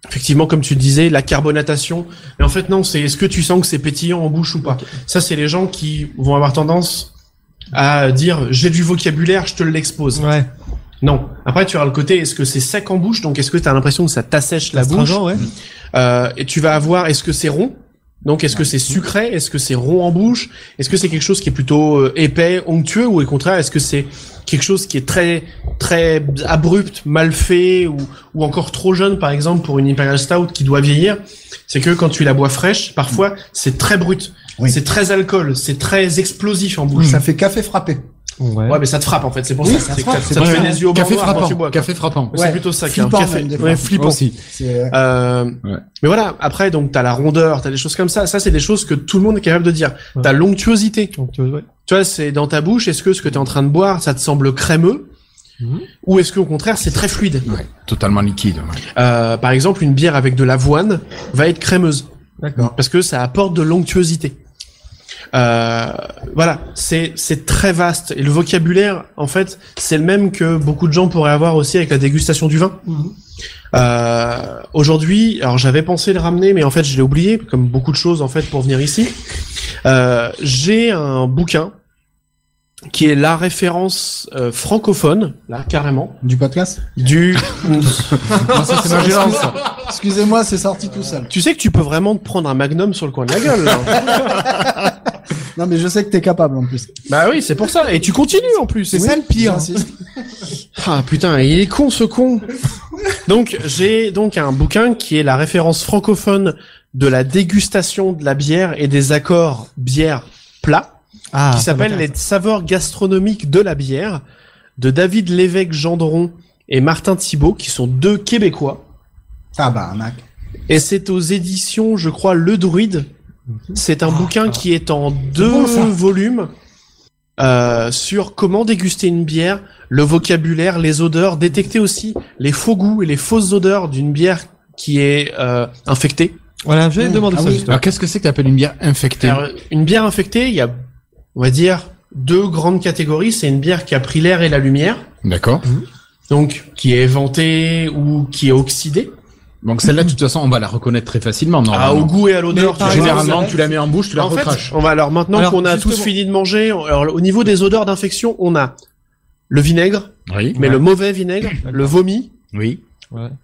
S2: Effectivement, comme tu disais, la carbonatation. Mais en fait, non, c'est est-ce que tu sens que c'est pétillant en bouche ou pas Ça, c'est les gens qui vont avoir tendance à dire j'ai du vocabulaire, je te l'expose.
S5: Ouais.
S2: Non. Après, tu auras le côté, est-ce que c'est sec en bouche Donc, est-ce que tu as l'impression que ça t'assèche la bouche
S5: Astringent, ouais.
S2: Euh, Et tu vas avoir, est-ce que c'est rond Donc est-ce que c'est sucré Est-ce que c'est rond en bouche Est-ce que c'est quelque chose qui est plutôt euh, épais, onctueux ou au contraire est-ce que c'est quelque chose qui est très très abrupt, mal fait ou, ou encore trop jeune par exemple pour une Imperial Stout qui doit vieillir C'est que quand tu la bois fraîche, parfois c'est très brut,
S9: Oui.
S2: c'est très alcool, c'est très explosif en bouche.
S9: Ça fait café frappé.
S2: Ouais. mais ça te frappe en fait, c'est pour
S9: Oui,
S2: ça,
S9: ça
S2: c'est
S9: frappe,
S2: que ça,
S9: c'est
S2: ça te
S9: vrai.
S2: fait les yeux au bord
S8: Café
S2: noir quand tu bois.
S8: frappant.
S2: quoi.
S8: Café frappant.
S2: C'est
S9: Ouais.
S2: plutôt ça qu'un
S9: Flippant,
S2: café.
S9: même, des fois.
S2: Ouais, flippant.
S8: Aussi.
S9: C'est-
S2: Euh,
S8: Ouais.
S2: Mais voilà, après, donc, t'as la rondeur, t'as des choses comme ça. Ça, c'est des choses que tout le monde est capable de dire.
S5: Ouais.
S2: T'as l'onctuosité.
S5: Donc, tu vois, ouais.
S2: Tu vois, c'est dans ta bouche, est-ce que ce que t'es en train de boire, ça te semble crémeux?
S5: Mhm.
S2: Ou est-ce qu'au contraire, c'est très fluide?
S8: Ouais, totalement liquide. ouais.
S2: Euh, par exemple, une bière avec de l'avoine va être crémeuse.
S5: D'accord.
S2: Parce que ça apporte de l'onctuosité. Euh, voilà, c'est c'est très vaste et le vocabulaire en fait c'est le même que beaucoup de gens pourraient avoir aussi avec la dégustation du vin. Euh, Aujourd'hui, alors j'avais pensé le ramener mais en fait je l'ai oublié comme beaucoup de choses en fait pour venir ici. Euh, J'ai un bouquin qui est la référence euh, francophone là carrément
S3: Du podcast
S2: du
S8: Non,
S2: Ah,
S8: ça, c'est ma gênance, ça.
S3: Excusez-moi, c'est sorti tout seul.
S2: Tu sais que tu peux vraiment te prendre un magnum sur le coin de la gueule. là.
S3: Non, mais je sais que t'es capable en plus.
S2: bah oui, c'est pour ça. Et tu continues en plus.
S3: ça le pire. hein.
S2: Ah putain, il est con ce con. donc j'ai donc un bouquin qui est la référence francophone de la dégustation de la bière et des accords bière plat,
S5: Ah,
S2: qui
S5: ça
S2: s'appelle
S5: m'intéresse.
S2: les saveurs gastronomiques de la bière, de David Lévesque Gendron et Martin Thibault, qui sont deux Québécois.
S3: Ah bah, un mec.
S2: Et c'est aux éditions, je crois, Le Druide.
S5: Mhm.
S2: C'est
S5: Ah,
S2: un bouquin qui est en deux
S3: bon, ça.
S2: volumes euh, sur comment déguster une bière, le vocabulaire, les odeurs, détecter aussi les faux goûts et les fausses odeurs d'une bière qui est euh, infectée.
S5: Voilà, j'allais
S3: Mmh.
S5: demander
S3: Ah
S5: ça
S3: oui.
S5: justement.
S8: Alors, qu'est-ce que c'est que t'appelles une bière infectée
S2: Alors, une bière infectée, il y a, on va dire, deux grandes catégories. C'est une bière qui a pris l'air et la lumière,
S8: D'accord.
S2: donc qui est éventée ou qui est oxydée.
S8: Donc celle-là, de toute façon, on va la reconnaître très facilement.
S2: Ah,
S8: normalement.
S2: au goût et à l'odeur. tu vois.
S8: Généralement, tu la mets en bouche, tu la
S2: en fait,
S8: recraches.
S2: on va alors maintenant
S5: Alors,
S2: qu'on a tous
S5: justement-
S2: fini de manger, on- alors, au niveau des odeurs d'infection, on a le vinaigre,
S8: Oui.
S2: mais le mauvais vinaigre, le vomi,
S8: Oui.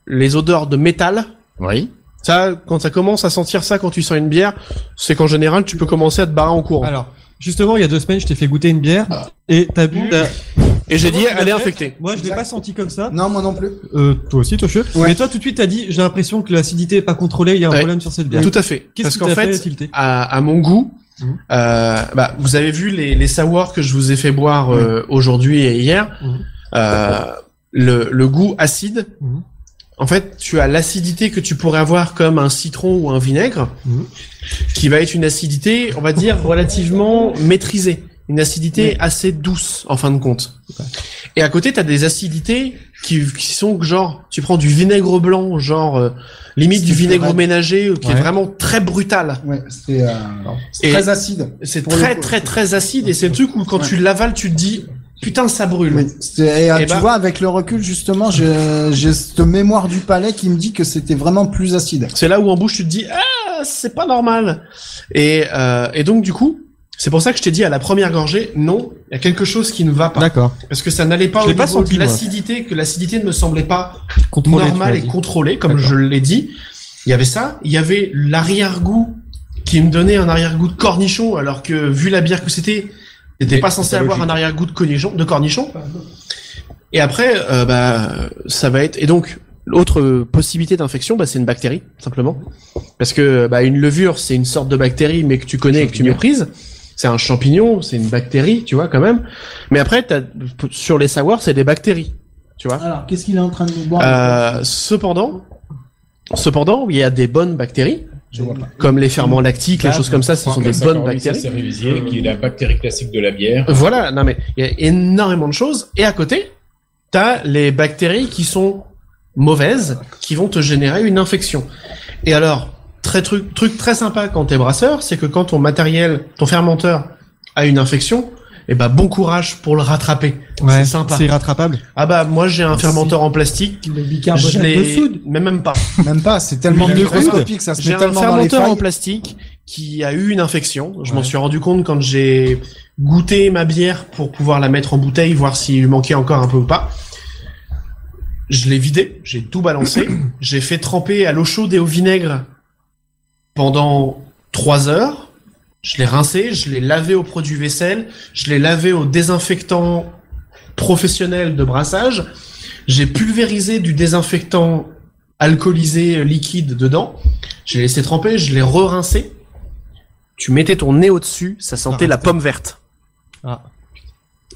S2: les odeurs de métal.
S8: Oui.
S2: Ça, quand ça commence à sentir ça quand tu sens une bière, c'est qu'en général tu peux commencer à te barrer en courant.
S5: Alors, justement, il y a deux semaines, je t'ai fait goûter une bière et t'as bu. t'as-
S2: Et j'ai dit,
S5: Comment tu
S2: elle est
S5: l'as fait
S2: infectée.
S5: Moi, je l'ai
S3: Exact.
S5: pas senti comme ça.
S3: Non, moi non plus.
S5: Euh, toi aussi, Toshio.
S3: Ouais.
S5: Mais toi, tout de suite, t'as dit, j'ai l'impression que l'acidité est pas contrôlée, il y a un
S2: Ouais.
S5: problème sur cette bière.
S2: Tout à fait.
S5: Qu'est-ce
S2: Parce
S5: qui
S2: qu'en
S5: t'a
S2: fait,
S5: fait tilter
S2: à, à mon goût,
S5: Mhm.
S2: euh, bah, vous avez vu les, les savoirs que je vous ai fait boire euh, aujourd'hui et hier.
S5: Mhm.
S2: Euh, le, le goût acide.
S5: Mhm.
S2: En fait, tu as l'acidité que tu pourrais avoir comme un citron ou un vinaigre,
S5: Mhm.
S2: qui va être une acidité, on va dire, relativement maîtrisée. Une acidité assez douce, en fin de compte. Et à côté, tu as des acidités qui, qui sont genre, tu prends du vinaigre blanc, genre euh, limite du
S3: C'est
S2: vinaigre
S3: vrai.
S2: ménager, euh, qui est
S5: Ouais.
S2: vraiment très brutal.
S3: Ouais, c'est euh, c'est
S2: Et-
S3: très acide.
S2: C'est
S3: Pour le
S2: très
S3: coup.
S2: très très acide et c'est le truc où quand
S3: Ouais.
S2: tu l'avales, tu te dis putain ça brûle.
S3: Oui, c'est- et, euh,
S2: Eh
S3: tu
S2: ben-
S3: vois, avec le recul, justement, j'ai j'ai cette mémoire du palais qui me dit que c'était vraiment plus acide.
S2: C'est là où en bouche tu te dis ah c'est pas normal. Et euh, et donc du coup c'est pour ça que je t'ai dit à la première gorgée non il y a quelque chose qui ne va pas
S5: D'accord.
S2: parce que ça n'allait pas
S5: Je
S2: au
S5: l'ai pas
S2: niveau
S5: senti,
S2: de
S5: moi.
S2: l'acidité que l'acidité ne me semblait pas
S5: Contrôlé.
S2: normale
S5: tu
S2: et
S5: m'as dit.
S2: contrôlée comme je l'ai dit. Il y avait ça il y avait l'arrière-goût qui me donnait un arrière-goût de cornichon alors que vu la bière que c'était T'étais
S8: Mais
S2: pas censé
S8: c'est
S2: avoir
S8: logique.
S2: un arrière-goût de cornichon, de cornichon. Et après, euh, bah, ça va être. Et donc, l'autre possibilité d'infection, bah, c'est une bactérie, simplement. Parce que bah, une levure, c'est une sorte de bactérie, mais que tu connais et que tu méprises. C'est un champignon, c'est une bactérie, tu vois, quand même. Mais après, t'as- sur les savoirs, c'est des bactéries, tu vois.
S3: Alors, qu'est-ce qu'il est en train de nous boire
S2: Euh, cependant, cependant, il y a des bonnes bactéries,
S3: Je vois pas.
S2: comme les ferments lactiques,
S5: Ah,
S2: les choses comme ça, ce sont des bonnes bactéries.
S8: C'est révisé, qui est la bactérie classique de la bière.
S2: Voilà, non mais il y a énormément de choses. Et à côté, t'as les bactéries qui sont mauvaises, qui vont te générer une infection. Et alors, très truc, truc très sympa quand t'es brasseur, c'est que quand ton matériel, ton fermenteur a une infection, eh ben bon courage pour le rattraper.
S5: Ouais,
S2: c'est sympa.
S5: C'est rattrapable.
S2: Ah bah moi j'ai un
S4: Merci.
S2: fermenteur en plastique.
S4: Le
S2: Je
S4: bicarbonate de
S2: l'ai
S4: soude.
S2: mais même pas.
S3: Même pas, c'est tellement
S5: Mais le
S3: microscopique, ça se
S2: J'ai
S3: met
S2: un
S3: tellement dans les
S2: fermenteur en
S3: failles.
S2: plastique qui a eu une infection. Je m'en suis rendu compte quand j'ai goûté ma bière pour pouvoir la mettre en bouteille, voir s'il lui manquait encore un peu ou pas. Je l'ai vidé, j'ai tout balancé, j'ai fait tremper à l'eau chaude et au vinaigre pendant trois heures. Je l'ai rincé, je l'ai lavé au produit vaisselle, je l'ai lavé au désinfectant professionnel de brassage. J'ai pulvérisé du désinfectant alcoolisé euh, liquide dedans. Je l'ai laissé tremper, je l'ai re-rincé. Tu mettais ton nez au-dessus, ça sentait la pomme verte.
S5: Ah.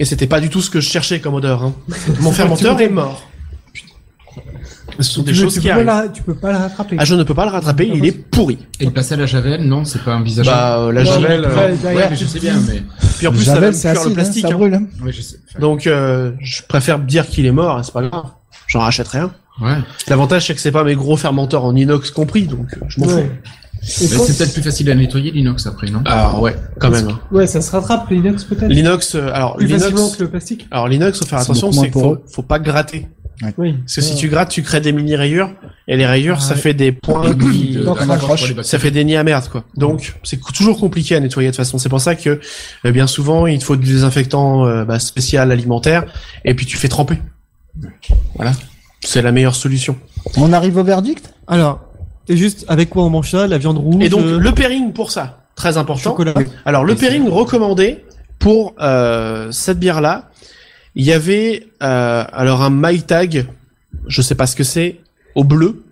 S2: Et c'était pas du tout ce que je cherchais comme odeur. hein. Mon fermenteur est mort. Ce sont des
S4: tu,
S2: choses
S4: tu
S2: qui
S4: peux pas
S2: arrivent.
S4: la, tu peux pas la rattraper.
S2: Ah, je ne peux pas le rattraper, il est pourri.
S8: Et le passage à Javel, non, c'est pas un visage.
S2: Bah, euh, la
S4: Non,
S2: javel.
S4: mais
S2: euh,
S4: après, derrière,
S8: ouais, mais je sais
S4: tu
S8: bien,
S4: dis-
S8: mais.
S2: Puis en plus, ça va
S3: Javel,
S2: me
S3: c'est
S2: cuire
S3: acide,
S2: le
S3: hein,
S2: plastique.
S3: ça
S2: hein.
S3: brûle. hein.
S8: Ouais, je sais. Enfin,
S2: Donc, euh, je préfère dire qu'il est mort, hein, c'est pas grave. J'en rachète rien.
S8: ouais.
S2: L'avantage, c'est que c'est pas mes gros fermenteurs en inox compris, donc euh, je m'en
S4: Ouais.
S2: fous.
S4: Et
S8: Mais
S4: toi,
S8: c'est peut-être plus facile à nettoyer l'inox après, non
S2: Ah ouais, quand même. hein.
S4: Ouais, ça se rattrape, l'inox peut-être.
S2: L'inox, euh, alors
S4: Plus facilement
S2: l'inox,
S4: que le plastique.
S2: alors l'inox, faut faire
S3: C'est
S2: attention,
S3: beaucoup moins
S2: c'est qu'il faut, faut pas gratter.
S4: Oui.
S2: Parce que si tu grattes, tu crées des mini rayures, et les rayures, ça fait des points qui,
S8: De-
S3: donc,
S8: de-
S3: on
S8: de-
S3: accroche.
S8: pour les
S2: ça fait des nids à merde, quoi. Donc, c'est cou- toujours compliqué à nettoyer de toute façon. C'est pour ça que, euh, bien souvent, il te faut du désinfectant euh, bah, spécial alimentaire, et puis tu fais tremper. Voilà. C'est la meilleure solution.
S3: On arrive au verdict
S5: Alors, et juste avec quoi on mange ça La viande rouge
S2: Et donc,
S5: euh,
S2: le pairing pour ça, très important.
S5: chocolat.
S2: Alors, le
S8: Et c'est-
S2: pairing recommandé pour euh, cette bière-là, il y avait euh, alors un My Tag, je sais pas ce que c'est, au bleu.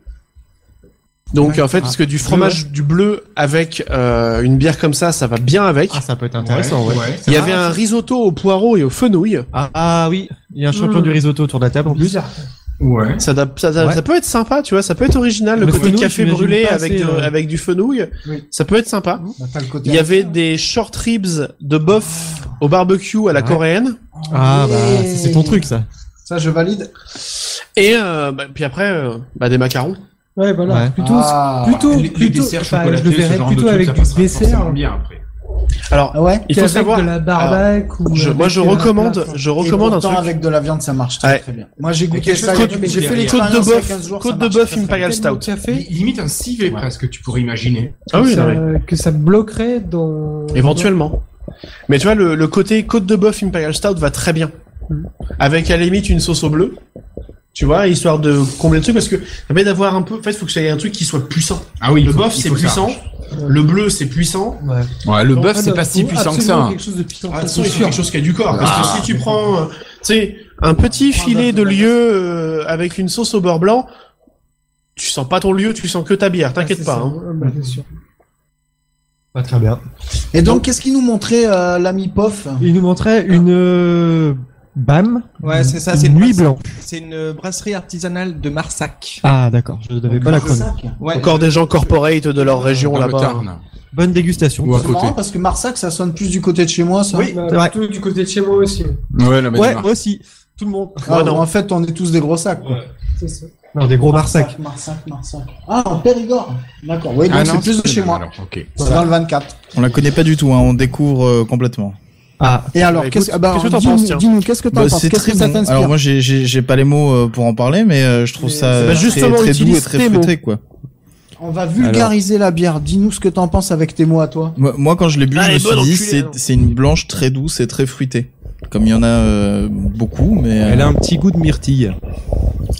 S2: Donc, en fait, parce que
S5: Ah,
S2: du fromage du bleu avec euh, une bière comme ça, ça va bien avec.
S5: Ah, ça peut être intéressant, ouais.
S2: il y avait un risotto au poireau et aux fenouil.
S5: Ah, ah oui, il y a un champion
S4: Mm.
S5: du risotto autour de la table en plus.
S4: Bizarre.
S8: Ouais.
S2: Ça, da- ça, da-
S5: Ouais.
S2: ça peut être sympa, tu vois, ça peut être original, le
S5: Le
S2: côté
S5: fenouil,
S2: café
S5: j'imagine
S2: brûlé
S5: pas
S2: avec,
S5: assez,
S2: de-
S5: euh,
S2: avec du fenouil.
S4: Oui.
S2: Ça peut être sympa.
S3: On n'a pas Bah, le côté.
S2: Il y avait des short ribs de bœuf au barbecue à la
S5: Ouais.
S2: coréenne.
S5: Ah bah,
S3: Yay.
S5: c'est c'est ton truc ça.
S3: Ça, je valide.
S2: Et euh, bah, puis après, euh, bah, des macarons.
S4: Ouais, voilà.
S5: Ouais.
S4: Plutôt,
S3: Ah.
S4: plutôt,
S8: les,
S4: plutôt,
S8: desserts
S4: enfin,
S8: chocolatés,
S4: je le verrais plutôt avec du dessert.
S8: bien après.
S2: Alors,
S3: Ah ouais
S2: il faut
S4: qu'avec
S2: savoir.
S4: de la barbac ou euh,
S2: je- moi,
S4: avec
S2: je
S4: de la
S2: recommande,
S4: place.
S2: je
S3: Et
S2: recommande un
S3: pourtant,
S2: truc.
S3: avec de la viande, ça marche très
S2: Ouais.
S3: très bien. Moi, j'ai
S8: quelque
S3: goûté
S8: chose
S3: ça. il y a-
S8: que-
S3: J'ai fait
S2: Côte de
S8: derrière.
S3: l'expérience il y a 15
S2: bœuf,
S3: jours, ça
S2: côte de
S3: marche
S2: bœuf
S3: très, très bien.
S2: imperial
S4: Tellement de
S2: stout.
S4: café
S8: Limite un civet presque, tu pourrais imaginer.
S2: Ah oui,
S4: ça-
S2: non, mais-
S4: que ça bloquerait dans
S2: éventuellement. Mais tu vois, le, le côté côte de bœuf imperial stout va très bien, avec à la limite une sauce au bleu. Tu vois, histoire de combler le truc, parce que ça permet d'avoir un peu. En fait, il faut que ça ait un truc qui soit puissant.
S8: Ah oui,
S2: le bœuf, c'est puissant. Le bleu, c'est puissant.
S4: Ouais.
S8: Ouais, le
S4: Dans-
S8: bœuf,
S4: ah,
S8: c'est
S4: non,
S8: pas si
S4: faut
S8: puissant que ça.
S4: absolument
S8: hein.
S4: quelque chose de puissant.
S2: Ah, Attention, il
S4: c'est
S2: faut quelque
S4: sûr.
S2: chose qui a du corps. Parce que si tu prends, euh, tu sais, un petit filet de lieu euh, avec une sauce au beurre blanc, tu sens pas ton lieu, tu sens que ta bière. T'inquiète
S4: Ah,
S2: pas.
S4: c'est ça.
S2: hein.
S4: Ah, bah, bien sûr.
S5: Pas très bien.
S3: Et donc, qu'est-ce qu'il nous montrait, euh, l'ami Poff
S5: Il nous montrait une euh, BAM.
S9: Ouais, c'est ça,
S5: une
S9: c'est une
S5: nuit
S9: brasse-
S5: blanche.
S9: C'est une euh, brasserie artisanale de Marsac.
S5: Ah d'accord, je ne devais pas la connaître.
S3: Marsac.
S9: Ouais.
S2: Encore des gens corporate de leur
S8: Dans
S2: région
S8: le
S2: là-bas.
S8: Tarn.
S5: Bonne dégustation.
S8: Ou à
S3: C'est marrant
S8: côté.
S3: parce que Marsac, ça sonne plus du côté de chez moi, ça.
S4: Oui,
S5: c'est vrai.
S4: plutôt du côté de chez moi aussi.
S8: Ouais, la
S5: Ouais, moi aussi. Tout le monde.
S3: Ah,
S2: Moi, non.
S3: En fait, on est tous des gros sacs. quoi.
S4: C'est ça.
S5: Non, des gros Marsac.
S3: Marsac, Marsac. Ah, en Périgord. D'accord. Oui,
S8: Ah
S3: donc Ah c'est plus de chez moi.
S8: Alors, ok.
S3: C'est dans le 24.
S10: On la connaît pas du tout, hein, on découvre euh, complètement.
S5: Ah,
S3: Et alors,
S2: Bah,
S3: qu'est-ce
S2: écoute, qu'est-ce que t'en
S3: dis-nous-
S2: penses, tiens
S3: Dis-nous, qu'est-ce que t'en
S10: Bah,
S3: penses
S10: c'est
S3: Qu'est-ce
S10: très
S3: que ça
S10: bon.
S3: t'inspire
S10: Alors moi j'ai j'ai j'ai pas les mots euh, pour en parler, mais euh, je trouve
S4: Mais,
S10: ça
S2: bah,
S10: euh,
S2: justement,
S10: très, très doux et
S2: utilise
S10: très
S2: tes mots.
S10: fruité quoi.
S3: On va vulgariser la bière. Dis-nous ce que t'en penses avec tes mots à toi.
S10: Moi, moi, quand je l'ai bu,
S2: Ah,
S10: je me
S2: les
S10: suis
S2: bonnes
S10: dit
S2: enculées,
S10: c'est
S2: alors.
S10: c'est une blanche très douce et très fruitée, comme il y en a euh, beaucoup, mais euh,
S7: Elle a un petit goût de myrtille.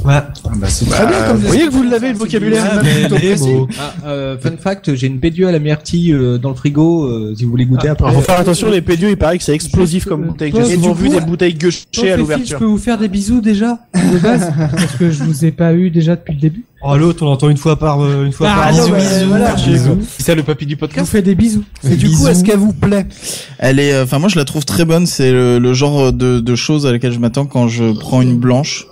S9: Ah,
S5: ouais.
S3: Très bien comme
S2: Vous voyez que vous l'avez le vocabulaire.
S9: Ah, euh, fun fact, j'ai une BDE à la myrtille euh, dans le frigo, euh, si vous voulez goûter après.
S2: Alors, faut faire attention, les pédieux, il paraît que c'est explosif
S4: Juste,
S2: comme
S4: euh,
S2: bouteille.
S4: toi,
S2: J'ai
S4: et
S2: souvent
S4: du
S2: vu
S4: coup,
S2: des bouteilles
S4: Jean
S2: gueuchées à
S4: Féfil, je
S2: l'ouverture.
S4: peux vous faire des bisous déjà de base parce que je vous ai pas eu déjà depuis le début.
S5: Oh, l'autre, on l'entend une fois par euh, une fois
S4: Ah,
S5: par
S4: non,
S5: bisous,
S4: mais
S5: bisous,
S4: voilà.
S5: chez
S4: Bisous.
S5: vous.
S8: C'est ça le papy du
S4: Je vous
S8: podcast
S4: fais des bisous.
S3: Et du coup,
S10: Bisous.
S3: est-ce qu'elle vous plaît
S10: elle est, euh, enfin moi je la trouve très bonne. C'est le, le genre de, de choses à laquelle je m'attends quand je prends une blanche.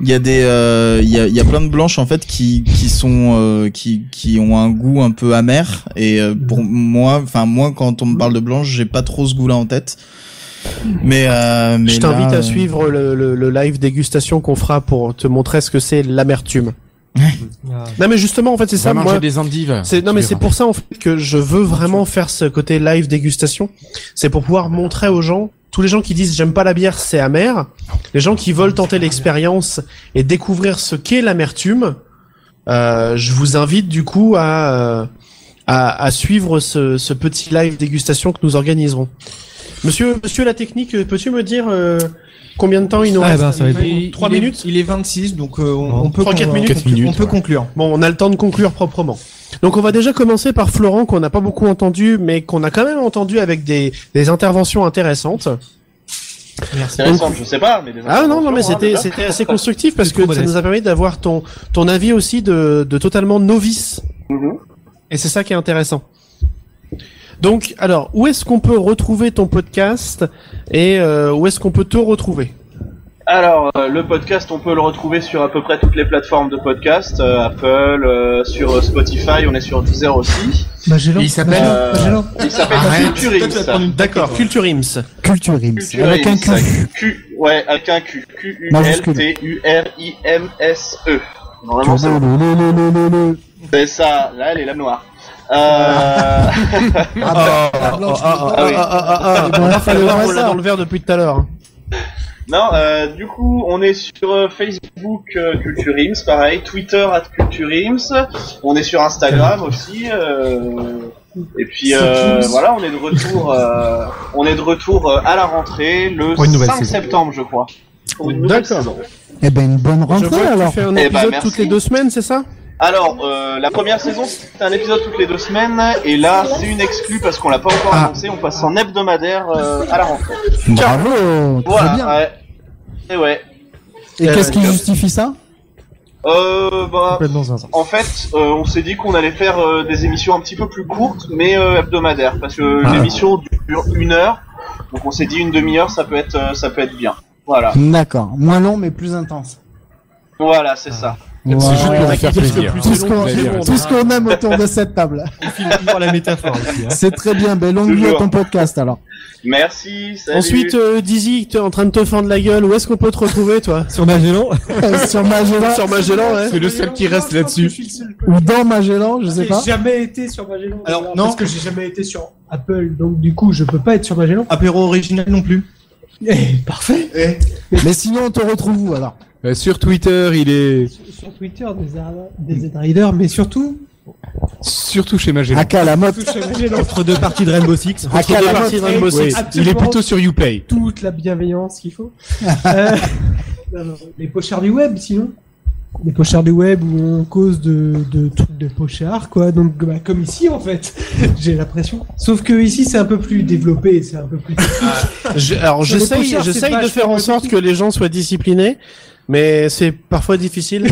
S10: Il y a des, euh, il y, a, il y a plein de blanches en fait qui qui sont euh, qui qui ont un goût un peu amer et euh, pour moi, enfin moi quand on me parle de blanche, j'ai pas trop ce goût-là en tête. Mais, euh, mais
S2: Je t'invite
S10: là, euh,
S2: à suivre le, le- le live dégustation qu'on fera pour te montrer ce que c'est l'amertume.
S5: Ah.
S2: Non mais justement en fait c'est ça
S8: Ça
S2: moi
S8: mange des endives.
S2: C'est non
S8: Tu
S2: mais
S8: verras.
S2: c'est pour ça en fait que je veux vraiment faire ce côté live dégustation. C'est pour pouvoir montrer aux gens, tous les gens qui disent j'aime pas la bière, c'est amer, les gens qui veulent tenter l'expérience et découvrir ce qu'est l'amertume. euh, je vous invite du coup à euh, à, à suivre ce, ce petit live dégustation que nous organiserons. Monsieur Monsieur la technique, peux-tu me dire euh, combien de temps il nous
S5: Ah,
S2: reste
S5: bah, ça va être
S9: Il-
S2: Trois
S9: il est-
S2: minutes
S9: il est 26, donc euh, on,
S5: Bon.
S9: on peut
S2: Trois, quatre
S9: on-
S2: minutes.
S9: on peut conclure.
S2: Bon, on a le temps de conclure proprement. Donc on va déjà commencer par Florent qu'on n'a pas beaucoup entendu, mais qu'on a quand même entendu avec des, des interventions intéressantes.
S6: C'est récent, je sais pas, mais des
S2: Ah non, non, mais
S6: informations, hein,
S2: c'était
S6: déjà.
S2: c'était assez constructif parce
S6: C'est
S2: que
S6: trop
S2: ça
S6: modeste.
S2: nous a permis d'avoir ton ton avis aussi de de totalement novice. Et c'est ça qui est intéressant. Donc, alors, où est-ce qu'on peut retrouver ton podcast et euh, où est-ce qu'on peut te retrouver
S6: Alors, euh, le podcast, on peut le retrouver sur à peu près toutes les plateformes de podcast, euh, Apple, euh, sur euh, Spotify, on est sur Deezer aussi.
S4: Bah, j'ai
S6: Il s'appelle Euh, Il s'appelle
S2: Arrête.
S6: Culture Ims.
S2: D'accord, Culture Ims.
S3: Culture
S6: Culture
S3: avec un
S6: Ims.
S3: cul.
S6: Q- Ouais, avec un Q. Q-U-L-T-U-R-I-M-S-E. Normalement, E. c'est bon.
S3: Turbo-lo-lo-lo-lo-lo.
S6: C'est ça, là, elle est lame noire. Euh...
S3: Ah,
S6: Ah oui.
S2: Ah, bon, là, fallait voir, on l'a dans le verre depuis tout à l'heure. hein.
S6: Non, euh, du coup, on est sur euh, Facebook euh, Culture Ims, pareil, Twitter at Culture Ims, on est sur Instagram aussi, euh, et puis euh,
S7: C'est Ims.
S6: voilà, on est de retour, euh, on est de retour euh, à la rentrée le
S3: Pour une nouvelle
S6: 5
S3: saison.
S6: septembre, je crois. Pour une nouvelle saison.
S3: Eh ben, une bonne
S6: Je vois
S3: rentrée
S6: que tu
S3: alors.
S6: fais un Eh ben, épisode merci. toutes les
S2: deux semaines, c'est ça
S6: Alors, euh, la première saison, c'était un épisode toutes les deux semaines, et là, c'est une exclue parce qu'on l'a pas encore
S3: Ah.
S6: annoncé, on passe en hebdomadaire euh, à la rentrée.
S3: Bravo, très
S6: Voilà,
S3: bien.
S6: ouais. Et ouais.
S3: Et
S6: Euh,
S3: qu'est-ce qui
S6: donc,
S3: justifie ça
S6: Euh, bah,
S3: Complètement zinzin.
S6: en fait, euh, on s'est dit qu'on allait faire euh, des émissions un petit peu plus courtes, mais euh, hebdomadaires, parce que
S3: Ah.
S6: l'émission dure une heure, donc on s'est dit une demi-heure, ça peut être, euh, ça peut être bien. Voilà,
S3: D'accord. Moins long mais plus intense.
S6: voilà, c'est ça.
S3: Wow.
S8: C'est juste pour vous faire
S3: Tout ce que-
S8: plaisir.
S3: Tout ce qu'on- tout ce qu'on aime autour de cette table.
S5: Pour la métaphore aussi.
S3: C'est très bien. Ben, longue vie à
S2: Toujours.
S3: ton podcast alors.
S6: Merci, salut.
S2: Ensuite, euh, Dizzy, t'es en train de te fendre la gueule. Où est-ce qu'on peut te
S10: euh,
S2: retrouver, toi
S5: Sur Magellan.
S3: Euh, Sur Magellan.
S2: Sur Magellan,
S4: hein.
S2: ouais.
S8: C'est le seul qui reste là-dessus.
S3: Ou dans Magellan, je sais
S4: Ah, J'ai
S3: pas.
S4: jamais été sur Magellan. Alors,
S3: non.
S4: Parce que j'ai jamais été sur Apple, donc du coup, je peux pas être sur Magellan.
S9: Apéro original non plus.
S3: Eh,
S4: parfait.
S3: Mais sinon, on te retrouve où alors
S8: Euh, sur Twitter, il est
S4: Sur Twitter, des, ar- des Z-Riders, mais surtout,
S8: surtout chez Magellan.
S3: Aka la motte.
S4: tout sur Magellan.
S5: Entre deux parties de Rainbow Six.
S3: Aka
S8: Entre
S3: la
S8: deux
S3: motte.
S8: parties de Rainbow
S4: Oui,
S8: Six. Il est
S4: absolument.
S8: plutôt sur YouPay.
S4: toute la bienveillance qu'il faut. Euh, non, non, les pochards du web, sinon. Les pochards du web où on cause de, de trucs de pochards, quoi. Donc, bah, comme ici, en fait, j'ai l'impression. Sauf que ici, c'est un peu plus développé, c'est un peu plus.
S2: Je- alors
S4: Sur les
S2: j'essaye,
S4: poussières, c'est
S2: j'essaye
S4: pas-
S2: de
S4: je
S2: faire en sorte que les gens soient disciplinés, mais c'est parfois difficile.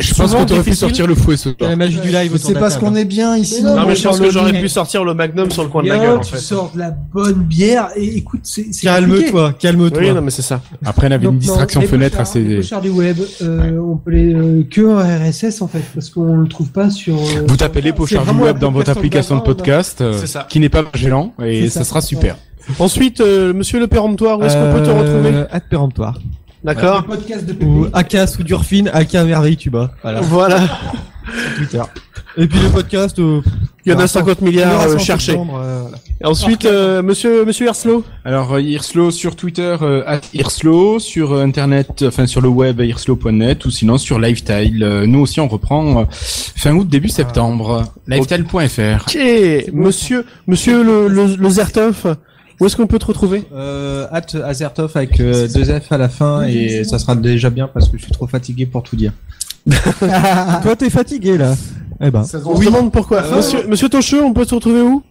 S8: Je pense
S2: Souvent
S8: qu'on aurait pu
S2: difficile.
S8: sortir le fouet ce soir.
S5: la magie du live.
S3: Mais C'est parce qu'on est bien ici.
S4: Mais
S2: Non mais
S4: on
S2: je pense
S4: parle
S2: que
S4: de
S2: j'aurais
S4: lui.
S2: pu sortir le Magnum sur le coin de la
S4: Bien,
S2: gueule. En
S4: tu
S2: fait.
S4: sors de la bonne bière et écoute, c'est. c'est compliqué.
S5: Calme-toi,
S2: Oui,
S5: calme-toi.
S2: non mais c'est ça.
S8: Après, on avait
S4: Donc,
S8: une
S4: non,
S8: distraction
S4: les
S8: fenêtre
S4: pochards- Les
S8: assez.
S4: pochards du web, euh, on peut les euh, que en RSS en fait, parce qu'on le trouve pas sur. euh,
S8: Vous tapez les pochards
S4: C'est
S8: du
S4: vraiment
S8: web dans
S4: la
S8: votre application de podcast, euh,
S2: C'est ça.
S8: qui n'est pas Magellan, et
S4: C'est
S8: ça
S4: ça.
S8: sera super.
S2: Ensuite, euh, Monsieur le Péremptoire, où est-ce qu'on peut
S10: Euh,
S2: te retrouver
S5: At péremptoire.
S2: D'accord.
S4: le podcast de
S5: Euh, Ou Aka Soudurfine, Aka Merveille Tuba. Voilà,
S2: Voilà.
S5: Twitter. Et puis le podcast. euh,
S2: Il y en a
S5: Alors,
S2: 50
S5: on
S2: milliards
S5: verra
S2: euh,
S5: ça en
S2: cherchés.
S5: septembre, euh, voilà.
S2: Et ensuite, euh, Monsieur Monsieur Herslow.
S8: Alors euh, Irslo sur Twitter euh, at @irslo sur euh, internet euh, enfin sur le web irslo.net ou sinon sur Lifetile. Euh, nous aussi on reprend euh, fin août
S2: Ah.
S8: début septembre lifetile.fr.
S2: Ok. Monsieur Monsieur le le, le Zertoff, où est-ce qu'on peut te retrouver
S9: Euh, at Azertov avec euh, deux F à la fin et ça sera déjà bien parce que je suis trop fatigué pour tout dire.
S5: Toi, t'es fatigué là. Eh ben.
S2: On se demande pourquoi. Monsieur Monsieur Tocheux, on peut te retrouver où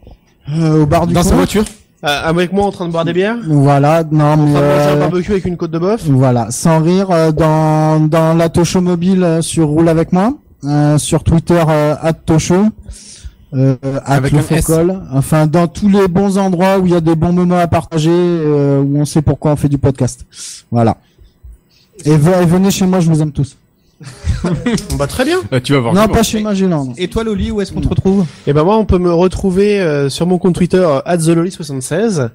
S3: Euh, au bar du
S8: Dans sa
S3: coin.
S8: voiture
S2: Euh, Avec moi en train de boire des bières.
S3: Voilà, non
S2: En
S3: mais
S2: train de manger un
S3: euh,
S2: barbecue avec une côte de bœuf.
S3: voilà, sans rire euh, dans dans la Tosho mobile euh, sur roule avec moi, euh, sur Twitter euh, @tosho euh,
S8: Avec un S.
S3: @lefocol. enfin dans tous les bons endroits où il y a des bons moments à partager euh, où on sait pourquoi on fait du podcast. Voilà. Et, ve- et venez chez moi, je vous aime tous.
S2: Bah très bien.
S8: Euh, tu vas voir.
S3: non,
S8: Clément.
S3: pas chez Magellan. non.
S9: Et toi Loli, où est-ce qu'on te retrouve
S2: Et ben moi, on peut me retrouver euh, sur mon compte Twitter @theloli76.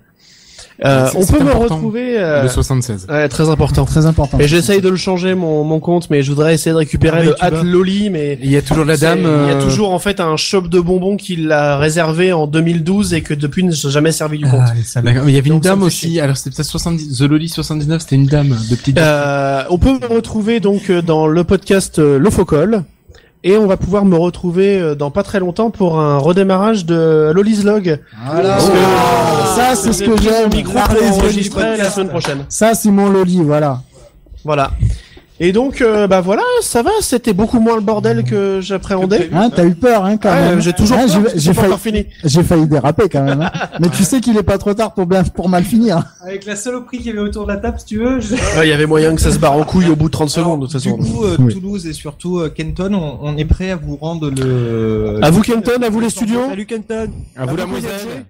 S2: Euh,
S8: Ah, C'est-
S2: on
S8: c'est
S2: peut me
S8: important.
S2: retrouver. euh,
S8: le 76.
S2: ouais, très important.
S3: Très important.
S2: Et j'essaye de le changer mon, mon compte, mais je voudrais essayer de récupérer
S5: Ah,
S2: le
S5: mais tu vas.
S2: @loli, mais
S8: Il y a toujours la
S2: c'est-
S8: dame.
S2: il y a
S8: euh,
S2: toujours en fait un shop de bonbons qu'il a réservé en 2012 et que depuis ne s'est jamais servi du compte.
S8: D'accord, mais il y avait une
S2: Donc, ça
S8: dame
S2: me fait
S8: aussi. Alors c'était peut-être 70 The Loli 79, c'était une dame de petite
S2: Euh, on peut me retrouver donc euh, dans le podcast euh, Le Focol. Et on va pouvoir me retrouver euh, dans pas très longtemps pour un redémarrage de Loli's Log.
S3: Voilà.
S2: Parce que-
S3: ça c'est ce
S2: J'ai
S3: que
S2: pris mon
S3: j'aime.
S2: micro pour
S3: Arlésienne du
S2: enregistrer la
S3: podcast.
S2: semaine prochaine.
S3: Ça c'est mon loli, voilà.
S2: Voilà. Et donc, euh, bah voilà, ça va, c'était beaucoup moins le bordel que j'appréhendais.
S3: Hein, t'as eu peur, hein, quand
S2: Ouais,
S3: même.
S2: j'ai toujours
S3: Hein,
S2: peur,
S3: j'ai-
S2: parce que
S3: j'ai
S2: c'est pas
S3: failli,
S2: encore fini.
S3: j'ai failli déraper, quand même. hein. Mais tu sais qu'il est pas trop tard pour bien, pour mal finir.
S4: Avec la saloperie qu'il y avait autour de la table, si tu veux. je-
S2: Il y avait moyen que ça se barre en couille au bout de 30 secondes, de toute façon.
S5: Du coup, euh,
S3: Oui.
S5: Toulouse et surtout euh, Kenton, on, on est prêt à vous rendre le.
S2: À vous, Kenton, à vous les studios.
S11: Salut Kenton
S12: À vous la Moselle.